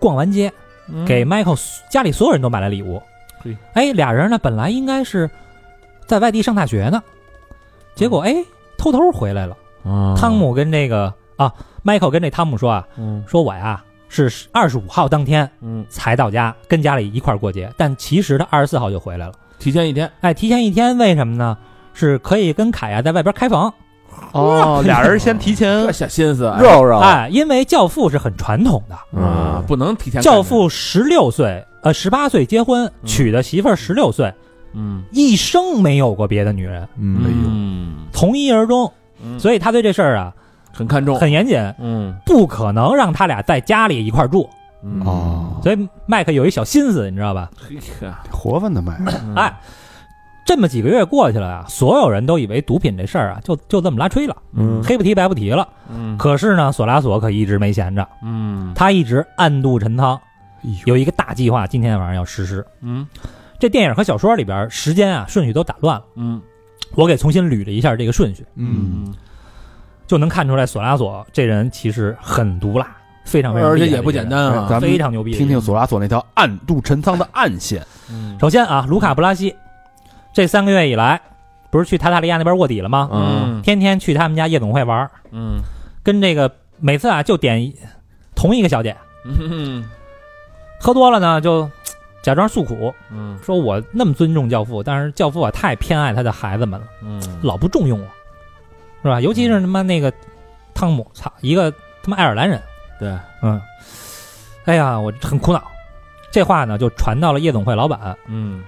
Speaker 4: 逛完街，
Speaker 3: 嗯
Speaker 4: 给 Michael 家里所有人都买了礼物
Speaker 3: 嘿。
Speaker 4: 哎，俩人呢本来应该是在外地上大学呢，结果哎偷偷回来了。
Speaker 3: 啊
Speaker 4: 汤，姆跟这个啊，Michael 跟这汤姆说啊，
Speaker 3: 嗯
Speaker 4: 说我呀是二十五号当天
Speaker 3: 嗯，
Speaker 4: 才到家，跟家里一块儿过节，但其实他二十四号就回来了。
Speaker 3: 提前一天，
Speaker 4: 哎，提前一天为什么呢？是可以跟凯呀在外边开房，
Speaker 2: 哦，俩人先提前
Speaker 3: 这 下心思，哎
Speaker 6: 肉肉，
Speaker 4: 哎，因为教父是很传统的，
Speaker 3: 啊，不能提前看见，
Speaker 4: 教父十六岁，呃，十八岁结婚，娶的媳妇儿十六岁，
Speaker 3: 嗯，
Speaker 4: 一生没有过别的女人，
Speaker 6: 嗯，
Speaker 3: 嗯，
Speaker 4: 从一而终，
Speaker 3: 嗯哦
Speaker 4: 所以他对这事儿啊
Speaker 3: 很看重，
Speaker 4: 很严谨，
Speaker 3: 嗯
Speaker 4: 不可能让他俩在家里一块儿住，
Speaker 3: 嗯，
Speaker 1: 啊
Speaker 2: 哦，
Speaker 4: 所以麦克有一小心思，你知道吧？
Speaker 3: 嘿呀
Speaker 2: 活泛的卖，
Speaker 3: 嗯
Speaker 4: 哎，这么几个月过去了啊，所有人都以为毒品这事儿啊，就就这么拉吹了，
Speaker 3: 嗯
Speaker 4: 黑不提白不提了。
Speaker 3: 嗯
Speaker 4: 可是呢，索拉索可一直没闲着，
Speaker 3: 嗯
Speaker 4: 他一直暗度陈仓，
Speaker 2: 哎呦
Speaker 4: 有一个大计划，今天晚上要实施。
Speaker 3: 嗯
Speaker 4: 这电影和小说里边时间啊顺序都打乱了，
Speaker 3: 嗯
Speaker 4: 我给重新捋了一下这个顺序，
Speaker 2: 嗯，
Speaker 4: 就能看出来索拉索这人其实很毒辣，非常非常
Speaker 3: 而且
Speaker 4: 厉害
Speaker 3: 也不
Speaker 4: 的一个
Speaker 3: 简
Speaker 4: 人，
Speaker 3: 单
Speaker 2: 哎
Speaker 3: 啊，
Speaker 2: 咱们
Speaker 4: 非常牛逼的一个
Speaker 2: 听
Speaker 4: 人。
Speaker 2: 听索拉索那条暗度陈仓的暗线。
Speaker 3: 嗯
Speaker 4: 首先啊，卢卡布拉西这三个月以来，不是去塔塔利亚那边卧底了吗？
Speaker 3: 嗯
Speaker 4: 天天去他们家夜总会玩儿，
Speaker 3: 嗯
Speaker 4: 跟这个每次啊就点一同一个小姐，
Speaker 3: 嗯
Speaker 4: 喝多了呢就嘖假装诉苦，
Speaker 3: 嗯
Speaker 4: 说我那么尊重教父，但是教父啊太偏爱他的孩子们了，
Speaker 3: 嗯，
Speaker 4: 老不重用我，是吧？尤其是他妈那个汤姆，操，一个他妈爱尔兰人，
Speaker 3: 对，
Speaker 4: 嗯，哎呀，我很苦恼。这话呢就传到了夜总会老板，
Speaker 3: 嗯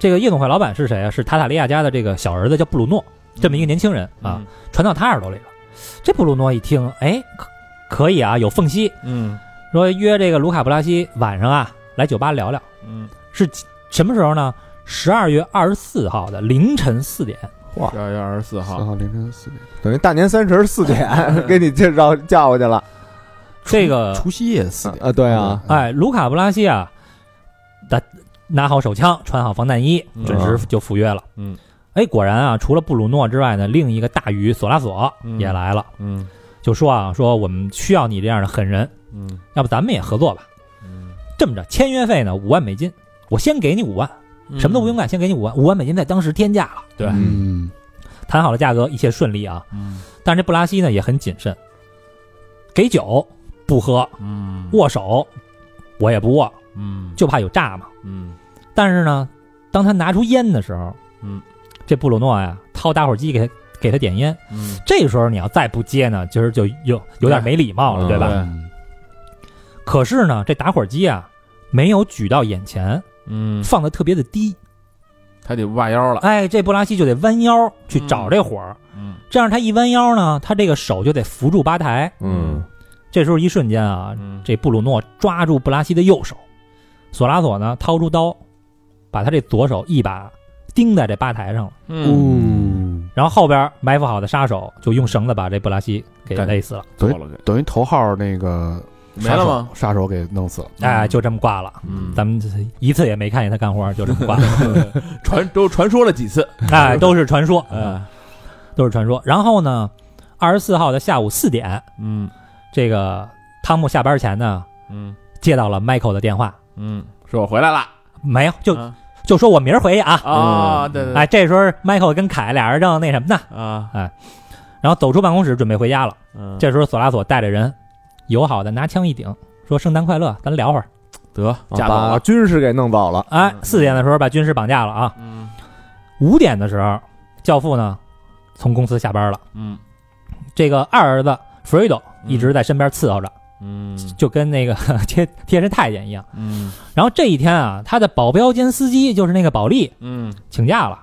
Speaker 4: 这个夜总会老板是谁啊？是塔塔利亚家的这个小儿子叫布鲁诺，这么一个年轻人
Speaker 3: 嗯
Speaker 4: 啊，，传到他耳朵里了。这布鲁诺一听，哎，可可以啊，有缝隙，
Speaker 3: 嗯
Speaker 4: 说约这个卢卡布拉西晚上啊来酒吧聊聊，
Speaker 3: 嗯，
Speaker 4: 是几什么时候呢？十二月二十四号的凌晨四点，
Speaker 3: 十二月二十四号，
Speaker 2: 号凌晨四点，
Speaker 6: 等于大年三十四点给你介绍叫过去了
Speaker 4: 这个
Speaker 2: 除夕夜四点。
Speaker 6: 啊，对
Speaker 3: 嗯
Speaker 6: 啊，
Speaker 4: 哎，卢卡布拉西啊，拿拿好手枪，穿好防弹衣，
Speaker 3: 嗯
Speaker 4: 准时就赴约了。
Speaker 3: 嗯，
Speaker 4: 哎，果然啊，除了布鲁诺之外呢，另一个大鱼索拉索
Speaker 3: 嗯
Speaker 4: 也来了，
Speaker 3: 嗯
Speaker 4: 就说啊，说我们需要你这样的狠人，
Speaker 3: 嗯
Speaker 4: 要不咱们也合作吧？
Speaker 3: 嗯，
Speaker 4: 这么着，签约费呢五万美金，我先给你五万，什么都不用干，先给你五万，五万美金在当时天价了。
Speaker 3: 嗯对
Speaker 2: 嗯，
Speaker 4: 谈好了价格，一切顺利啊。
Speaker 3: 嗯
Speaker 4: 但是这布拉西呢也很谨慎，给酒不喝，
Speaker 3: 嗯
Speaker 4: 握手我也不握，
Speaker 3: 嗯
Speaker 4: 就怕有诈嘛。
Speaker 3: 嗯
Speaker 4: 但是呢，当他拿出烟的时候，
Speaker 3: 嗯，
Speaker 4: 这布鲁诺呀掏打火机给给他点烟。
Speaker 3: 嗯
Speaker 4: 这时候你要再不接呢，其实就有有点没礼貌了，
Speaker 3: 嗯
Speaker 4: 对吧？
Speaker 3: 对
Speaker 4: 可是呢，这打火机啊没有举到眼前，
Speaker 3: 嗯，
Speaker 4: 放的特别的低。
Speaker 3: 他得弯腰了，
Speaker 4: 哎，这布拉西就得弯腰去找这火儿，
Speaker 3: 嗯
Speaker 4: 这样他一弯腰呢，他这个手就得扶住吧台。
Speaker 6: 嗯，
Speaker 4: 这时候一瞬间啊，
Speaker 3: 嗯
Speaker 4: 这布鲁诺抓住布拉西的右手，索拉索呢掏出刀，把他这左手一把钉在这吧台上了。
Speaker 3: 嗯，
Speaker 2: 嗯，
Speaker 4: 然后后边埋伏好的杀手就用绳子把这布拉西给勒死了，
Speaker 5: 做了个
Speaker 1: 等于头号那个
Speaker 3: 没了吗？
Speaker 1: 杀手给弄死了。
Speaker 4: 哎，就这么挂了。
Speaker 3: 嗯，
Speaker 4: 咱们一次也没看见他干活，就这么挂了。
Speaker 3: 传都传说了几次，
Speaker 4: 哎，都是传说，
Speaker 3: 嗯
Speaker 4: 都是传说。然后呢，二十四号的下午四点，
Speaker 3: 嗯
Speaker 4: 这个汤姆下班前呢，
Speaker 3: 嗯
Speaker 4: 接到了 Michael 的电话，
Speaker 3: 嗯，说我回来了
Speaker 4: 没有，就
Speaker 3: 啊
Speaker 4: 就说我明儿回去啊。
Speaker 3: 啊，对对对
Speaker 4: 哎，这时候 Michael 跟凯俩人正那什么呢，
Speaker 3: 啊，
Speaker 4: 然后走出办公室准备回家了。
Speaker 3: 嗯，
Speaker 4: 这时候索拉索带着人，友好的拿枪一顶，说：“圣诞快乐，咱聊会儿。
Speaker 3: 得
Speaker 6: 啊
Speaker 3: 架走
Speaker 6: 把
Speaker 3: 了，
Speaker 6: 军士给弄走了”，
Speaker 4: 哎
Speaker 3: 嗯，
Speaker 4: 四点的时候把军师绑架了啊。
Speaker 3: 嗯
Speaker 4: 五点的时候，教父呢从公司下班了。
Speaker 3: 嗯
Speaker 4: 这个二儿子 Fredo
Speaker 3: 嗯
Speaker 4: 一直在身边伺候着，
Speaker 3: 嗯
Speaker 4: 就跟那个 贴贴身太监一样。
Speaker 3: 嗯
Speaker 4: 然后这一天啊，他的保镖兼司机就是那个保利
Speaker 3: 嗯
Speaker 4: 请假了，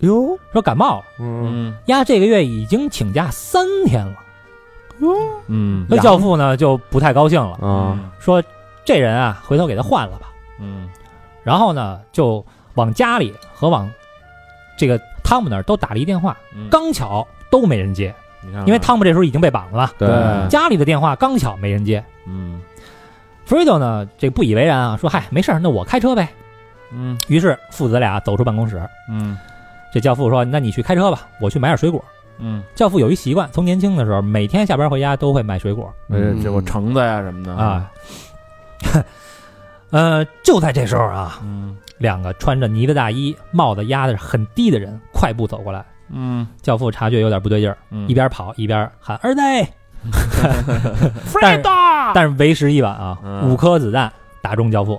Speaker 6: 哟，
Speaker 4: 说感冒了，
Speaker 6: 嗯，
Speaker 3: 嗯
Speaker 4: 丫这个月已经请假三天了。
Speaker 3: 嗯
Speaker 4: 那教父呢就不太高兴了，
Speaker 6: 啊，
Speaker 4: 说这人啊，回头给他换了吧。
Speaker 3: 嗯
Speaker 4: 然后呢，就往家里和往这个汤姆那儿都打了一电话，
Speaker 3: 嗯
Speaker 4: 刚巧都没人接，
Speaker 3: 你看，
Speaker 4: 因为汤姆这时候已经被绑了，
Speaker 6: 对，
Speaker 3: 啊对
Speaker 4: 家里的电话刚巧没人接。
Speaker 3: 嗯
Speaker 4: Fredo 呢，这不以为然啊，说嗨，没事儿，那我开车呗。
Speaker 3: 嗯
Speaker 4: 于是父子俩走出办公室，
Speaker 3: 嗯
Speaker 4: 这教父说：“那你去开车吧，我去买点水果。
Speaker 3: 嗯”
Speaker 4: 教父有一习惯，从年轻的时候，每天下班回家都会买水果
Speaker 3: 嗯，这我
Speaker 1: 嗯
Speaker 3: 橙子呀什么的，
Speaker 4: 啊。 呃，就在这时候啊，
Speaker 3: 嗯
Speaker 4: 两个穿着呢子大衣、帽子压得很低的人快步走过来。
Speaker 3: 嗯
Speaker 4: 教父察觉有点不对劲儿，
Speaker 3: 嗯，
Speaker 4: 一边跑一边喊儿子但是但是为时已晚啊，
Speaker 3: 嗯
Speaker 4: 五颗子弹打中教父。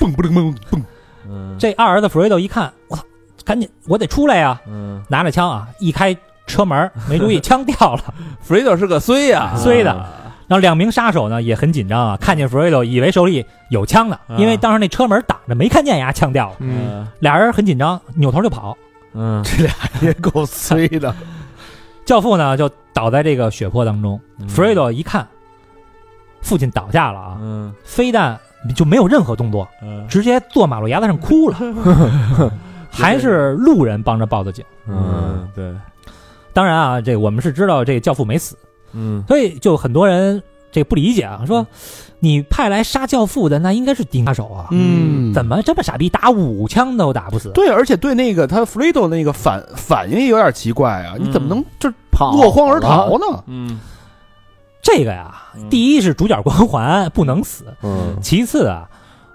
Speaker 2: 蹦蹦蹦蹦，
Speaker 3: 嗯
Speaker 4: 这二儿子弗瑞德一看，我操，赶紧，我得出来呀、
Speaker 3: 嗯
Speaker 4: 拿着枪啊，一开车门没注意，枪掉 了。
Speaker 3: f r e d o 是个衰呀，
Speaker 4: 衰的，然后两名杀手呢也很紧张啊，看见弗瑞德以为手里有枪呢，
Speaker 3: 啊
Speaker 4: 因为当时那车门挡着，没看见呀，枪掉了。
Speaker 6: 嗯，
Speaker 4: 俩人很紧张，扭头就跑。
Speaker 3: 嗯
Speaker 1: 也够衰的，
Speaker 4: 教父呢就倒在这个血泊当
Speaker 3: 嗯
Speaker 4: 中。弗瑞德一看，父亲倒下了啊，
Speaker 3: 嗯
Speaker 4: 非但就没有任何动作，
Speaker 3: 嗯
Speaker 4: 直接坐马路牙子上哭 了，还是路人帮着报的警。
Speaker 3: 嗯对，
Speaker 4: 当然啊，这我们是知道这教父没死，
Speaker 3: 嗯
Speaker 4: 所以就很多人这不理解啊，说你派来杀教父的那应该是顶杀手啊，
Speaker 1: 嗯
Speaker 4: 怎么这么傻逼，打五枪都打不死？
Speaker 1: 对，而且对那个他弗雷多那个反反应也有点奇怪啊！你怎么能就
Speaker 6: 跑
Speaker 1: 落荒而逃呢？
Speaker 3: 嗯
Speaker 4: 这个呀，
Speaker 3: 嗯
Speaker 4: 第一是主角光环不能死，
Speaker 6: 嗯
Speaker 4: 其次啊，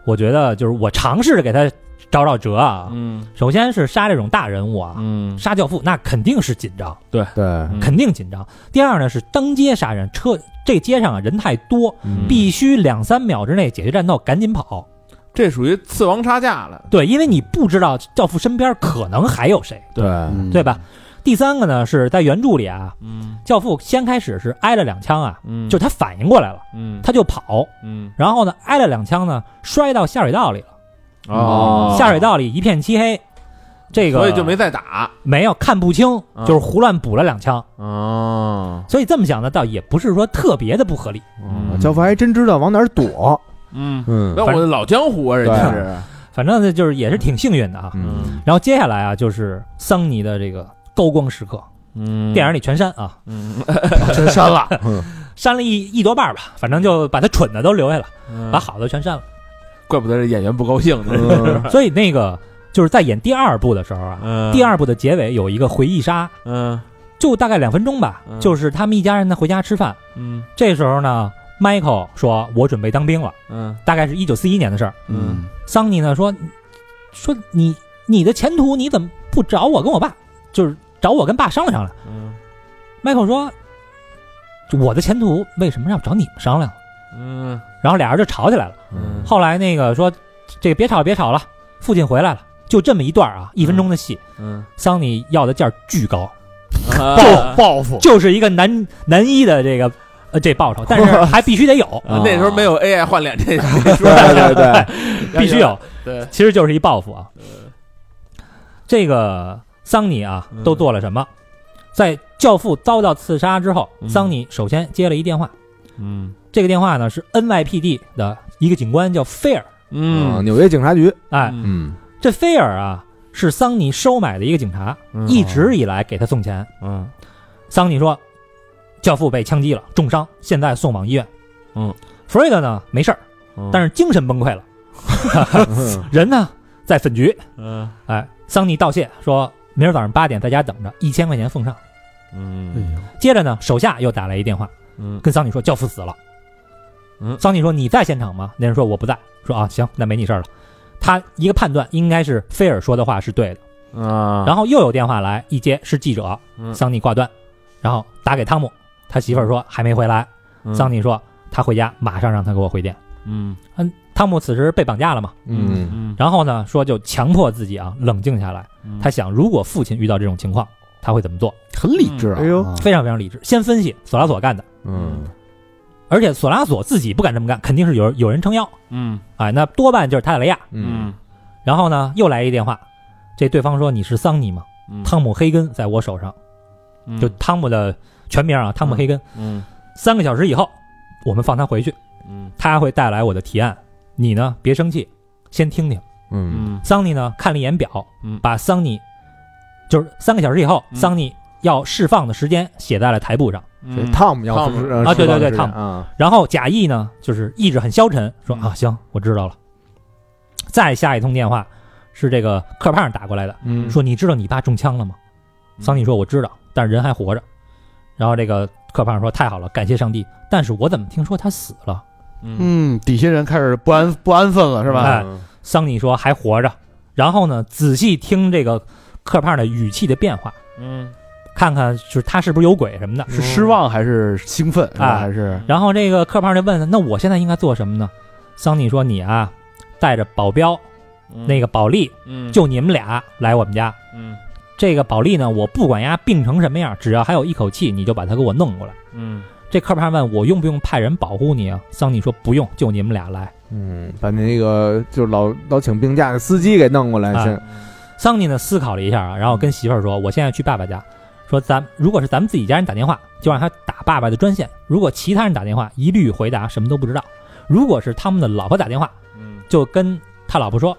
Speaker 4: 我觉得就是我尝试着给他找找辙啊。
Speaker 3: 嗯
Speaker 4: 首先是杀这种大人物啊，
Speaker 3: 嗯
Speaker 4: 杀教父那肯定是紧张，
Speaker 6: 对，
Speaker 3: 嗯
Speaker 4: 肯定紧张。第二呢是当街杀人，车这街上啊人太多，
Speaker 6: 嗯
Speaker 4: 必须两三秒之内解决战斗，赶紧跑。
Speaker 3: 这属于刺王杀价了，
Speaker 4: 对，因为你不知道教父身边可能还有谁，
Speaker 6: 对，
Speaker 1: 嗯
Speaker 4: 对吧？？第三个呢是在原著里啊，
Speaker 3: 嗯
Speaker 4: 教父先开始是挨了两枪啊，
Speaker 3: 嗯
Speaker 4: 就他反应过来了，
Speaker 3: 嗯
Speaker 4: 他就跑，
Speaker 3: 嗯
Speaker 4: 然后呢挨了两枪呢，摔到下水道里了，
Speaker 3: 哦，
Speaker 4: 下水道里一片漆黑，这个
Speaker 3: 所以就没再打
Speaker 4: 没有看不清，
Speaker 3: 啊
Speaker 4: 就是胡乱补了两枪，
Speaker 3: 哦，
Speaker 4: 所以这么想呢，倒也不是说特别的不合理，
Speaker 3: 嗯
Speaker 6: 教父还真知道往哪儿躲，
Speaker 3: 嗯，
Speaker 6: 嗯
Speaker 3: 那我的老江湖啊，人家是，
Speaker 4: 反正呢就是也是挺幸运的啊。
Speaker 6: 嗯，
Speaker 4: 然后接下来啊就是桑尼的这个高光时刻，
Speaker 3: 嗯，
Speaker 4: 电影里全删啊，
Speaker 3: 嗯，
Speaker 1: 真删了，
Speaker 4: 删了一一多半儿吧，反正就把他蠢的都留下了，
Speaker 3: 嗯
Speaker 4: 把，好的全删 了。
Speaker 3: 怪不得这演员不高兴呢，
Speaker 6: 嗯
Speaker 4: 所以那个就是在演第二部的时候啊，
Speaker 3: 嗯，
Speaker 4: 第，二部的结尾有一个回忆杀，
Speaker 3: 嗯
Speaker 4: 就大概两分钟吧，
Speaker 3: 嗯
Speaker 4: 就是他们一家人呢回家吃饭，
Speaker 3: 嗯
Speaker 4: 这时候呢，Michael 说：“我准备当兵了。”
Speaker 3: 嗯
Speaker 4: 大概是一九四一年的事儿。
Speaker 3: 嗯，
Speaker 4: 桑尼呢说：“说你你的前途你怎么不找我跟我爸，就是找我跟爸商量商量
Speaker 3: 嗯
Speaker 4: ？”Michael 说：“我的前途为什么要找你们商量
Speaker 3: 嗯？”
Speaker 4: 然后俩人就吵起来了。
Speaker 3: 嗯，
Speaker 4: 后来那个说，这个别吵了别吵了，父亲回来了，就这么一段啊，一分钟的戏，
Speaker 3: 嗯
Speaker 4: 桑尼要的价儿巨高，
Speaker 3: 啊
Speaker 1: 报复
Speaker 4: 就是一个男男一的这个呃这报酬，但是还必须 得有，
Speaker 6: 啊
Speaker 3: 那时候没有 AI 换脸这这说，
Speaker 6: 对对对，
Speaker 4: 必须有，
Speaker 3: 对，
Speaker 4: 其实就是一报复啊。这个桑尼啊
Speaker 3: 呃嗯
Speaker 4: 都做了什么？在教父遭到刺杀之后，
Speaker 3: 嗯
Speaker 4: 桑尼首先接了一电话，
Speaker 3: 嗯
Speaker 4: 这个电话呢是 NYPD 的一个警官叫菲尔，
Speaker 6: 嗯，
Speaker 3: 嗯，
Speaker 6: 纽约警察局，
Speaker 4: 哎，
Speaker 3: 嗯
Speaker 6: 嗯，
Speaker 4: 这菲尔啊是桑尼收买的一个警察，一直以来给他送钱。
Speaker 3: 嗯
Speaker 4: 桑尼说，教父被枪击了，重伤，现在送往医院。
Speaker 3: 嗯，
Speaker 4: 弗瑞德呢没事儿，
Speaker 3: 嗯
Speaker 4: 但是精神崩溃了， 人呢在分局。
Speaker 3: 嗯
Speaker 4: 哎，桑尼道谢说，明儿早上八点在家等着，一千块钱奉上。
Speaker 3: 嗯
Speaker 4: 接着呢，手下又打来一电话，
Speaker 3: 嗯
Speaker 4: 跟桑尼说教父死了。
Speaker 3: 嗯
Speaker 4: 桑尼说你在现场吗？那人说我不在。说啊，行，那没你事儿了。他一个判断应该是菲尔说的话是对的。
Speaker 3: 啊，
Speaker 4: 然后又有电话来，一接是记者，
Speaker 3: 嗯
Speaker 4: 桑尼挂断，然后打给汤姆，他媳妇儿说还没回来。
Speaker 3: 后
Speaker 4: 桑
Speaker 3: 尼，
Speaker 4: 尼说他回家，马上让他给我回电。
Speaker 3: 嗯
Speaker 4: 嗯，汤姆此时被绑架了嘛，
Speaker 6: 嗯，
Speaker 3: 嗯
Speaker 4: 然后呢说就强迫自己啊冷静下来，
Speaker 3: 嗯
Speaker 4: 他想如果父亲遇到这种情况，他会怎么做？
Speaker 1: 很理智啊！
Speaker 6: 嗯哎呦
Speaker 1: 啊
Speaker 4: 非常非常理智，先分析索拉索干的，
Speaker 6: 嗯，
Speaker 4: 而且索拉索自己不敢这么干，肯定是有人有人撑腰，
Speaker 3: 嗯
Speaker 4: 哎，那多半就是泰雷亚。
Speaker 6: 嗯，
Speaker 4: 然后呢又来一电话，这对方说你是桑尼吗？
Speaker 3: 嗯
Speaker 4: 汤姆黑根在我手上，就汤姆的全名啊，汤姆黑根。
Speaker 3: 嗯
Speaker 4: 三个小时以后，我们放他回去，
Speaker 3: 嗯
Speaker 4: 他会带来我的提案。你呢，别生气，先听听。
Speaker 6: 嗯，
Speaker 3: 嗯
Speaker 4: 桑尼呢，看了一眼表，
Speaker 3: 嗯
Speaker 4: 把桑尼就是三个小时以后，
Speaker 3: 嗯
Speaker 4: 桑尼要释放的时间写在了台布上。
Speaker 6: 这
Speaker 3: 嗯
Speaker 6: 汤姆要
Speaker 3: 汤姆
Speaker 6: 是呃
Speaker 4: 啊对对
Speaker 6: 是
Speaker 4: 对
Speaker 6: 是
Speaker 4: 汤姆
Speaker 6: 啊，
Speaker 4: 然后贾谊呢，就是意志很消沉，说
Speaker 3: 嗯
Speaker 4: 啊，行，我知道了。再下一通电话是这个克胖打过来的，
Speaker 3: 嗯
Speaker 4: 说你知道你爸中枪了吗？
Speaker 3: 嗯
Speaker 4: 桑尼说我知道，但是人还活着。然后这个克胖说太好了，感谢上帝。但是我怎么听说他死了？
Speaker 3: 嗯
Speaker 1: 嗯，底下人开始不安不安分了，是吧？
Speaker 4: 哎桑尼说还活着。然后呢，仔细听这个克胖的语气的变化，
Speaker 3: 嗯
Speaker 4: 看看就是他是不是有鬼什么的。
Speaker 1: 是失望还是兴奋？是吧？
Speaker 4: 哎
Speaker 1: 还是
Speaker 4: 然后这个克胖就问他：“那我现在应该做什么呢？”桑尼说：“你啊，带着保镖那个保利，
Speaker 3: 嗯
Speaker 4: 就你们俩来我们家。
Speaker 3: 嗯
Speaker 4: 这个保利呢，我不管丫病成什么样，只要还有一口气，你就把他给我弄过来。”
Speaker 3: 嗯
Speaker 4: 这克胖问我用不用派人保护你啊？桑尼说不用，就你们俩来。
Speaker 6: 嗯，把那个就老老请病假的司机给弄过来
Speaker 4: 啊
Speaker 6: 先，
Speaker 4: 桑尼呢思考了一下啊，然后跟媳妇儿说：“我现在去爸爸家，说咱如果是咱们自己家人打电话，就让他打爸爸的专线；如果其他人打电话，一律回答什么都不知道；如果是汤姆的老婆打电话，
Speaker 3: 嗯
Speaker 4: 就跟他老婆说，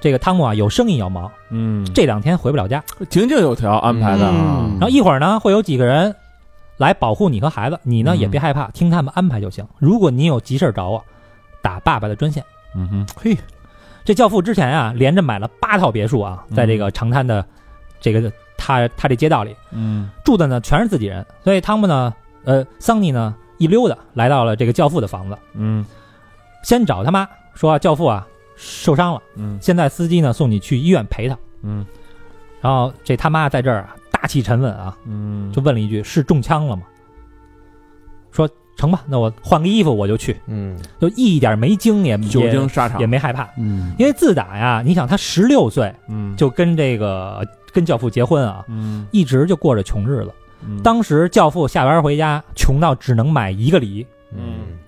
Speaker 4: 这个汤姆啊有生意要忙，
Speaker 3: 嗯，
Speaker 4: 这两天回不了家。
Speaker 3: 井井有条安排的啊，
Speaker 1: 嗯
Speaker 4: 然后一会儿呢，会有几个人来保护你和孩子，你呢
Speaker 3: 嗯
Speaker 4: 也别害怕，听他们安排就行。如果你有急事儿找我，打爸爸的专线。
Speaker 3: 嗯哼，
Speaker 4: 这教父之前啊，连着买了八套别墅啊，
Speaker 3: 嗯
Speaker 4: 在这个长滩的这个他他这街道里
Speaker 3: 嗯
Speaker 4: 住的呢全是自己人，所以汤姆呢，呃，桑尼呢一溜达来到了这个教父的房子，
Speaker 3: 嗯
Speaker 4: 先找他妈说、教父啊受伤了，
Speaker 3: 嗯
Speaker 4: 现在司机呢送你去医院陪他。
Speaker 3: 嗯
Speaker 4: 然后这他妈在这儿啊大气沉稳啊，
Speaker 3: 嗯，
Speaker 4: 就问了一句：“是中枪了吗？”说：“成吧，那我换个衣服我就去。
Speaker 6: 嗯，”
Speaker 4: 就一点没惊也
Speaker 3: 久
Speaker 4: 也
Speaker 3: 经沙场
Speaker 4: 也，没害怕，
Speaker 1: 嗯，
Speaker 4: 因为自打呀，你想他十六岁
Speaker 3: 嗯
Speaker 4: 就跟这个跟教父结婚啊，
Speaker 3: 嗯，
Speaker 4: 一直就过着穷日子。当时教父下班回家，穷到只能买一个梨。
Speaker 6: 嗯，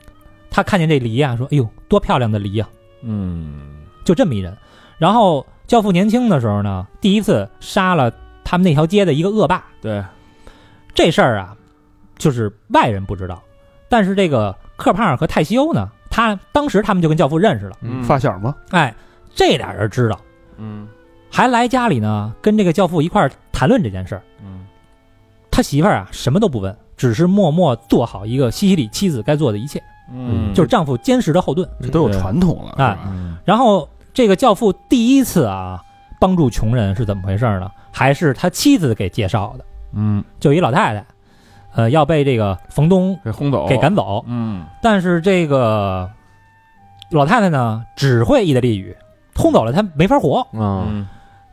Speaker 4: 他看见这梨啊，说：“哎呦，多漂亮的梨呀、
Speaker 3: 嗯
Speaker 4: 就这么一人。然后教父年轻的时候呢，第一次杀了他们那条街的一个恶霸，
Speaker 3: 对，
Speaker 4: 这事儿啊，就是外人不知道，但是这个克胖和泰西欧呢，他当时他们就跟教父认识了，
Speaker 6: 嗯
Speaker 1: 发小吗？
Speaker 4: 哎，这俩人知道，
Speaker 3: 嗯
Speaker 4: 还来家里呢，跟这个教父一块儿谈论这件事儿。
Speaker 3: 嗯
Speaker 4: 他媳妇儿啊，什么都不问，只是默默做好一个西西里妻子该做的一切，
Speaker 3: 嗯，
Speaker 4: 就是丈夫坚实的后盾。
Speaker 1: 这都有传统了，
Speaker 4: 哎
Speaker 1: 是吧
Speaker 3: 嗯
Speaker 4: 然后这个教父第一次啊，帮助穷人是怎么回事儿呢？还是他妻子给介绍的，
Speaker 3: 嗯
Speaker 4: 就一老太太，呃，要被这个房东
Speaker 3: 给轰走，
Speaker 4: 给赶走，
Speaker 3: 嗯
Speaker 4: 但是这个老太太呢，只会意大利语，轰走了她没法活。
Speaker 6: 啊，
Speaker 3: 嗯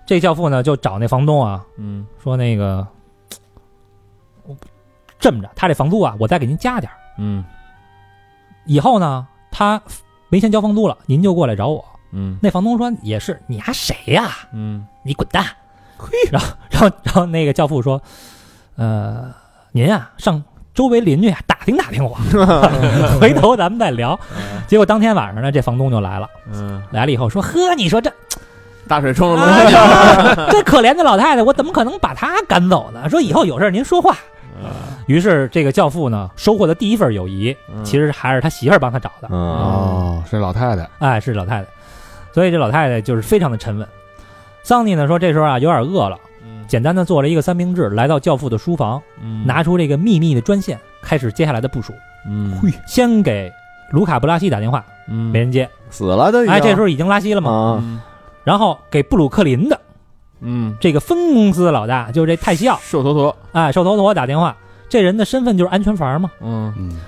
Speaker 4: 这教父呢就找那房东啊，
Speaker 3: 嗯
Speaker 4: 说那个，我这么着，他这房租啊，我再给您加点儿。
Speaker 3: 嗯
Speaker 4: 以后呢，他没钱交房租了，您就过来找我。
Speaker 3: 嗯
Speaker 4: 那房东说也是，你还谁呀、
Speaker 3: 嗯
Speaker 4: 你滚蛋！然后，然后，然后那个教父说，呃，您啊上周围邻居啊打听打听我，回头咱们再聊。结果当天晚上呢，这房东就来了，
Speaker 3: 嗯，
Speaker 4: 来了以后说：“呵，你说这
Speaker 3: 大水哦冲了吗？
Speaker 4: 啊这可怜的老太太，我怎么可能把她赶走呢？说以后有事儿您说话。”于是这个教父呢，收获的第一份友谊，
Speaker 3: 嗯
Speaker 4: 其实还是他媳妇儿帮他找的。
Speaker 6: 嗯
Speaker 1: 哦，是老太太，
Speaker 4: 哎，是老太太，所以这老太太就是非常的沉稳。桑尼呢说，这时候啊有点饿了，简单的做了一个三明治，来到教父的书房，拿出这个秘密的专线，开始接下来的部署。
Speaker 3: 嗯
Speaker 4: 先给卢卡布拉西打电话，
Speaker 3: 嗯
Speaker 4: 没人接，
Speaker 6: 死了都已经。
Speaker 4: 哎，这时候已经拉稀了嘛。
Speaker 6: 啊，
Speaker 4: 然后给布鲁克林的
Speaker 3: 嗯，
Speaker 4: 这个分公司老大，就是这泰西奥，
Speaker 3: 瘦坨坨，
Speaker 4: 哎，瘦头陀打电话，这人的身份就是安全阀嘛，
Speaker 3: 嗯
Speaker 2: 嗯，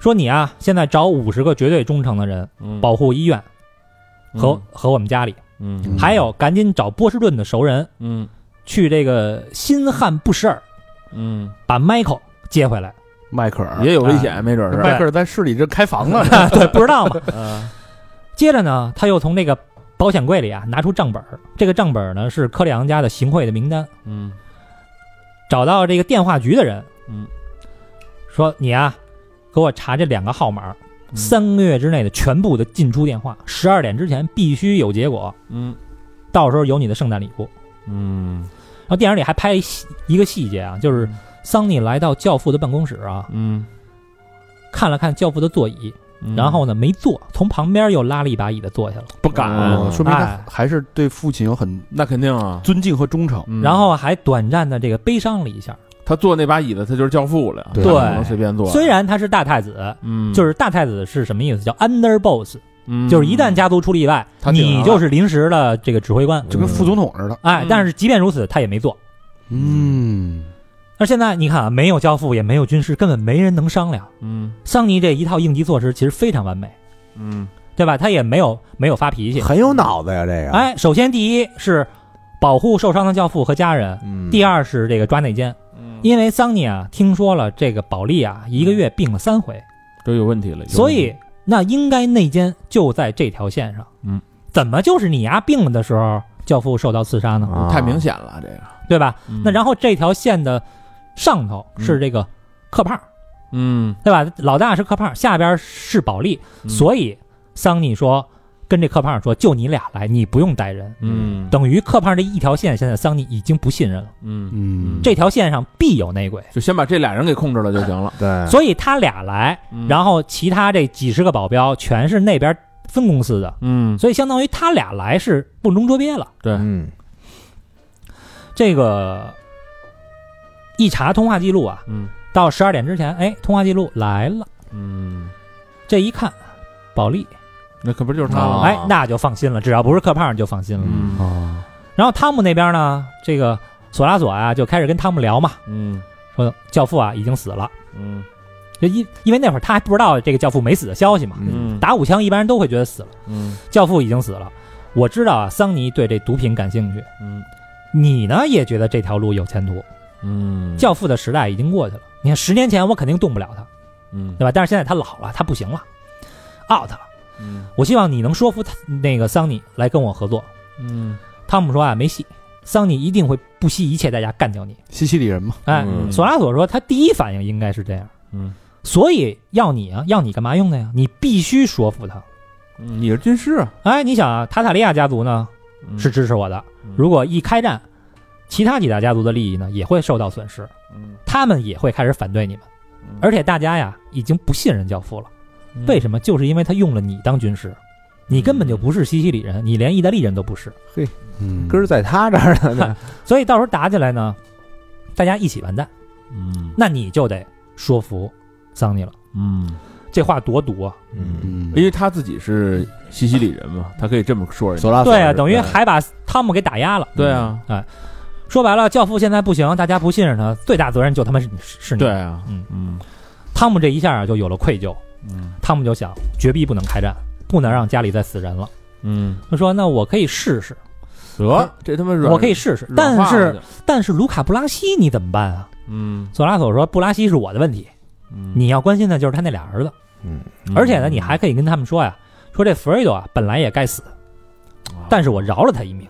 Speaker 4: 说你啊，现在找五十个绝对忠诚的人
Speaker 3: 嗯，
Speaker 4: 保护医院和、和我们家里，
Speaker 3: 嗯
Speaker 4: 还有赶紧找波士顿的熟人
Speaker 3: 嗯
Speaker 4: 去这个新罕布什尔
Speaker 3: 嗯，
Speaker 4: 把 Michael 接回来，
Speaker 1: 迈克尔，
Speaker 3: 也有危险，没准是。
Speaker 1: 迈克尔在市里这开房呢，
Speaker 4: 对，不知道嘛。
Speaker 3: 嗯
Speaker 4: 接着呢，他又从那个保险柜里啊拿出账本儿，这个账本儿呢是科里昂家的行贿的名单，
Speaker 3: 嗯
Speaker 4: 找到这个电话局的人，
Speaker 3: 嗯，
Speaker 4: 说你啊，给我查这两个号码，
Speaker 3: 嗯
Speaker 4: 三个月之内的全部的进出电话，十二点之前必须有结果，
Speaker 3: 嗯
Speaker 4: 到时候有你的圣诞礼物。
Speaker 3: 嗯
Speaker 4: 然后电影里还拍一细一个细节啊，就是桑尼来到教父的办公室啊，
Speaker 3: 嗯，
Speaker 4: 看了看教父的座椅，
Speaker 3: 嗯
Speaker 4: 然后呢没坐，从旁边又拉了一把椅子坐下了，
Speaker 1: 不敢
Speaker 3: 嗯
Speaker 1: 哦说明他
Speaker 4: 哎
Speaker 1: 还是对父亲有很
Speaker 3: 那肯定啊。
Speaker 1: 尊敬和忠诚。
Speaker 3: 嗯
Speaker 4: 然后还短暂的这个悲伤了一下。
Speaker 3: 他坐那把椅子，他就是教父了，
Speaker 1: 对
Speaker 3: 他不能随便坐。
Speaker 4: 虽然他是大太子，
Speaker 3: 嗯，
Speaker 4: 就是大太子是什么意思？叫 under boss，
Speaker 3: 嗯
Speaker 4: 就是一旦家族出了意外，
Speaker 1: 他顶上
Speaker 4: 你
Speaker 1: 了
Speaker 4: 就是临时的这个指挥官。
Speaker 1: 就跟副总统似的，
Speaker 4: 哎
Speaker 3: 嗯，
Speaker 4: 但是即便如此，他也没做。
Speaker 1: 嗯，
Speaker 4: 那现在你看啊，没有交付，也没有军师，根本没人能商量。
Speaker 3: 嗯
Speaker 4: 桑尼这一套应急措施其实非常完美，
Speaker 3: 嗯
Speaker 4: 对吧？他也没有没有发脾气。
Speaker 6: 很有脑子呀，这个。，
Speaker 4: 哎，首先第一是保护受伤的教父和家人，
Speaker 6: 嗯，
Speaker 4: 第二是这个抓内奸，
Speaker 3: 嗯，
Speaker 4: 因为桑尼啊听说了这个保利啊一个月病了三回，
Speaker 3: 都嗯有问题了。有问题
Speaker 4: 所以那应该内奸就在这条线上。
Speaker 3: 嗯，
Speaker 4: 怎么就是你牙病了的时候，教父受到刺杀呢？
Speaker 6: 啊
Speaker 3: 太明显了，这个。
Speaker 4: 对吧？
Speaker 3: 嗯
Speaker 4: 那然后这条线的上头是这个克帕，
Speaker 3: 嗯，
Speaker 4: 对吧？老大是克帕，下边是保利，
Speaker 3: 嗯
Speaker 4: 所以桑尼说跟这克帕说，就你俩来，你不用带人。
Speaker 3: 嗯
Speaker 4: 等于克帕这一条线，现在桑尼已经不信任了，
Speaker 3: 嗯，
Speaker 1: 嗯，
Speaker 4: 这条线上必有内鬼，
Speaker 3: 就先把这俩人给控制了就行了。
Speaker 6: 对，
Speaker 4: 所以他俩来，
Speaker 3: 哎嗯
Speaker 4: 然后其他这几十个保镖全是那边分公司的，
Speaker 3: 嗯，
Speaker 4: 所以相当于他俩来是瓮中捉鳖了。
Speaker 3: 对，
Speaker 6: 嗯
Speaker 4: 这个一查通话记录啊，
Speaker 3: 嗯
Speaker 4: 到十二点之前，哎，通话记录来了，
Speaker 3: 嗯，
Speaker 4: 这一看，保利，
Speaker 3: 那可不就是他吗？
Speaker 4: 哎，那就放心了，只要不是克胖就放心了。
Speaker 3: 嗯
Speaker 1: 啊，
Speaker 4: 然后汤姆那边呢，这个索拉索啊就开始跟汤姆聊嘛，
Speaker 3: 嗯
Speaker 4: 说教父啊已经死了，
Speaker 3: 嗯
Speaker 4: 就因因为那会儿他还不知道这个教父没死的消息嘛，
Speaker 3: 嗯
Speaker 4: 打五枪一般人都会觉得死了，
Speaker 3: 嗯
Speaker 4: 教父已经死了。我知道啊，桑尼对这毒品感兴趣，
Speaker 3: 嗯
Speaker 4: 你呢也觉得这条路有前途。
Speaker 3: 嗯，
Speaker 4: 教父的时代已经过去了，你看十年前我肯定动不了他，
Speaker 3: 嗯
Speaker 4: 对吧？但是现在他老了，他不行了，out 了。
Speaker 3: 嗯
Speaker 4: 我希望你能说服他那个桑尼来跟我合作。
Speaker 3: 嗯
Speaker 4: 汤姆说啊，没戏，桑尼一定会不惜一切代价干掉你。
Speaker 1: 西西里人嘛，
Speaker 4: 哎，
Speaker 3: 嗯
Speaker 4: 索拉索说他第一反应应该是这样，
Speaker 3: 嗯，
Speaker 4: 所以要你啊，要你干嘛用的呀？你必须说服他。
Speaker 3: 嗯你是军师啊，
Speaker 4: 哎，你想啊，塔塔利亚家族呢
Speaker 3: 嗯
Speaker 4: 是支持我的
Speaker 3: 嗯，
Speaker 4: 如果一开战，其他几大家族的利益呢也会受到损失，
Speaker 3: 嗯
Speaker 4: 他们也会开始反对你们，而且大家呀已经不信任教父了。
Speaker 3: 嗯
Speaker 4: 为什么？就是因为他用了你当军师，你根本就不是西西里人，
Speaker 3: 嗯
Speaker 4: 你连意大利人都不是，
Speaker 1: 嗯
Speaker 6: 根儿在他这儿呢。
Speaker 4: 所以到时候打起来呢，大家一起完蛋。
Speaker 3: 嗯
Speaker 4: 那你就得说服桑尼了，
Speaker 3: 嗯，
Speaker 4: 这话多毒啊！
Speaker 6: 嗯，
Speaker 1: 嗯
Speaker 3: 因为他自己是西西里人嘛，他可以这么说人家。
Speaker 6: 索拉索
Speaker 4: 对
Speaker 6: 是
Speaker 4: 啊，等于还把汤姆给打压了。
Speaker 3: 对啊，
Speaker 4: 说白了，教父现在不行，大家不信任他，最大责任就他妈是你是你。
Speaker 3: 对，啊，
Speaker 4: 嗯
Speaker 3: 嗯
Speaker 4: 汤姆这一下啊就有了愧疚，
Speaker 3: 嗯
Speaker 4: 汤姆就想绝逼不能开战，不能让家里再死人了。
Speaker 3: 嗯，
Speaker 4: 他说：“那我可以试试，
Speaker 3: 得这他妈软，
Speaker 4: 我可以试试，
Speaker 3: 软
Speaker 4: 但
Speaker 3: 化了
Speaker 4: 是
Speaker 3: 就
Speaker 4: 但是卢卡布拉西你怎么办啊？”
Speaker 3: 嗯
Speaker 4: 索拉索说：“布拉西是我的问题，
Speaker 3: 嗯，
Speaker 4: 你要关心的就是他那俩儿子，
Speaker 3: 嗯
Speaker 4: 而且呢，你还可以跟他们说呀，说这弗瑞多啊本来也该死，但是我饶了他一命。”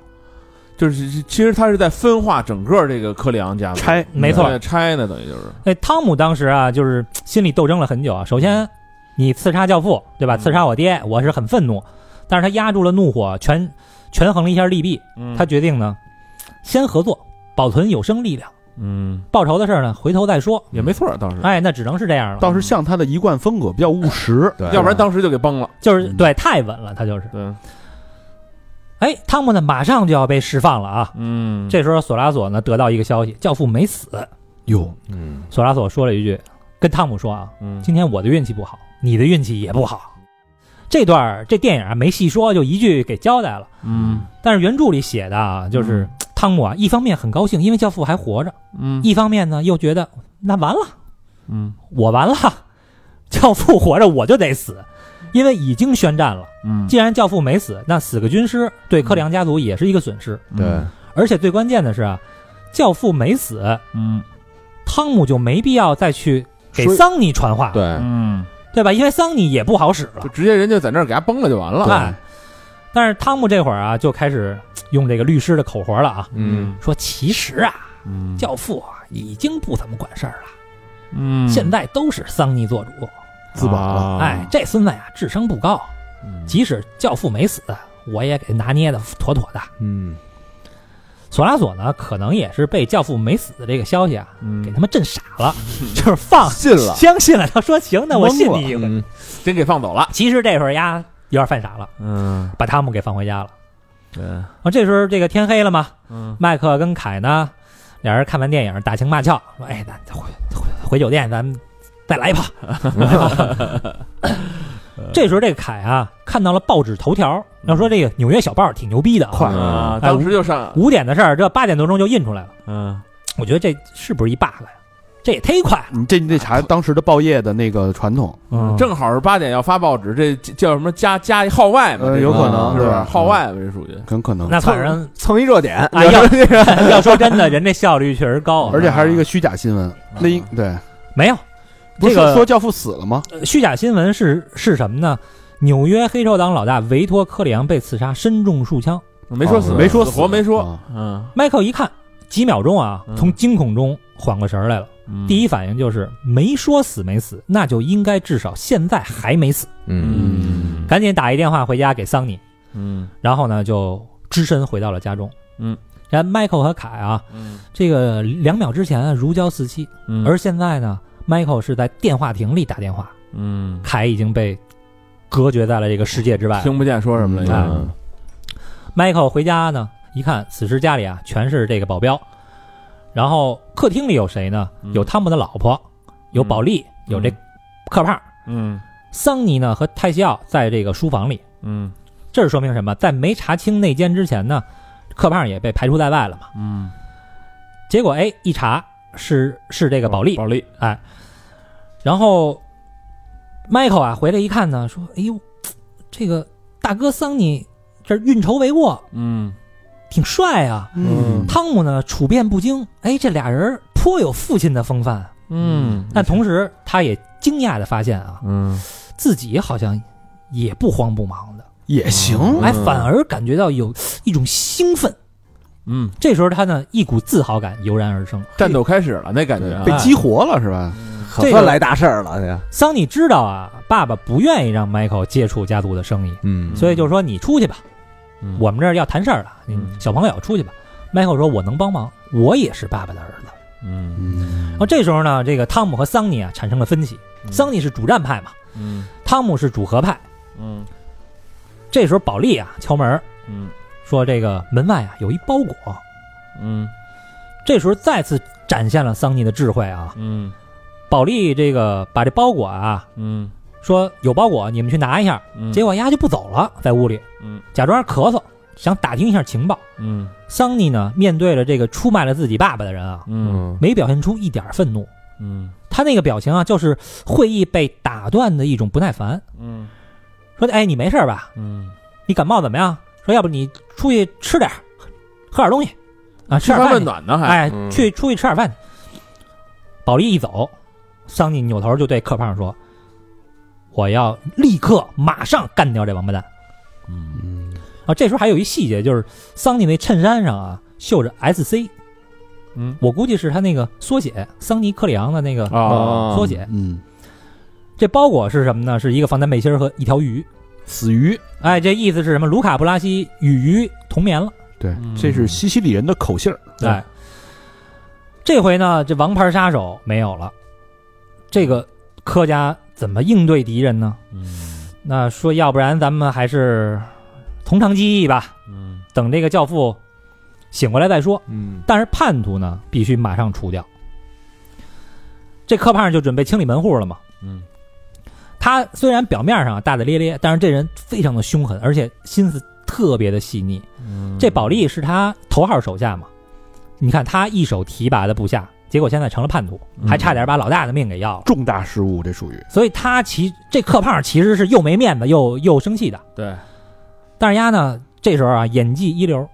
Speaker 3: 就是其实他是在分化整个这个克里昂家族，
Speaker 1: 拆
Speaker 4: 没错
Speaker 3: 对拆呢，等于就是
Speaker 4: 哎，汤姆当时啊，就是嘖心里斗争了很久啊。首先，你刺杀教父，对吧？
Speaker 3: 嗯
Speaker 4: 刺杀我爹，我是很愤怒，但是他压住了怒火，权权衡了一下利弊，
Speaker 3: 嗯
Speaker 4: 他决定呢，先合作，保存有生力量，
Speaker 3: 嗯
Speaker 4: 报仇的事儿呢，回头再说。
Speaker 3: 也没错，倒是，
Speaker 4: 哎，那只能是这样了，
Speaker 1: 倒是像他的一贯风格，比较务实。
Speaker 6: 对
Speaker 3: 要不然当时就给崩了。
Speaker 4: 就是对，太稳了，他就是。
Speaker 3: 对，
Speaker 4: 哎，汤姆呢，马上就要被释放了啊！
Speaker 3: 嗯，
Speaker 4: 这时候，索拉索呢得到一个消息，教父没死。
Speaker 2: 哟，
Speaker 6: 嗯，
Speaker 4: 索拉索说了一句，跟汤姆说啊，
Speaker 3: 嗯
Speaker 4: 今天我的运气不好，你的运气也不好。这段儿这电影啊没细说，就一句给交代了。
Speaker 3: 嗯
Speaker 4: 但是原著里写的啊，就是、
Speaker 6: 嗯
Speaker 4: 汤姆啊，一方面很高兴，因为教父还活着；
Speaker 3: 嗯
Speaker 4: 一方面呢，又觉得那完了，
Speaker 3: 嗯
Speaker 4: 我完了，教父活着我就得死，因为已经宣战了。
Speaker 3: 嗯，
Speaker 4: 既然教父没死，那死个军师对克里昂家族也是一个损失。
Speaker 6: 对，
Speaker 1: 嗯
Speaker 4: 而且最关键的是啊，教父没死，
Speaker 3: 嗯
Speaker 4: 汤姆就没必要再去给
Speaker 6: 说
Speaker 4: 桑尼传话，
Speaker 6: 对，
Speaker 3: 嗯，
Speaker 4: 对吧？因为桑尼也不好使了
Speaker 3: 就。直接人就在那儿给他崩了就啊完了。
Speaker 4: 哎，但是汤姆这会儿啊，就开始嘖用这个律师的口活了啊，
Speaker 6: 嗯，
Speaker 4: 说其实啊，
Speaker 3: 嗯，
Speaker 4: 教父啊已经不怎么管事儿了，
Speaker 3: 嗯
Speaker 4: 现在都是桑尼做主。
Speaker 6: 自保了
Speaker 3: 啊
Speaker 4: 哎，，这孙子呀、智商不高，
Speaker 3: 嗯
Speaker 4: 即使教父没死，我也给拿捏的妥妥的。
Speaker 6: 嗯，
Speaker 4: 索拉索呢，可能也是被教父没死的这个消息啊，
Speaker 3: 嗯
Speaker 4: 给他们震傻了，就是放
Speaker 6: 信了
Speaker 4: 相信了。他说行，那我信
Speaker 1: 懵了
Speaker 4: 你一回。
Speaker 6: 嗯
Speaker 3: 真给放走了。
Speaker 4: 其实这会儿呀，有点犯傻了，
Speaker 3: 嗯，
Speaker 4: 把汤姆给放回家了。
Speaker 3: 对，
Speaker 4: 啊，这时候这个天黑了嘛，
Speaker 3: 嗯
Speaker 4: 麦克跟凯呢，俩人看完电影打情骂俏，说：“哎，咱回回回酒店，咱们再来一炮。”这时候这个凯啊，看到了报纸头条，要说这个纽约小报挺牛逼的啊，
Speaker 1: 快
Speaker 3: 啊，
Speaker 4: 哎
Speaker 3: 当时就上，
Speaker 4: 五点的事儿，这八点多钟就印出来了。
Speaker 3: 嗯
Speaker 4: 我觉得这是不是一 bug 呀？这也忒快了。
Speaker 1: 你这你得查当时的报业的那个传统，
Speaker 4: 嗯
Speaker 3: 正好是八点要发报纸，这叫什么加加号外嘛？
Speaker 1: 呃
Speaker 3: 这
Speaker 1: 有
Speaker 6: 可
Speaker 3: 个
Speaker 6: 能
Speaker 3: 是
Speaker 1: 对
Speaker 3: 吧？号外嘛，这属于
Speaker 1: 很可能，
Speaker 4: 那反 正
Speaker 6: 蹭一热点，
Speaker 4: 哎要要 说真的，人这效率确实高啊，
Speaker 1: 而且还是一个虚假新闻。那应对，
Speaker 4: 没有
Speaker 1: 不是
Speaker 4: 这个
Speaker 1: 说说教父死了吗？
Speaker 4: 呃虚假新闻是是什么呢？纽约黑手党老大维托·科里昂被刺杀，身中数枪。
Speaker 3: 没说死，
Speaker 6: 哦
Speaker 1: 没说
Speaker 3: 死
Speaker 1: 死
Speaker 3: 活，没说。
Speaker 1: 啊
Speaker 3: 嗯，
Speaker 4: 迈克一看，几秒钟啊
Speaker 3: 嗯，
Speaker 4: 从惊恐中缓过神儿来了。嗯第一，反应就是没说死没死，那就应该至少现在还没死。
Speaker 6: 嗯
Speaker 3: 嗯
Speaker 4: 赶紧打一电话回家给桑尼，
Speaker 3: 嗯
Speaker 4: 然后呢就只身回到了家中。
Speaker 3: 嗯，
Speaker 4: 然后迈克和凯啊，
Speaker 3: 嗯
Speaker 4: 这个两秒之前啊如胶似漆，
Speaker 3: 嗯，
Speaker 4: 而现在呢，迈克是在电话亭里打电话，
Speaker 3: 嗯，
Speaker 4: 凯已经被隔绝在了这个世界之外。
Speaker 3: 听不见说什么了已经。
Speaker 1: 嗯
Speaker 4: 哎迈克回家呢，一看此时家里啊全是这个保镖，然后客厅里有谁呢？
Speaker 3: 嗯
Speaker 4: 有汤姆的老婆，有保利，有这克帕尔。
Speaker 3: 嗯
Speaker 4: 桑尼呢和泰西奥在这个书房里，
Speaker 3: 嗯
Speaker 4: 这是说明什么？在没查清内奸之前呢，克帕尔也被排除在外了嘛。
Speaker 3: 嗯，
Speaker 4: 结果哎一查是是这个保利，
Speaker 3: 保利，
Speaker 4: 哎，然后 Michael 啊回来一看呢，说哎呦，这个大哥桑尼这运筹帷幄，
Speaker 3: 嗯
Speaker 4: 挺帅啊。
Speaker 6: 嗯
Speaker 4: 汤姆呢处变不惊，哎，这俩人颇有父亲的风范。
Speaker 3: 嗯，
Speaker 4: 但同时，他也惊讶的发现啊，
Speaker 3: 嗯
Speaker 4: 自己好像也不慌不忙的，
Speaker 1: 也行，
Speaker 4: 哎，反而感觉到有一种兴奋。
Speaker 3: 嗯，
Speaker 4: 这时候他呢，一股自豪感油然而生。
Speaker 3: 战斗开始了，那感觉啊
Speaker 1: 嗯被激活了是吧？
Speaker 6: 可算来大事儿了，这个
Speaker 4: 桑尼知道啊，爸爸不愿意让 Michael 接触家族的生意，
Speaker 6: 嗯
Speaker 4: 所以就说你出去吧，
Speaker 3: 嗯
Speaker 4: 我们这儿要谈事儿了，你
Speaker 3: 嗯
Speaker 4: 小朋友出去吧。Michael 说：“我能帮忙，我也是爸爸的儿子。”
Speaker 3: 嗯
Speaker 4: 然后这时候呢，这个汤姆和桑尼啊产生了分歧，桑尼是主战派嘛，
Speaker 3: 嗯
Speaker 4: 汤姆是主和派。
Speaker 3: 嗯
Speaker 4: 这时候保利啊敲门儿
Speaker 3: 嗯
Speaker 4: 说：“这个门外啊有一包裹。
Speaker 3: 嗯”
Speaker 4: 这时候再次展现了桑尼的智慧啊！
Speaker 3: 嗯
Speaker 4: 保利这个把这包裹啊
Speaker 3: 嗯
Speaker 4: 说有包裹，你们去拿一下。
Speaker 3: 嗯，
Speaker 4: 结果丫就不走了，在屋里
Speaker 3: 嗯
Speaker 4: 假装咳嗽，想打听一下情报。
Speaker 3: 嗯
Speaker 4: 桑尼呢，面对了这个出卖了自己爸爸的人啊，
Speaker 3: 嗯
Speaker 4: 没表现出一点儿愤怒，
Speaker 3: 嗯
Speaker 4: 他那个表情啊，就是会议被打断的一种不耐烦。
Speaker 3: 嗯
Speaker 4: 说：“哎，你没事儿吧？
Speaker 3: 嗯，
Speaker 4: 你感冒怎么样？说要不你出去吃点儿，喝点儿东西啊，吃
Speaker 3: 吃
Speaker 4: 点
Speaker 3: 寒
Speaker 4: 儿饭
Speaker 3: 问
Speaker 4: 去。
Speaker 3: 暖呢还，
Speaker 4: 哎，
Speaker 6: 嗯
Speaker 4: 去出去吃点儿饭去。”保利一走，桑尼扭头就对克胖说：“我要立刻马上干掉这王八蛋。
Speaker 3: 嗯”
Speaker 4: 啊，这时候还有一细节，就是桑尼那衬衫上啊绣着 SC，
Speaker 3: 嗯，
Speaker 4: 我估计是他那个缩写，桑尼克里昂的那个
Speaker 3: 啊
Speaker 4: 缩写。
Speaker 2: 嗯，
Speaker 4: 这包裹是什么呢？是一个防弹背心儿和一条鱼。
Speaker 1: 死鱼，
Speaker 4: 哎，这意思是什么？卢卡布拉西与鱼同眠了。
Speaker 1: 对
Speaker 3: 嗯，
Speaker 1: 这是西西里人的口信儿。
Speaker 4: 对，哎这回呢，这王牌杀手没有了，这个科家怎么应对敌人呢？那说要不然咱们还是同长计议吧，
Speaker 3: 嗯
Speaker 4: 等这个教父醒过来再说。
Speaker 6: 嗯
Speaker 4: 但是叛徒呢，必须马上除掉。这柯胖就准备清理门户了嘛。
Speaker 3: 嗯，
Speaker 4: 他虽然表面上大大咧咧，但是这人非常的凶狠，而且心思特别的细腻。
Speaker 3: 嗯
Speaker 4: 这保利是他头号手下嘛，你看他一手提拔的部下，结果现在成了叛徒，
Speaker 3: 嗯
Speaker 4: 还差点把老大的命给要了。
Speaker 1: 重大失误，这属于
Speaker 4: 所以他其这克胖其实是又没面子又又生气的。
Speaker 3: 对，
Speaker 4: 但是丫呢，这时候啊演技一流，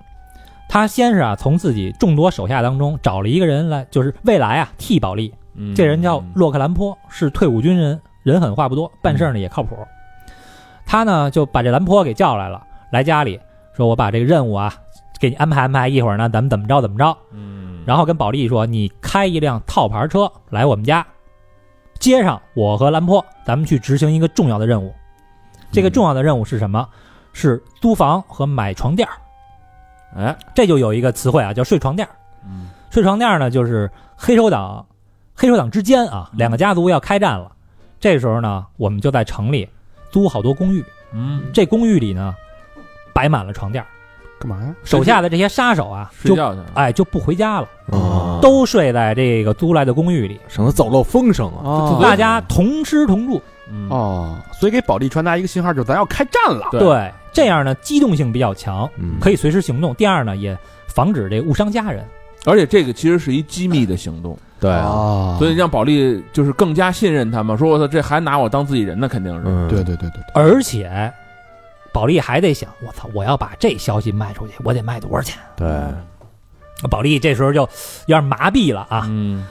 Speaker 4: 他先是啊从自己众多手下当中找了一个人来，就是未来啊替保利，
Speaker 3: 嗯
Speaker 4: 这人叫洛克兰坡，是退伍军人，人狠话不多，办事儿呢
Speaker 3: 嗯
Speaker 4: 也靠谱。他呢就把这兰坡给叫来了，来家里说：“我把这个任务啊，给你安排安排，一会儿呢咱们怎么着怎么着。”
Speaker 3: 嗯，
Speaker 4: 然后跟保利说：“你开一辆套牌车来我们家，接上我和兰坡，咱们去执行一个重要的任务。这
Speaker 3: 嗯
Speaker 4: 个重要的任务是什么？是租房和买床垫儿。
Speaker 3: 哎，
Speaker 4: 这就有一个词汇啊，叫睡床垫儿。
Speaker 3: 嗯
Speaker 4: 睡床垫儿呢，就是黑手党、黑手党之间啊，两
Speaker 3: 嗯
Speaker 4: 个家族要开战了。这时候呢，我们就在城里租好多公寓，
Speaker 3: 嗯，
Speaker 4: 这公寓里呢摆满了床垫儿。
Speaker 1: 干嘛呀？
Speaker 4: 手下的这些杀手啊，
Speaker 3: 睡
Speaker 4: 就
Speaker 3: 觉去嗯了，
Speaker 4: 哎就不回家了，
Speaker 3: 哦
Speaker 6: 啊，
Speaker 4: 都睡在这个租来的公寓里。
Speaker 6: 省得走漏风声啊。
Speaker 1: 哦
Speaker 4: 大家同吃同住，
Speaker 3: 嗯，
Speaker 1: 哦，所以给保利传达一个信号，就是咱要开战了。
Speaker 3: 对
Speaker 4: 对，这样呢机动性比较强，
Speaker 6: 嗯，
Speaker 4: 可
Speaker 6: 以，
Speaker 4: 以随时行动。第二呢，也防止这误伤家人。
Speaker 3: 而且这个其实是一机密的行动，
Speaker 6: 对啊，
Speaker 1: 啊
Speaker 3: 所以让保利就是更加信任他嘛，说我操，这还拿我当自己人呢，肯定是，
Speaker 6: 嗯，
Speaker 1: 对对对对对，
Speaker 4: 而且，保利还得想，我操，我要把这消息卖出去，我得卖多少钱？
Speaker 6: 对，
Speaker 4: 啊保利这时候就有点麻痹了啊。
Speaker 3: 嗯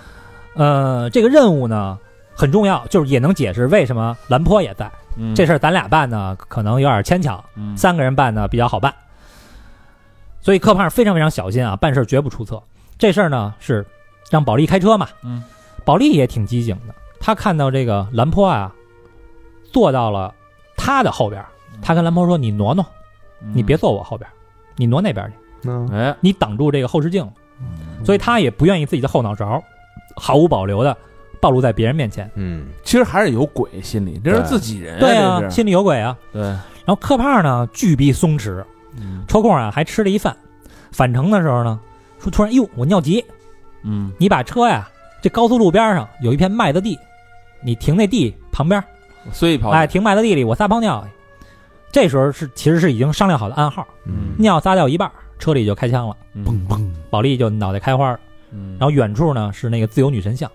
Speaker 4: 呃，这个任务呢很重要，就是也能解释为什么兰坡也在。
Speaker 3: 嗯，
Speaker 4: 这事儿咱俩办呢，可能有点牵强，
Speaker 3: 嗯
Speaker 4: 三个人办呢比较好办。所以柯胖非常非常小心啊，办事绝不出错。这事儿呢是让保利开车嘛，
Speaker 3: 嗯，
Speaker 4: 保利也挺机警的，他看到这个兰坡啊坐到了他的后边儿，
Speaker 3: 嗯
Speaker 4: 他跟兰坡说：“你挪挪，你别，坐我后边儿，你挪那边去，
Speaker 6: 嗯
Speaker 3: 哎，
Speaker 4: 你挡住这个后视镜。”所以他也不愿意自己的后脑勺毫无保留的暴露在别人面前。
Speaker 6: 嗯，
Speaker 3: 其实还是有鬼心里，这是自己人，
Speaker 4: 对啊，
Speaker 3: 这哎是，
Speaker 4: 心里有鬼啊。
Speaker 3: 对，
Speaker 4: 然后柯胖呢巨逼松弛，抽空啊还吃了一饭。返程的时候呢，说突然哟我尿急，
Speaker 3: 嗯
Speaker 4: 你把车呀这高速路边上有一片麦子地，你停那地旁边，
Speaker 3: 所以跑，
Speaker 4: 哎停麦子地里我撒泡尿去。这时候是其实是已经商量好的暗号，
Speaker 6: 嗯
Speaker 4: 尿撒掉一半，车里就开枪了，
Speaker 3: 嗯
Speaker 1: 砰砰，
Speaker 4: 保利就脑袋开花了。
Speaker 3: 嗯，
Speaker 4: 然后远处呢是那个自由女神像，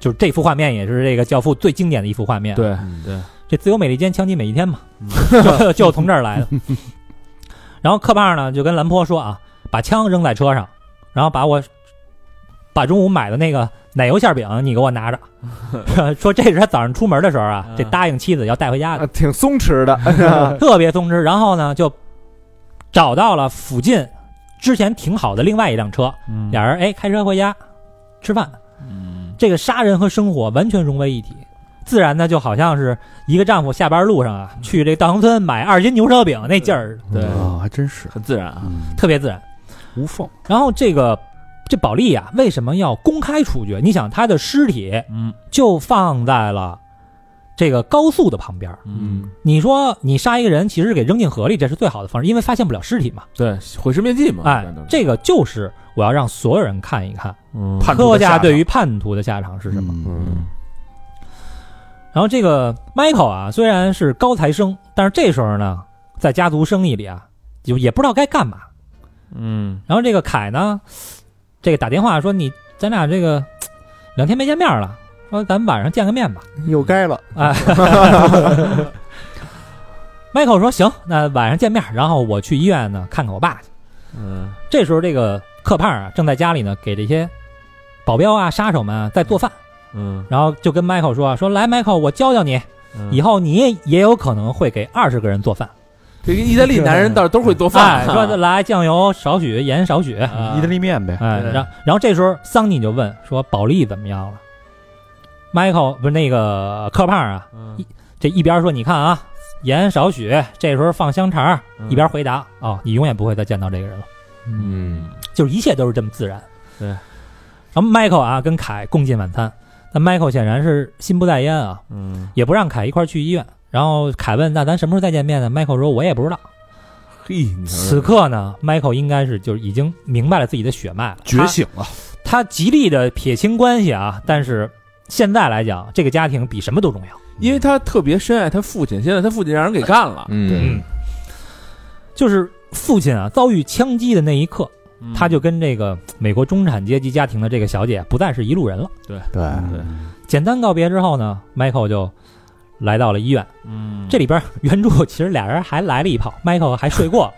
Speaker 4: 就是这幅画面也是这个教父最经典的一幅画面。，啊
Speaker 3: 对嗯
Speaker 1: 嗯
Speaker 3: 对，
Speaker 4: 这自由美利坚枪击每一天嘛， 就就从这儿来的。 然后克巴尔呢就跟兰坡说啊，把枪扔在车上，然后把我把中午买的那个奶油馅饼你给我拿着， 说这是他早上出门的时候
Speaker 3: 嗯
Speaker 4: 啊，这答应妻子要带回家的
Speaker 6: 啊，挺松弛的，
Speaker 4: 特别松弛。然后呢就找到了附近之前停好的另外一辆车，
Speaker 3: 嗯
Speaker 4: 俩人哎开车回家吃饭。
Speaker 3: 嗯
Speaker 4: 这个杀人和生活完全融为一体，自然呢就好像是一个丈夫下班路上啊
Speaker 1: 嗯
Speaker 4: 去这稻香村买二斤牛舌饼那劲儿，
Speaker 3: 对，
Speaker 1: 啊，还真是，
Speaker 3: 很自然啊，
Speaker 1: 嗯，
Speaker 4: 特别自然。
Speaker 1: 无缝，
Speaker 4: 然后这个这保利啊，为什么要公开处决？你想他的尸体
Speaker 3: 嗯
Speaker 4: 就放在了这个高速的旁边儿，
Speaker 3: 嗯，
Speaker 4: 你说你杀一个人，其实给扔进河里，这是最好的方式，因为发现不了尸体嘛。
Speaker 3: 对，毁尸灭迹
Speaker 1: 嗯
Speaker 3: 嘛，
Speaker 4: 哎
Speaker 3: 反正，
Speaker 4: 这个就是我要让所有人看一看
Speaker 3: 嗯
Speaker 1: 叛徒
Speaker 4: 科
Speaker 1: 的
Speaker 4: 家
Speaker 1: 下场
Speaker 4: 对于叛徒的下场是什么。
Speaker 1: 么？
Speaker 6: 嗯
Speaker 4: 然后这个 Michael 啊，虽然是高材生，但是这时候呢，在家族生意里啊，就也不知道该干嘛。
Speaker 3: 嗯
Speaker 4: 然后这个凯呢，这个打电话说你咱俩这个两天没见面了，说咱晚上见个面吧。
Speaker 6: 又该了，
Speaker 4: 哎，Michael 说行，那晚上见面，然后我去医院呢看看我爸去。
Speaker 3: 嗯
Speaker 4: 这时候这个克胖啊，正在家里呢给这些保镖啊、杀手们啊在做饭，
Speaker 3: 嗯
Speaker 4: 然后就跟 Michael 说说来，Michael 我教教你。
Speaker 3: 嗯，
Speaker 4: 以后你也有可能会给二十个人做饭，
Speaker 3: 这个意大利男人倒是都会做
Speaker 4: 哎，
Speaker 3: 饭，
Speaker 4: 说来酱油少许，盐少许，
Speaker 3: 啊
Speaker 1: 意大利面呗，
Speaker 4: 哎，
Speaker 3: 对
Speaker 4: 然然后这时候桑尼就问说保利怎么样了？Michael 不是那个克胖啊，
Speaker 3: 嗯
Speaker 4: 一这一边说你看啊，盐少许，这时候放香肠，
Speaker 3: 嗯
Speaker 4: 一边回答哦，你永远不会再见到这个人了，
Speaker 6: 嗯，
Speaker 4: 就是一切都是这么自然。
Speaker 3: 对
Speaker 4: 然后 Michael 啊跟凯共进晚餐，但 Michael 显然是心不在焉啊，
Speaker 3: 嗯，
Speaker 4: 也不让凯一块儿去医院。然后凯问：“那咱什么时候再见面呢？”Michael 说：“我也不知道。
Speaker 3: 嘿，你”
Speaker 4: 此
Speaker 3: 说
Speaker 4: 刻呢，Michael 应该是就是已经明白了自己的血脉了，
Speaker 1: 觉醒了，
Speaker 4: 他极力的撇清关系啊，但是现在来讲，这个家庭比什么都重要。
Speaker 3: 因为他特别深爱他父亲，现在他父亲让人给干了，
Speaker 6: 嗯，
Speaker 4: 就是父亲啊遭遇枪击的那一刻，
Speaker 3: 嗯
Speaker 4: 他就跟这个美国中产阶级家庭的这个小姐不再是一路人了。
Speaker 6: 对，
Speaker 3: 对，
Speaker 4: 简单告别之后呢，Michael 就来到了医院。
Speaker 3: 嗯，
Speaker 4: 这里边原著 其实俩人还来了一炮，Michael 还睡过。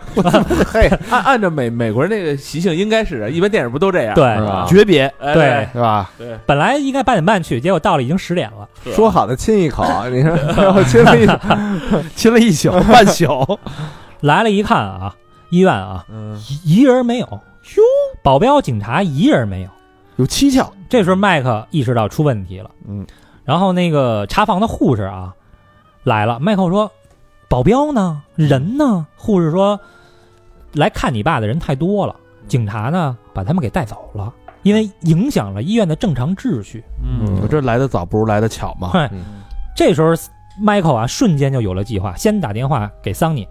Speaker 6: 嘿，
Speaker 3: 按按照美美国人那个习性，应该是一般电影不都这样？
Speaker 4: 对
Speaker 3: 是吧
Speaker 1: 诀别
Speaker 3: 哎
Speaker 4: 对
Speaker 1: 是吧？
Speaker 3: 对，
Speaker 4: 本来应该八点半去，结果到了已经十点了。
Speaker 3: 啊
Speaker 6: 说好的亲一口，你说我亲了一口，
Speaker 1: 亲了一宿半宿，
Speaker 4: 来了一看啊，医院啊
Speaker 3: 嗯，
Speaker 4: 一一人没有，哟，保镖警察一人没有。
Speaker 1: 有蹊跷，
Speaker 4: 这时候麦克意识到出问题了，嗯，然后那个查房的护士啊来了，麦克说：“保镖呢？人呢？”护士说：“来看你爸的人太多了，警察呢把他们给带走了，因为影响了医院的正常秩序。
Speaker 3: 嗯
Speaker 1: 我这来的早不如来的巧嘛，
Speaker 4: 哎
Speaker 6: 嗯
Speaker 4: 这时候麦克啊瞬间就有了计划，先打电话给桑尼，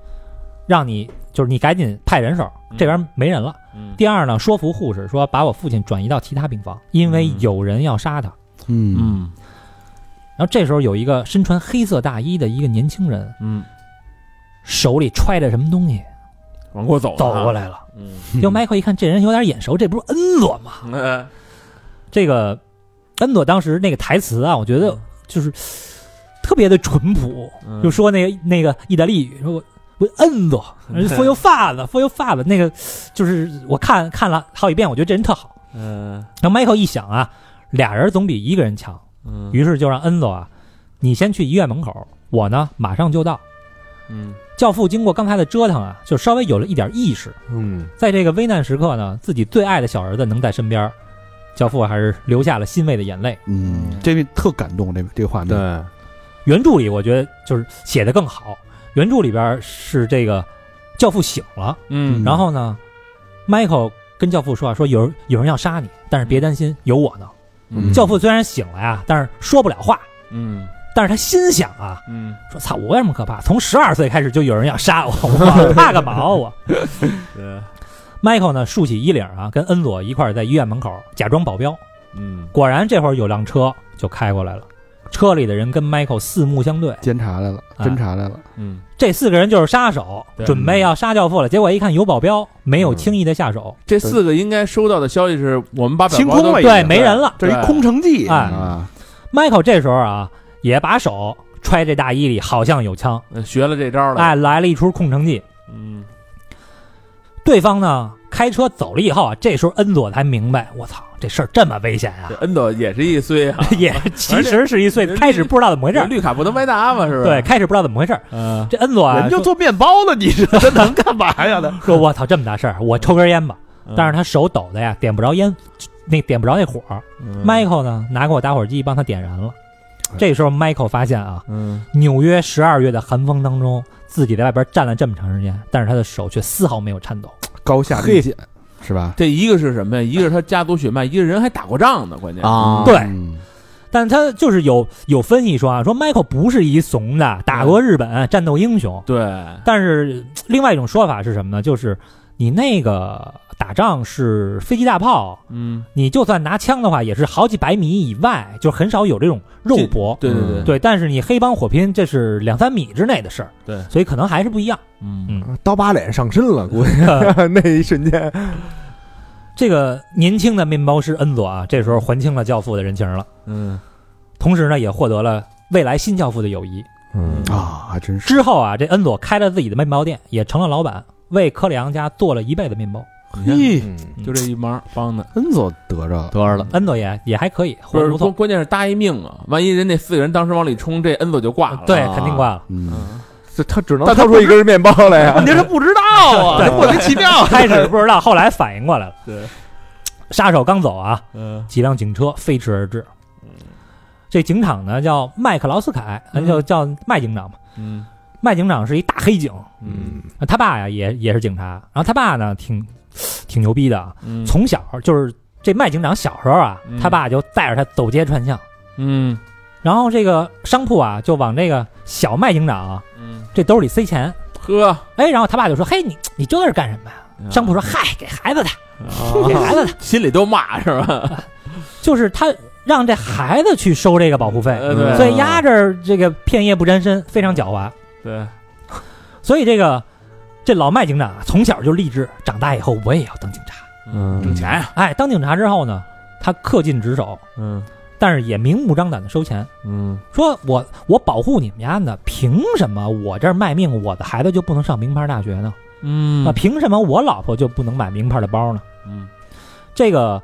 Speaker 4: 让你就是你赶紧派人手，这边没人了。
Speaker 3: 嗯
Speaker 4: 第二呢，说服护士说把我父亲转移到其他病房，因为
Speaker 3: 嗯
Speaker 4: 有人要杀他。
Speaker 1: 嗯，
Speaker 3: 嗯
Speaker 4: 然后这时候有一个身穿黑色大衣的一个年轻人，
Speaker 3: 嗯，
Speaker 4: 手里揣着什么东西
Speaker 3: 往过走
Speaker 4: 走过
Speaker 3: 来，
Speaker 4: 来了。
Speaker 3: 嗯，
Speaker 4: 结果 Michael 一看这人有点眼熟，这不是恩佐吗？
Speaker 3: 哎
Speaker 4: 这个恩佐当时那个台词啊，我觉得就是特别的淳朴，
Speaker 3: 嗯
Speaker 4: 就说那个那个意大利语，说我我恩佐
Speaker 3: 嗯
Speaker 4: ，for your father，for your father，那个就是我看看了好几遍，我觉得这人特好。
Speaker 3: 嗯
Speaker 4: 然后 Michael 一想啊，俩人总比一个人强，
Speaker 3: 嗯
Speaker 4: 于是就让恩佐啊，你先去医院门口，我呢马上就到。
Speaker 3: 嗯
Speaker 4: 教父经过刚才的折腾啊，就稍微有了一点意识，
Speaker 6: 嗯，
Speaker 4: 在这个危难时刻呢，自己最爱的小儿子能在身边，教父还是流下了欣慰的眼泪。
Speaker 1: 嗯，这个特感动，这个这个画面，
Speaker 6: 对，
Speaker 4: 原著里我觉得就是写的更好，原著里边是这个教父醒了，
Speaker 3: 嗯
Speaker 4: 然后呢，Michael 跟教父说啊，说有人有人要杀你，但是别担心，有我呢。
Speaker 3: 嗯
Speaker 4: 教父虽然醒了呀，但是说不了话，
Speaker 3: 嗯
Speaker 4: 但是他心想啊，
Speaker 3: 嗯
Speaker 4: 说操，我有什么可怕？从十二岁开始就有人要杀我，我怕个毛我。
Speaker 3: 对，
Speaker 4: Michael 呢，竖起衣领啊，跟恩佐一块儿在医院门口假装保镖。
Speaker 3: 嗯
Speaker 4: 果然，这会儿有辆车就开过来了，车里的人跟 Michael 四目相对，
Speaker 1: 监察来了，
Speaker 4: 哎
Speaker 1: 侦查来了，
Speaker 3: 嗯
Speaker 4: 这四个人就是杀手，
Speaker 3: 对
Speaker 4: 准备要杀教父了。结果一看有保镖，没有轻易的下手，
Speaker 3: 这四个应该收到的消息是我们把表
Speaker 1: 清
Speaker 3: 包
Speaker 1: 空
Speaker 3: 都
Speaker 1: 了已经
Speaker 4: 对，没人了。
Speaker 1: 这是一空城计
Speaker 4: 哎
Speaker 1: 啊，
Speaker 4: Michael 这时候啊，也把手揣这大衣里，好像有枪，
Speaker 3: 嗯学了这招了，
Speaker 4: 哎，来了一出空城计。
Speaker 3: 嗯
Speaker 4: 对方呢开车走了以后啊，这时候恩佐才明白，我操，这事儿这么危险啊
Speaker 3: 这！恩佐也是一衰啊，
Speaker 4: 也其实是一岁
Speaker 3: 人，家
Speaker 4: 开始不知道怎么回事
Speaker 3: 这
Speaker 4: 儿，
Speaker 3: 绿卡不能白拿嘛，是不是？
Speaker 4: 对，，开始不知道怎么回事儿。
Speaker 3: 嗯
Speaker 4: 这恩佐啊，
Speaker 1: 人就
Speaker 4: 说
Speaker 1: 做面包呢，你这这能干嘛 呀？他嗯
Speaker 4: 说我操这么大事儿，我抽根烟吧。但是他手抖的呀，点不着烟，那点不着那火。
Speaker 3: 嗯
Speaker 4: Michael 呢，拿过打火机帮他点燃了。
Speaker 1: 哎
Speaker 4: 这时候 Michael 发现啊，
Speaker 3: 嗯
Speaker 4: 纽约十二月的寒风当中，自己在外边站了这么长时间，但是他的手却丝毫没有颤抖。
Speaker 1: 高下立见是吧？
Speaker 3: 这一个是什么呀？一个是他家族血脉，一个人还打过仗呢，关键
Speaker 6: 啊，
Speaker 4: 对
Speaker 1: 嗯
Speaker 4: 但他就是有有分析说啊，说 Michael 不是一怂的，打过日本战斗英雄。
Speaker 3: 对，
Speaker 4: 但是嘖另外一种说法是什么呢？就是你那个打仗是飞机大炮，
Speaker 3: 嗯，
Speaker 4: 你就算拿枪的话，也是好几百米以外，就很少有这种肉搏。
Speaker 3: 对对对，
Speaker 4: 嗯对，但是你黑帮火拼，这是两三米之内的事儿，
Speaker 3: 对
Speaker 4: 所以可能还是不一样。
Speaker 3: 嗯
Speaker 4: 嗯
Speaker 6: 刀疤脸上身了，估计 那一瞬间，
Speaker 4: 这个年轻的面包师恩佐啊，这时候还清了教父的人情了，
Speaker 3: 嗯
Speaker 4: 同时呢，也获得了未来新教父的友谊。
Speaker 6: 嗯
Speaker 1: 啊，还真是
Speaker 4: 之后啊，这恩佐开了自己的面包店，也成了老板，为科里昂家做了一辈子面包。
Speaker 3: 你
Speaker 1: 嘿，
Speaker 3: 看就这一忙帮的，嗯
Speaker 1: 恩佐得着了，
Speaker 6: 得了，
Speaker 4: 恩佐也也还可以，活
Speaker 3: 不
Speaker 4: 得
Speaker 3: 是
Speaker 4: 不错，
Speaker 3: 关关键是搭一命啊，万一人那四个人当时往里冲，这恩佐就挂了，
Speaker 4: 对
Speaker 6: 啊，
Speaker 4: 肯定挂了。
Speaker 1: 嗯，
Speaker 6: 就他只能
Speaker 1: 但他
Speaker 6: 掏出一根面包来呀
Speaker 1: 问。啊题是不知道啊，
Speaker 4: 对
Speaker 1: 莫名其妙。
Speaker 4: 开始不知 道，后来反应过来了。
Speaker 3: 对，
Speaker 4: 杀手刚走啊，
Speaker 3: 嗯
Speaker 4: 几辆警车飞驰而至。这警长呢叫麦克劳斯凯，呃就叫麦警长吧。
Speaker 3: 嗯
Speaker 4: 麦警长是一大黑警，
Speaker 3: 嗯
Speaker 4: 呃他爸呀也也是警察。然后他爸呢挺挺牛逼的啊，
Speaker 3: 嗯
Speaker 4: 从小就是这麦警长小时候啊
Speaker 3: 嗯，
Speaker 4: 他爸就带着他走街串巷。
Speaker 3: 嗯
Speaker 4: 然后这个商铺啊，就往这个小麦警长啊
Speaker 3: 嗯
Speaker 4: 这兜里塞钱。
Speaker 3: 呵，
Speaker 4: 哎，然后他爸就说：“嘿，你你这是干什么呀？”商
Speaker 3: 嗯
Speaker 4: 铺说：“嗨，给孩子的，
Speaker 3: 哦啊
Speaker 4: 给孩子的，
Speaker 3: 心里都骂是吧？
Speaker 4: 就是他让这孩子去收这个保护费，
Speaker 3: 呃对
Speaker 4: 所以压这儿这个片叶不沾身，非常狡猾。
Speaker 3: 对，
Speaker 4: 所以这个这老麦警长啊，从小就立志，长大以后我也要当警察。
Speaker 3: 挣钱呀，
Speaker 4: 哎，当警察之后呢，他恪尽职守，
Speaker 3: 嗯
Speaker 4: 但是也明目张胆的收钱，
Speaker 3: 嗯
Speaker 4: 说我我保护你们家呢，凭什么我这儿卖命，我的孩子就不能上名牌大学呢？
Speaker 3: 嗯
Speaker 4: 啊，凭什么我老婆就不能买名牌的包呢？
Speaker 3: 嗯，
Speaker 4: 这个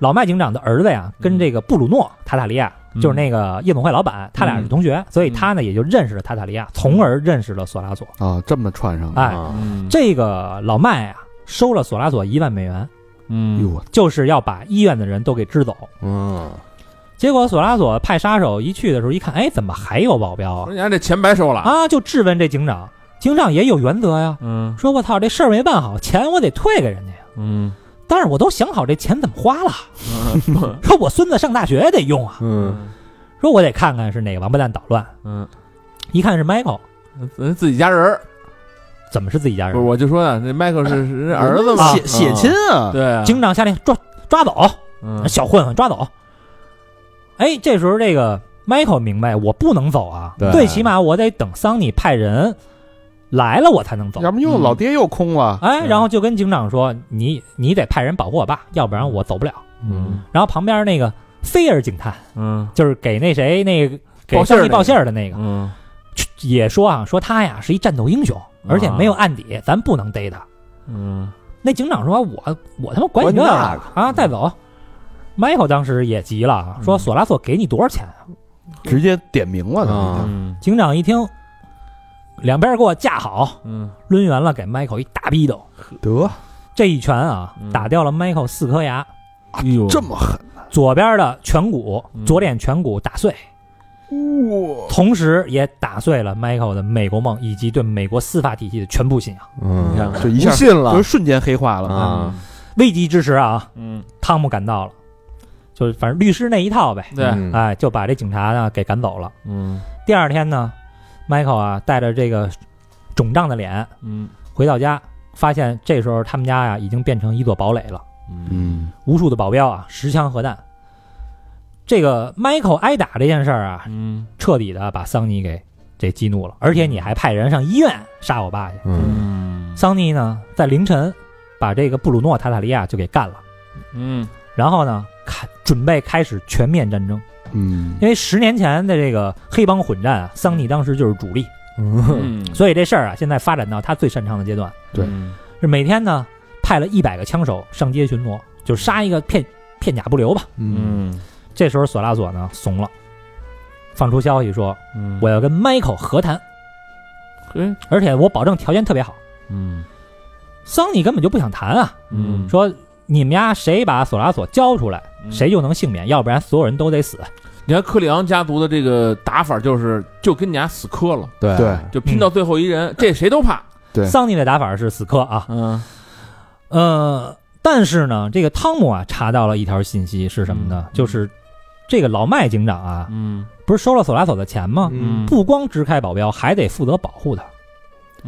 Speaker 4: 老麦警长的儿子呀，跟这个布鲁诺·塔塔利亚，
Speaker 3: 嗯
Speaker 4: 就是那个夜总会老板，他
Speaker 1: 嗯
Speaker 4: 俩是同学，所以他呢也就认识了塔塔利亚，从而认识了索拉索。
Speaker 1: 啊，这么串上
Speaker 4: 的哎
Speaker 1: 啊，
Speaker 3: 嗯
Speaker 4: 这个老麦啊，收了索拉索一万美元，
Speaker 3: 嗯
Speaker 1: 哟，
Speaker 4: 就是要把医院的人都给支走。
Speaker 1: 嗯，
Speaker 4: 结果索拉索派杀手一去的时候，一看，哎，怎么还有保镖
Speaker 3: 说
Speaker 4: 啊？
Speaker 3: 你看这钱白
Speaker 1: 哎
Speaker 3: 收了，
Speaker 4: 啊，就质问这警长，警长也有原则呀，
Speaker 3: 嗯
Speaker 4: 说我操，这事儿没办好，钱我得退给人家呀。
Speaker 3: 嗯
Speaker 4: 但是我都想好这钱怎么花了，说我孙子上大学也得用啊，
Speaker 6: 嗯，
Speaker 4: 说我得看看是哪个王八蛋捣乱。
Speaker 3: 嗯，
Speaker 4: 一看是 Michael，
Speaker 3: 咱自己家人儿，
Speaker 4: 怎么是自己家
Speaker 3: 不是，
Speaker 4: 人？
Speaker 3: 我就说啊，那迈克是是人儿子嘛，
Speaker 1: 血血亲啊，
Speaker 3: 对啊，
Speaker 4: 警长下令抓抓走
Speaker 3: 嗯
Speaker 4: 小混混，抓走。哎，这时候这个 Michael 明白，我不能走啊，
Speaker 6: 对
Speaker 4: 最起码我得等桑尼派人来了，我才能走。
Speaker 1: 要不嗯又老爹又空了，
Speaker 4: 哎，然后就跟警长说：“你你得派人保护我爸，要不然我走不了。
Speaker 3: 嗯”
Speaker 4: 然后旁边那个菲尔警探，
Speaker 3: 嗯
Speaker 4: 就是给那谁那个给
Speaker 3: 报信儿
Speaker 4: 上帝
Speaker 3: 那个
Speaker 4: 报信儿的那个，
Speaker 3: 嗯
Speaker 4: 也说啊，说他呀是一战斗英
Speaker 3: 啊
Speaker 4: 雄，而且没有案底，咱不能逮他。
Speaker 3: 嗯
Speaker 4: 那警长说：“啊我我他妈管你这
Speaker 6: 管
Speaker 4: 个
Speaker 6: 你
Speaker 4: 啊，带走。”Michael 当时也急了啊，说：“索拉索给你多少钱啊
Speaker 1: 直接点名了
Speaker 6: 啊
Speaker 1: 呢，
Speaker 3: 嗯？”
Speaker 4: 警长一听，两边给我架好，
Speaker 3: 嗯
Speaker 4: 抡圆了给 Michael 一大逼斗，
Speaker 1: 得
Speaker 4: 这一拳啊
Speaker 3: 嗯
Speaker 4: 打掉了 Michael 四颗牙，
Speaker 3: 哎呦
Speaker 1: 这么狠，
Speaker 4: 左边的颧骨
Speaker 3: 嗯、
Speaker 4: 左脸颧骨打碎，
Speaker 1: 哇，
Speaker 4: 同时也打碎了 Michael 的美国梦以及对美国司法体系的全部信仰。
Speaker 6: 嗯，
Speaker 3: 你看看
Speaker 1: 就一
Speaker 6: 不
Speaker 1: 下
Speaker 6: 信了
Speaker 1: 就瞬间黑化了
Speaker 6: 啊！
Speaker 4: 危急之时啊，
Speaker 3: 嗯
Speaker 4: 汤姆赶到了，就是反正律师那一套呗，
Speaker 3: 对
Speaker 6: 嗯
Speaker 4: 哎，就把这警察呢给赶走了。
Speaker 3: 嗯
Speaker 4: 第二天呢，Michael 啊带着这个肿胀的脸
Speaker 3: 嗯
Speaker 4: 回到家，发现这时候他们家呀、已经变成一座堡垒了，
Speaker 3: 嗯
Speaker 1: 嗯，
Speaker 4: 无数的保镖啊，十枪核弹。这个 Michael 挨打这件事儿啊，
Speaker 3: 嗯
Speaker 4: 彻底的把桑尼给这激怒了，而且你还派人上医院杀我爸去。
Speaker 6: 嗯
Speaker 3: 嗯
Speaker 4: 桑尼呢，在凌晨把这个布鲁诺·塔塔利亚就给干了，
Speaker 3: 嗯
Speaker 4: 然后呢，开准备开始全面战争。
Speaker 1: 嗯，
Speaker 4: 因为十年前的这个黑帮混战啊，桑尼当时就是主力，
Speaker 6: 嗯，
Speaker 3: 嗯，
Speaker 4: 所以这事儿啊，现在发展到他最擅长的阶段，
Speaker 1: 对
Speaker 4: 是每天呢派了一百个枪手上街巡逻，就杀一个片片甲不留吧。
Speaker 3: 嗯
Speaker 4: 这时候索拉索呢怂了，放出消息说
Speaker 3: 嗯
Speaker 4: 我要跟 Michael 和谈，
Speaker 3: 嘿
Speaker 4: 而且我保证条件特别好。
Speaker 3: 嗯
Speaker 4: 桑尼根本就不想谈啊，
Speaker 3: 嗯
Speaker 4: 说你们家谁把索拉索交出来，谁就能幸免，要不然所有人都得死。
Speaker 3: 你看克里昂家族的这个打法就是就跟你俩死磕了，
Speaker 4: 嗯
Speaker 6: 对
Speaker 1: 对，
Speaker 3: 就拼到最后一人，这谁都怕。
Speaker 1: 对
Speaker 4: 桑尼的打法是死磕啊，
Speaker 3: 嗯
Speaker 4: 呃，但是呢，这个汤姆啊查到了一条信息是什么呢？
Speaker 3: 嗯
Speaker 4: 就是这个老麦警长啊，
Speaker 3: 嗯
Speaker 4: 不是收了索拉索的钱吗？
Speaker 6: 嗯
Speaker 4: 不光支开保镖，还得负责保护他。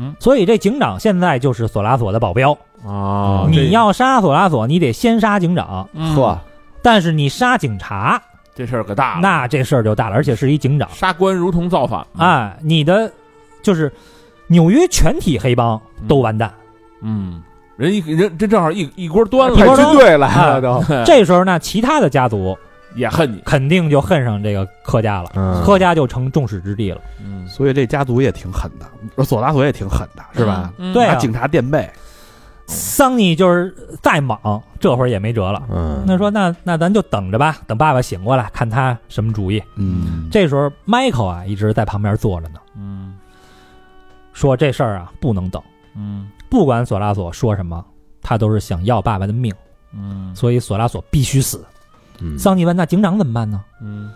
Speaker 3: 嗯，
Speaker 4: 所以这警长现在就是索拉索的保镖。
Speaker 3: 啊
Speaker 4: 嗯你要杀索拉索，你得先杀警长，
Speaker 3: 嗯
Speaker 6: 呵，
Speaker 4: 但是你杀警察，
Speaker 3: 这事儿可
Speaker 6: 啊
Speaker 3: 大了，
Speaker 4: 那这事儿就大了，而且是一警长。
Speaker 3: 杀官如同造反，
Speaker 6: 嗯
Speaker 4: 哎，你的就是纽约全体黑帮都完蛋。
Speaker 3: 嗯，人一人这正好一一锅端
Speaker 6: 派
Speaker 4: 一锅
Speaker 3: 了，
Speaker 6: 军队来了都，
Speaker 4: 这时候呢，其他的家族
Speaker 3: 也恨你，
Speaker 4: 肯定就恨上这个柯家了，
Speaker 6: 嗯
Speaker 4: 柯家就成众矢之的了。
Speaker 3: 嗯，
Speaker 1: 所以这家族也挺狠的，索拉索也挺狠的，是吧？
Speaker 3: 嗯
Speaker 4: 对
Speaker 1: 拿
Speaker 4: 啊
Speaker 1: 警察垫背，
Speaker 4: 桑尼就是再莽，这会儿也没辙了。
Speaker 6: 嗯，
Speaker 4: 那说那那咱就等着吧，等爸爸醒过来，看他什么主意。
Speaker 1: 嗯，
Speaker 4: 这时候 Michael 啊一直在旁边坐着呢。
Speaker 3: 嗯
Speaker 4: 说这事儿啊不能等，
Speaker 3: 嗯
Speaker 4: 不管索拉索说什么，他都是想要爸爸的命，
Speaker 3: 嗯
Speaker 4: 所以索拉索必须死。
Speaker 1: 嗯
Speaker 4: 桑尼问：“那警长怎么办呢
Speaker 3: 嗯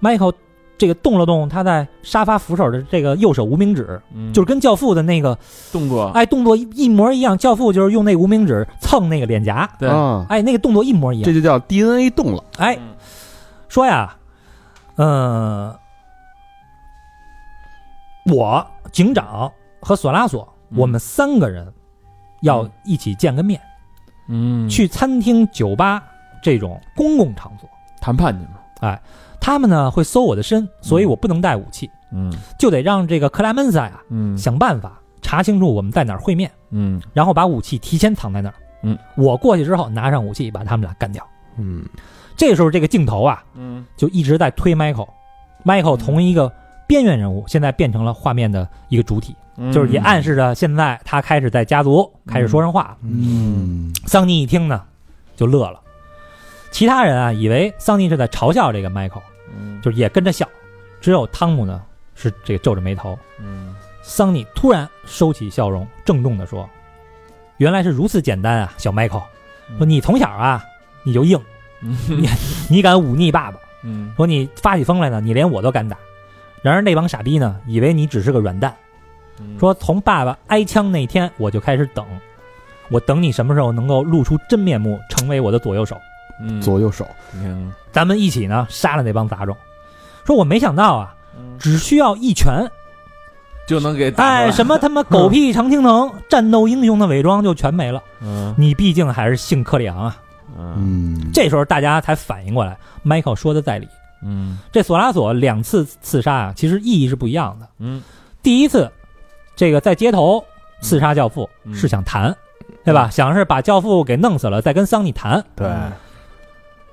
Speaker 4: ？”Michael 这个动了动他在沙发扶手的这个右手无名指，
Speaker 3: 嗯，
Speaker 4: 就是跟《教父》的那个
Speaker 3: 动
Speaker 1: 啊
Speaker 3: 作，
Speaker 4: 哎动作一一模一样，《教父》就是用那无名指蹭那个脸颊，
Speaker 3: 对，嗯
Speaker 1: 啊，
Speaker 4: 哎，那个动作一模一样
Speaker 1: 这。就叫 DNA 动了。
Speaker 4: 哎，说呀，嗯，我警长和索拉索，
Speaker 3: 嗯
Speaker 4: 我们三个人要一起见个面，
Speaker 3: 嗯，
Speaker 4: 去餐厅、酒吧这种公共场所。
Speaker 3: 谈判去嘛，
Speaker 4: 他们呢会搜我的身，所以我不能带武器，
Speaker 3: 嗯
Speaker 4: 就得让这个克拉门萨呀
Speaker 3: 嗯
Speaker 4: 想办法查清楚我们在哪儿会面，
Speaker 3: 嗯
Speaker 4: 然后把武器提前藏在那儿。
Speaker 3: 嗯，
Speaker 4: 我过去之后拿上武器把他们俩干掉。
Speaker 6: 嗯，
Speaker 4: 这时候这个镜头啊，
Speaker 3: 嗯
Speaker 4: 就一直在推 Michael。Michael 从一个边缘人物，现在变成了画面的一个主体，
Speaker 3: 嗯，
Speaker 4: 就是也暗示着现在他开始在家族开始说上话了。
Speaker 2: 嗯，
Speaker 4: 桑尼一听呢，就乐了。其他人啊，以为桑尼是在嘲笑这个 Michael，
Speaker 3: 嗯，
Speaker 4: 就是也跟着笑。只有汤姆呢，是这个皱着眉头。
Speaker 3: 嗯
Speaker 4: 桑尼突然收起笑容，郑重地说：“原来是如此简单啊，小 Michael。说你从小啊，你就硬，
Speaker 3: 嗯
Speaker 4: 你敢忤逆爸爸。”
Speaker 3: 嗯
Speaker 4: 说你发起疯来呢，你连我都敢打。然而那帮傻逼呢，以为你只是个软蛋。
Speaker 3: 嗯
Speaker 4: 说从爸爸挨枪那天，我就开始等，我等你什么时候能够露出真面目，成为我的左右手。
Speaker 3: 嗯
Speaker 1: 左右手，
Speaker 3: 你看
Speaker 4: 咱们一起呢杀了那帮杂种。说我没想到啊，
Speaker 3: 嗯
Speaker 4: 只需要一拳，
Speaker 3: 就能给打
Speaker 4: 哎，
Speaker 3: 出来，
Speaker 4: 什么他妈狗屁常青藤、战斗英雄的伪装就全没了。
Speaker 3: 嗯
Speaker 4: 你毕竟还是姓克里昂啊。
Speaker 3: 嗯
Speaker 1: 嗯，
Speaker 4: 这时候大家才反应过来，Michael 说的在理。
Speaker 3: 嗯
Speaker 4: 这索拉索两次刺杀啊，其实意义是不一样的。
Speaker 3: 嗯
Speaker 4: 第一次，这个在街头刺杀教父、
Speaker 3: 嗯
Speaker 4: 是想谈，对吧？想是把教父给弄死了，再跟桑尼谈。
Speaker 1: 对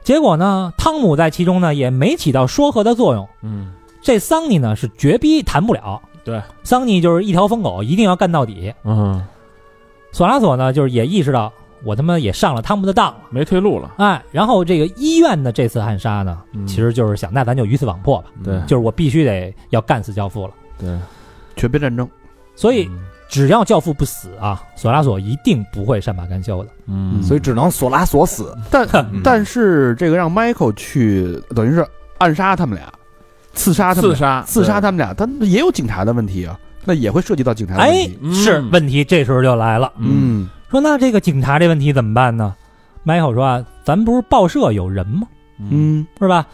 Speaker 4: 结果呢，汤姆在其中呢也没起到说和的作用。
Speaker 3: 嗯
Speaker 4: 这桑尼呢是绝逼谈不了，
Speaker 3: 对，
Speaker 4: 桑尼就是一条疯狗，一定要干到底。
Speaker 3: 嗯，
Speaker 4: 索拉索呢就是也意识到我他妈也上了汤姆的当了，
Speaker 3: 没退路了，
Speaker 4: 哎，然后这个医院的这次暗杀呢，
Speaker 3: 嗯
Speaker 4: 其实就是想，那咱就鱼死网破吧，
Speaker 3: 对
Speaker 4: 就是我必须得要干死教父了。
Speaker 3: 对，
Speaker 1: 全边战争，
Speaker 4: 所以只要教父不死啊，索拉索一定不会善罢甘休的。
Speaker 3: 嗯
Speaker 6: 所以只能索拉索死。
Speaker 1: 但
Speaker 6: 嗯
Speaker 1: 但是这个让 Michael 去，等于是暗杀他们俩，刺杀他们
Speaker 3: 刺
Speaker 1: 俩，
Speaker 3: 杀
Speaker 1: 刺杀他们俩，他们也有警察的问题啊，那也会涉及到警察的问
Speaker 4: 哎
Speaker 1: 题。，
Speaker 3: 嗯
Speaker 4: 是问题，这时候就来了，
Speaker 3: 嗯
Speaker 1: 嗯，
Speaker 4: 说那这个警察这问题怎么办呢？Michael 说啊，咱不是报社有人吗？
Speaker 1: 嗯，
Speaker 4: 是吧？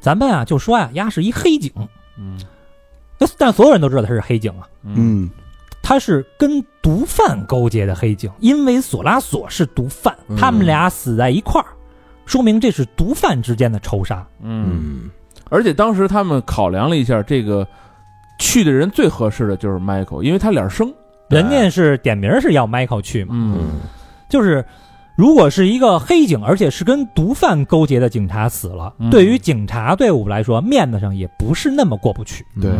Speaker 4: 咱们啊就说呀、丫是一黑警，
Speaker 3: 嗯
Speaker 4: 那但所有人都知道他是黑警啊，
Speaker 3: 嗯
Speaker 1: 嗯，
Speaker 4: 他是跟毒贩勾结的黑警，因为索拉索是毒贩，
Speaker 3: 嗯
Speaker 4: 他们俩死在一块儿，说明这是毒贩之间的仇杀。
Speaker 3: 嗯，而且当时他们考量了一下，这个去的人最合适的就是 Michael，因为他脸生，对
Speaker 4: 人家是点名是要 Michael 去嘛，
Speaker 3: 嗯
Speaker 4: 就是如果是一个黑警，而且是跟毒贩勾结的警察死了，
Speaker 3: 嗯
Speaker 4: 对于警察队伍来说，面子上也不是那么过不去，
Speaker 1: 对，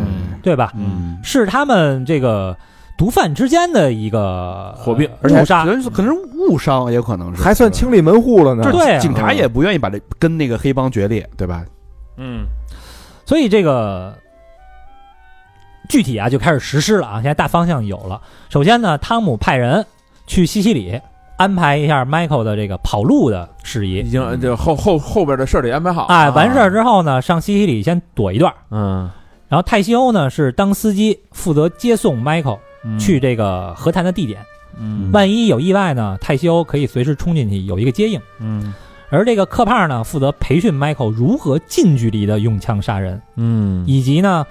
Speaker 4: 对吧？
Speaker 3: 嗯
Speaker 4: 是他们这个毒贩之间的一个
Speaker 3: 火并
Speaker 4: 而
Speaker 1: 而且
Speaker 4: 且杀
Speaker 1: 可，能是可能是误伤，也有可能是
Speaker 6: 还算
Speaker 1: 清。
Speaker 6: 清理门户了呢。
Speaker 1: 就是
Speaker 4: 对啊
Speaker 1: 警察也不愿意把这跟那个黑帮决裂，对吧？
Speaker 3: 嗯
Speaker 4: 所以这个具体啊就开始实施了啊，现在大方向有了。首先呢，汤姆派人去西西里安排一下 Michael 的这个跑路的事
Speaker 3: 已
Speaker 1: 嗯
Speaker 4: 宜。
Speaker 3: 经就后后后边的事儿得安排好
Speaker 4: 哎，完事儿之后呢，上西西里先躲一段儿，
Speaker 3: 嗯
Speaker 4: 然后泰西欧呢是当司机，负责接送 Michael 去这个和谈的地点。
Speaker 3: 嗯
Speaker 4: 万一有意外呢，泰西欧可以随时冲进去，有一个接应。
Speaker 3: 嗯
Speaker 4: 而这个克帕呢，负责培训 Michael 如何近距离的用枪杀人，
Speaker 3: 嗯
Speaker 4: 以及呢，